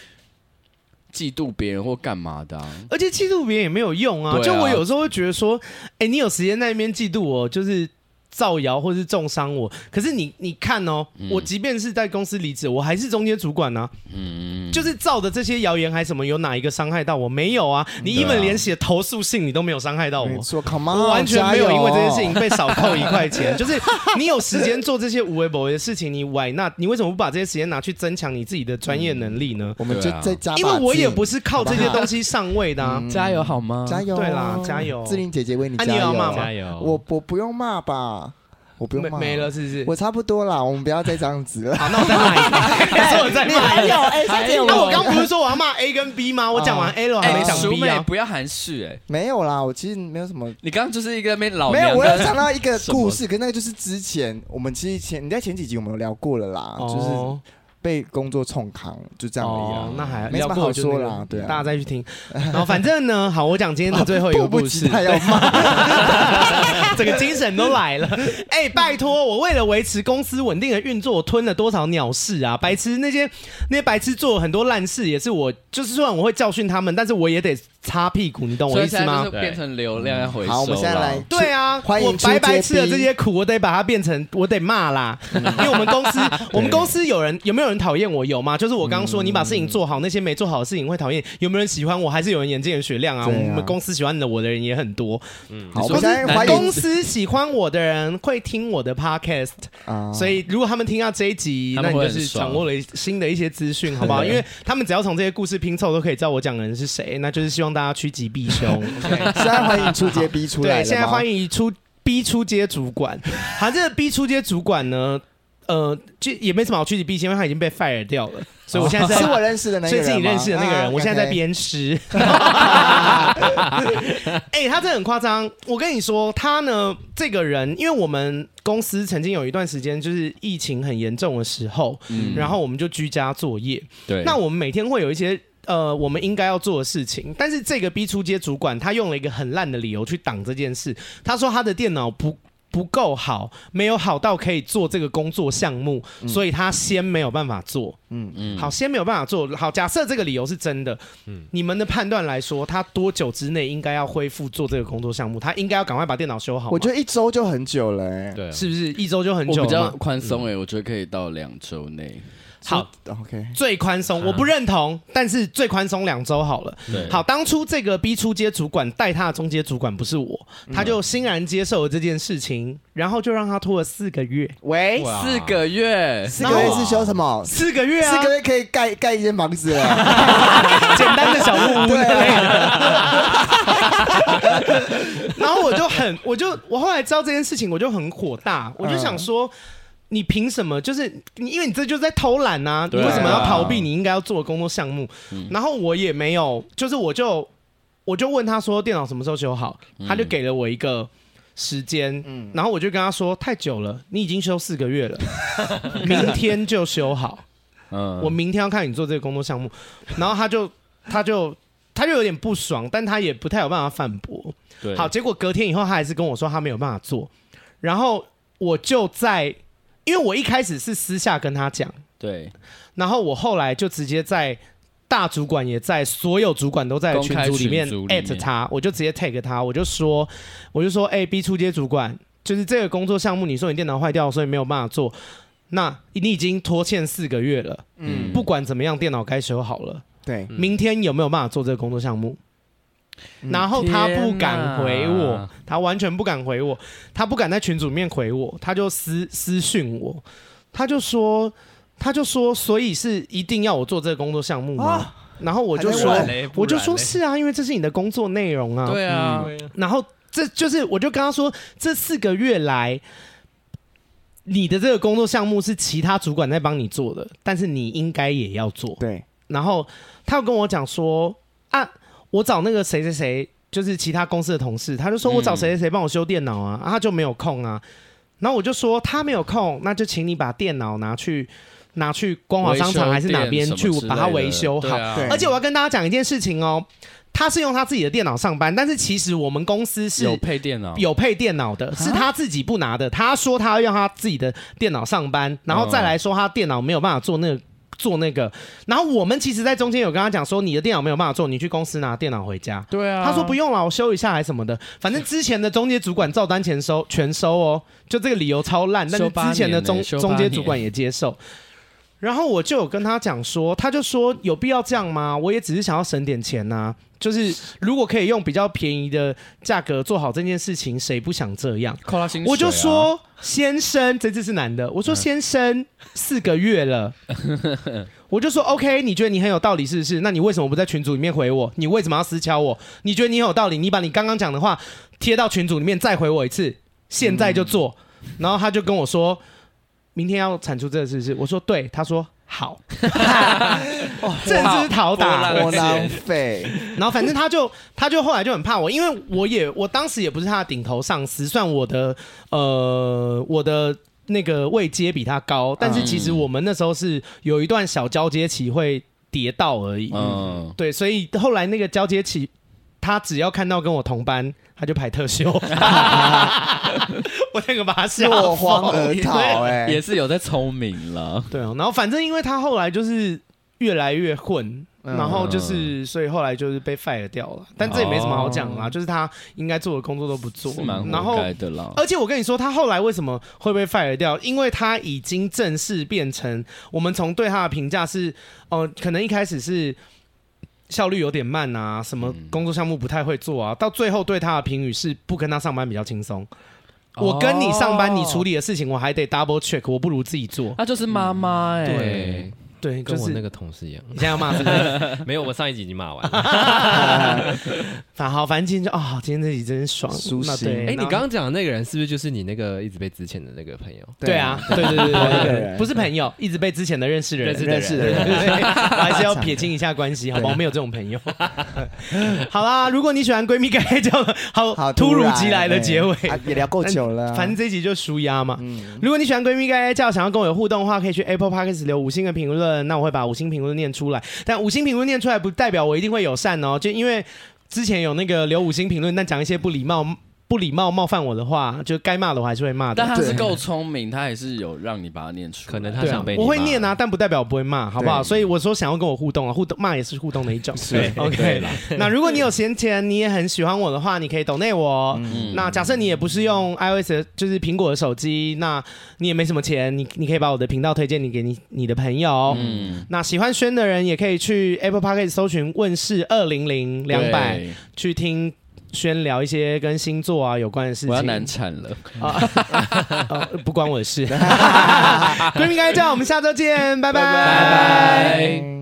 [SPEAKER 2] 嫉妒别人或干嘛的、啊。
[SPEAKER 1] 而且嫉妒别人也没有用啊。
[SPEAKER 2] 对啊
[SPEAKER 1] 就我有时候会觉得说，哎、你有时间在那边嫉妒我，就是造谣或是重伤我。可是你你看哦，我即便是在公司离职，我还是中间主管呢、啊
[SPEAKER 2] 嗯，
[SPEAKER 1] 就是造的这些谣言还什么，有哪一个伤害到我？没有啊，你
[SPEAKER 2] 对啊
[SPEAKER 1] even 连写投诉信你都没有伤害到我
[SPEAKER 3] 没。错，Come on，
[SPEAKER 1] 我完全没有
[SPEAKER 3] 加油
[SPEAKER 1] 因为这件事情被少扣一块 钱，就是你有时间做这些无微不为的事情，你 why not？你为什么不把这些时间拿去增强你自己的专
[SPEAKER 2] 嗯
[SPEAKER 1] 业能力呢？
[SPEAKER 3] 我们就
[SPEAKER 2] 对啊
[SPEAKER 3] 再加把劲，
[SPEAKER 1] 因为我也不是靠这些东西上位的啊
[SPEAKER 3] 嗯，
[SPEAKER 2] 加油好吗？
[SPEAKER 3] 加油，
[SPEAKER 1] 对啦加油
[SPEAKER 3] 志玲姐姐为你
[SPEAKER 1] 啊
[SPEAKER 3] 加
[SPEAKER 1] 你
[SPEAKER 3] 油，
[SPEAKER 1] 有要骂吗
[SPEAKER 4] 加油！
[SPEAKER 3] 我我不用骂吧，我不
[SPEAKER 1] 没
[SPEAKER 3] 用骂，
[SPEAKER 1] 没了，是不是？
[SPEAKER 3] 我差不多啦，我们不要再这样子了。
[SPEAKER 1] 好，那我再骂一个， 还是我再骂一个？
[SPEAKER 3] 有哎，
[SPEAKER 2] 还有
[SPEAKER 1] 那我刚不是说我要骂 A 跟 B 吗？我讲
[SPEAKER 3] 哦
[SPEAKER 1] 完 A 了，我还没
[SPEAKER 2] 哎，
[SPEAKER 1] 讲
[SPEAKER 2] 淑
[SPEAKER 1] B
[SPEAKER 2] 美
[SPEAKER 1] 啊。
[SPEAKER 2] 不要含蓄哎，
[SPEAKER 3] 没有啦，我其实没有什么。
[SPEAKER 2] 你刚刚就是一个那边老
[SPEAKER 3] 没有，
[SPEAKER 2] 娘
[SPEAKER 3] 我有
[SPEAKER 2] 跟
[SPEAKER 3] 想到 一个故事，可是那个就是之前我们其实前你在前几集我们有聊过了啦，就是
[SPEAKER 1] 哦
[SPEAKER 3] 被工作冲扛，就这样而已啊
[SPEAKER 1] 哦，那还
[SPEAKER 3] 没什
[SPEAKER 1] 聊
[SPEAKER 3] 么
[SPEAKER 1] 过
[SPEAKER 3] 好
[SPEAKER 1] 就那
[SPEAKER 3] 说
[SPEAKER 1] 个
[SPEAKER 3] 啦，对
[SPEAKER 1] 大
[SPEAKER 3] 啊
[SPEAKER 1] 家。再去听。然后反正呢，好，我讲今天的最后一个
[SPEAKER 3] 迫 不
[SPEAKER 1] 故
[SPEAKER 3] 及
[SPEAKER 1] 事，
[SPEAKER 3] 待要骂，
[SPEAKER 1] 整个精神都来了。 哎、拜托，我为了维持公司稳定的运作，我吞了多少鸟事啊！白痴那些那些白痴做了很多烂事，也是我就是虽然我会教训他们，但是我也得擦屁股，你懂我
[SPEAKER 2] 所
[SPEAKER 1] 意
[SPEAKER 2] 以
[SPEAKER 1] 思
[SPEAKER 2] 现在
[SPEAKER 1] 吗
[SPEAKER 2] 就？是变成流量要回收
[SPEAKER 3] 好，我们现在
[SPEAKER 2] 啦
[SPEAKER 3] 来
[SPEAKER 1] 对啊，
[SPEAKER 3] 欢迎
[SPEAKER 1] 我白白吃了
[SPEAKER 3] 出街
[SPEAKER 1] 这
[SPEAKER 3] 逼
[SPEAKER 1] 些苦，我得把它变成我得骂啦， 因为我们公司，我们公司有人有没有人讨厌我？有吗？就是我刚刚说，你把事情做好，那些没做好的事情会讨厌，有没有人喜欢我？还是有人眼见人雪亮啊？我
[SPEAKER 3] 对啊
[SPEAKER 1] 们公司喜欢的我的人也很多，
[SPEAKER 3] 好，我
[SPEAKER 1] 公
[SPEAKER 3] 们现在
[SPEAKER 1] 司嗯
[SPEAKER 3] 欢
[SPEAKER 1] 公
[SPEAKER 3] 迎
[SPEAKER 1] 司喜欢我的人会听我的 podcast，
[SPEAKER 3] 啊
[SPEAKER 1] 所以如果他们听到这一集，
[SPEAKER 2] 他
[SPEAKER 1] 那
[SPEAKER 2] 们
[SPEAKER 1] 你
[SPEAKER 2] 会
[SPEAKER 1] 就是
[SPEAKER 2] 很爽
[SPEAKER 1] 掌握了一新的一些资讯，好不好？因为他们只要从这些故事拼凑，都可以知道我讲的人是谁。那就是希望大家趋吉避 凶。
[SPEAKER 3] 现在欢迎出街逼出来
[SPEAKER 1] 对，
[SPEAKER 3] 了吗，
[SPEAKER 1] 现在欢迎出逼出街主管。 好，这个逼出街主管呢，呃，就也没什么好趋吉避凶，因为他已经被 fire 掉了，所以我现在在
[SPEAKER 3] 是我认识的那个
[SPEAKER 1] 最
[SPEAKER 3] 人吗，
[SPEAKER 1] 近你认识的那个人，
[SPEAKER 3] 啊
[SPEAKER 1] 我现在在
[SPEAKER 3] OK
[SPEAKER 1] 鞭尸。 哎、他真的很夸张。我跟你说，他呢，这个人，因为我们公司曾经有一段时间就是疫情很严重的时候，
[SPEAKER 2] 嗯
[SPEAKER 1] 然后我们就居家作业。
[SPEAKER 2] 对，
[SPEAKER 1] 那我们每天会有一些。呃，我们应该要做的事情，但是这个逼出街主管他用了一个很烂的理由去挡这件事。他说他的电脑不不够好，没有好到可以做这个工作项目，所以他先没有办法做。
[SPEAKER 2] 嗯
[SPEAKER 1] 好，，先没有办法做好。假设这个理由是真的，你们的判断来说，他多久之内应该要恢复做这个工作项目？他应该要赶快把电脑修好吗。
[SPEAKER 3] 我觉得一周就很久了、欸，
[SPEAKER 4] 对啊，
[SPEAKER 1] 是不是一周就很
[SPEAKER 2] 我
[SPEAKER 1] 久
[SPEAKER 2] 比
[SPEAKER 1] 了
[SPEAKER 2] 较
[SPEAKER 1] 嘛？嗯
[SPEAKER 2] 宽松哎，我觉得可以到两周内。
[SPEAKER 1] 好，
[SPEAKER 3] ，OK，
[SPEAKER 1] 最宽松，我不认同，但是最宽松两周好了。
[SPEAKER 2] 对，
[SPEAKER 1] 好，当初这个 B 出街主管带他的中阶主管不是我，他就欣然接受了这件事情，然后就让他拖了四个月，
[SPEAKER 3] 喂，
[SPEAKER 4] 哇
[SPEAKER 2] 四个月，
[SPEAKER 3] 四个月是修什么？
[SPEAKER 1] 四个月啊，
[SPEAKER 3] 四个月可以盖盖一间房子啊 了，
[SPEAKER 1] 简单的小木屋之
[SPEAKER 3] 对
[SPEAKER 1] 类的
[SPEAKER 3] 啊。
[SPEAKER 1] 然后我就很，我就我后来知道这件事情，我就很火大，我就想说。你凭什么？就是你，因为你这就是在偷懒呐、你
[SPEAKER 2] 对啊
[SPEAKER 1] 为什么要逃避你应该要做的工作项目？然后我也没有，就是我就我就问他说电脑什么时候修好，他就给了我一个时间，
[SPEAKER 3] 嗯
[SPEAKER 1] 然后我就跟他说太久了，你已经修四个月了，明天就修好。
[SPEAKER 2] 嗯
[SPEAKER 1] 我明天要看你做这个工作项目，然后他就 他就他就有点不爽，但他也不太有办法反驳。
[SPEAKER 2] 对
[SPEAKER 1] 好，结果隔天以后，他还是跟我说他没有办法做，然后我就在，因为我一开始是私下跟他讲，
[SPEAKER 2] 对，
[SPEAKER 1] 然后我后来就直接在。大主管也在，所有主管都在
[SPEAKER 2] 公
[SPEAKER 1] 群
[SPEAKER 2] 开
[SPEAKER 1] 组里面
[SPEAKER 2] 群组里
[SPEAKER 1] at
[SPEAKER 2] 面
[SPEAKER 1] 他，我就直接 tag 他，我就说，我就说，哎、b 出街主管，就是这个工作项目，你说你电脑坏掉，所以没有办法做，那你已经拖欠四个月了，
[SPEAKER 2] 嗯，
[SPEAKER 1] 不管怎么样，电脑该修好了。
[SPEAKER 3] 对，
[SPEAKER 1] 明天有没有办法做这个工作项目？
[SPEAKER 3] 嗯
[SPEAKER 1] 然后他不敢回
[SPEAKER 2] 天啊
[SPEAKER 1] 我
[SPEAKER 2] 哪，
[SPEAKER 1] 他完全不敢回我，他不敢在群组里面回我，他就私私讯我，他就说他就说，所以是一定要我做这个工作项目吗？
[SPEAKER 3] 啊
[SPEAKER 1] 然后我就
[SPEAKER 3] 不
[SPEAKER 1] 说
[SPEAKER 3] 还在，
[SPEAKER 4] 嘞
[SPEAKER 1] 我就说，是啊，因为这是你的工作内容啊。
[SPEAKER 2] 对啊，
[SPEAKER 1] 然后这就是，我就跟他说，这四个月来，你的这个工作项目是其他主管在帮你做的，但是你应该也要做。
[SPEAKER 3] 对，
[SPEAKER 1] 然后他又跟我讲说啊，我找那个谁谁谁，就是其他公司的同事，他就说
[SPEAKER 2] 嗯
[SPEAKER 1] 我找谁谁谁帮我修电脑啊，啊他就没有空啊。然后我就说他没有空，那就请你把电脑拿去拿去光华商场还是哪边
[SPEAKER 2] 维修
[SPEAKER 1] 去
[SPEAKER 2] 店什么之类的
[SPEAKER 1] 把它维修好
[SPEAKER 2] 对。啊
[SPEAKER 3] 对
[SPEAKER 1] 而且我要跟大家讲一件事情哦，他是用他自己的电脑上班，但是其实我们公司是
[SPEAKER 2] 有配啊电脑，
[SPEAKER 1] 有配电脑的，是他自己不拿的。他说他要让他自己的电脑上班，
[SPEAKER 2] 哦
[SPEAKER 1] 然后再来说他电脑没有办法做那个。做那个，然后我们其实，在中间有跟他讲说，你的电脑没有办法做，你去公司拿电脑回家。
[SPEAKER 2] 对啊，
[SPEAKER 1] 他说不用了，我修一下还什么的，反正之前的中介主管照单全收，全收哦，就这个理由超烂，但是
[SPEAKER 2] 修八
[SPEAKER 1] 之前的
[SPEAKER 2] 年呢欸
[SPEAKER 1] 中
[SPEAKER 2] 修八
[SPEAKER 1] 中介主
[SPEAKER 2] 年
[SPEAKER 1] 管也接受。然后我就有跟他讲说，他就说有必要这样吗？我也只是想要省点钱呐、就是如果可以用比较便宜的价格做好这件事情，谁不想这样？
[SPEAKER 2] 扣他薪水、啊，嗯
[SPEAKER 1] 我就说先生，这次是男的，我说先生、四个月 了，我就说 OK，你觉得你很有道理是不是？那你为什么不在群组里面回我？你为什么要私敲我？你觉得你很有道理，你把你刚刚讲的话贴到群组里面再回我一次，现在就做。
[SPEAKER 2] 嗯
[SPEAKER 1] 然后他就跟我说，明天要产出这个是不是？我说对，他说 好， 这只讨
[SPEAKER 2] 波
[SPEAKER 1] 打
[SPEAKER 2] 浪，
[SPEAKER 3] 我浪费，
[SPEAKER 1] 然后反正他就他就后来就很怕我，因为我也我当时也不是他的顶头上司，算我的呃我的那个位阶比他高，但是其实
[SPEAKER 3] 嗯
[SPEAKER 1] 我们那时候是有一段小交接期会跌到而已，
[SPEAKER 2] 嗯，
[SPEAKER 1] 对，所以后来那个交接期。他只要看到跟我同班，他就排特 休， 我那个把他吓
[SPEAKER 3] 落
[SPEAKER 1] 疯
[SPEAKER 3] 荒而逃哎、
[SPEAKER 2] 也是有在聪明了。
[SPEAKER 1] 对啊，然后反正因为他后来就是越来越混，
[SPEAKER 3] 嗯
[SPEAKER 1] 然后就是所以后来就是被 fire 掉了，但这也没什么好讲啦，就是他应该做的工作都不做
[SPEAKER 2] 是蛮，
[SPEAKER 1] 嗯然
[SPEAKER 2] 活
[SPEAKER 1] 后。
[SPEAKER 2] 该的啦，
[SPEAKER 1] 而且我跟你说，他后来为什么会被 fire 掉？因为他已经正式变成我们从对他的评价是，哦、可能一开始是效率有点慢啊，什么工作项目不太会做啊，到最后对他的评语是不跟他上班比较轻松。我跟你上班，你处理的事情我还得 double check，我不如自己做。
[SPEAKER 2] 她就是妈妈
[SPEAKER 4] 欸
[SPEAKER 2] 哎，
[SPEAKER 4] 对，
[SPEAKER 1] 对，就
[SPEAKER 4] 跟我
[SPEAKER 1] 是
[SPEAKER 4] 那个同事一样，哎
[SPEAKER 1] 你现在要骂是不是？
[SPEAKER 4] 没有，我上一集已经骂完 了。
[SPEAKER 1] 反好，反正今天就啊、今天这集真爽，
[SPEAKER 3] 舒
[SPEAKER 1] 那
[SPEAKER 3] 心
[SPEAKER 1] 对，
[SPEAKER 4] 哎，你
[SPEAKER 1] 然后
[SPEAKER 4] 刚刚讲的那个人是不是就是你那个一直被之前的那个朋友？
[SPEAKER 1] 对啊，对对对对
[SPEAKER 3] 对
[SPEAKER 1] 对
[SPEAKER 3] 对
[SPEAKER 1] 对，不是朋友，一直被之前的认识人
[SPEAKER 4] 认识的
[SPEAKER 3] 认
[SPEAKER 4] 人
[SPEAKER 3] 识
[SPEAKER 1] 对
[SPEAKER 3] 的
[SPEAKER 1] 对
[SPEAKER 3] 人，
[SPEAKER 1] 对，对我还是要撇清一下关系，好吧？我没有这种朋友。好啦，如果你喜欢闺蜜该叫了，好
[SPEAKER 3] 好
[SPEAKER 1] 突如
[SPEAKER 3] 然
[SPEAKER 1] 其来的
[SPEAKER 3] 哎
[SPEAKER 1] 结尾，
[SPEAKER 3] 啊也聊够久了啊，
[SPEAKER 1] 反正这一集就舒压嘛。
[SPEAKER 3] 嗯，
[SPEAKER 1] 如果你喜欢闺蜜该叫，想要跟我有互动的话，可以去 Apple Podcast 留五星的评论，那我会把五星评论念出来。但五星评论念出来不代表我一定会友善哦，就因为之前有那个留五星评论，但讲一些不礼貌、 不礼貌冒犯我的话，就该骂的我还是会骂
[SPEAKER 2] 但
[SPEAKER 1] 的。
[SPEAKER 2] 她是够聪明，她还是有让你把它念出来。
[SPEAKER 4] 可能她
[SPEAKER 1] 对啊
[SPEAKER 4] 想被你
[SPEAKER 1] 我会
[SPEAKER 4] 骂
[SPEAKER 1] 念啊，但不代表我不会骂，好不好？
[SPEAKER 3] 对
[SPEAKER 1] 所以我说想要跟我互动啊，互动骂也是互动的一种。
[SPEAKER 3] 是
[SPEAKER 1] OK 那如果你有闲钱，你也很喜欢我的话，你可以 donate 我。
[SPEAKER 2] 嗯
[SPEAKER 1] 那假设你也不是用 iOS，的就是苹果的手机，那你也没什么钱，你你可以把我的频道推荐你给你你的朋友。
[SPEAKER 2] 嗯，
[SPEAKER 1] 那喜欢轩的人也可以去 Apple Podcast 搜寻“问世二零零两百
[SPEAKER 2] 对”，
[SPEAKER 1] 去听轩聊一些跟星座啊有关的事情。啊
[SPEAKER 2] 我要难产了，
[SPEAKER 1] 哦 不关我的事。闺蜜该叫，我们下周见，拜拜
[SPEAKER 2] 拜。
[SPEAKER 3] 嗯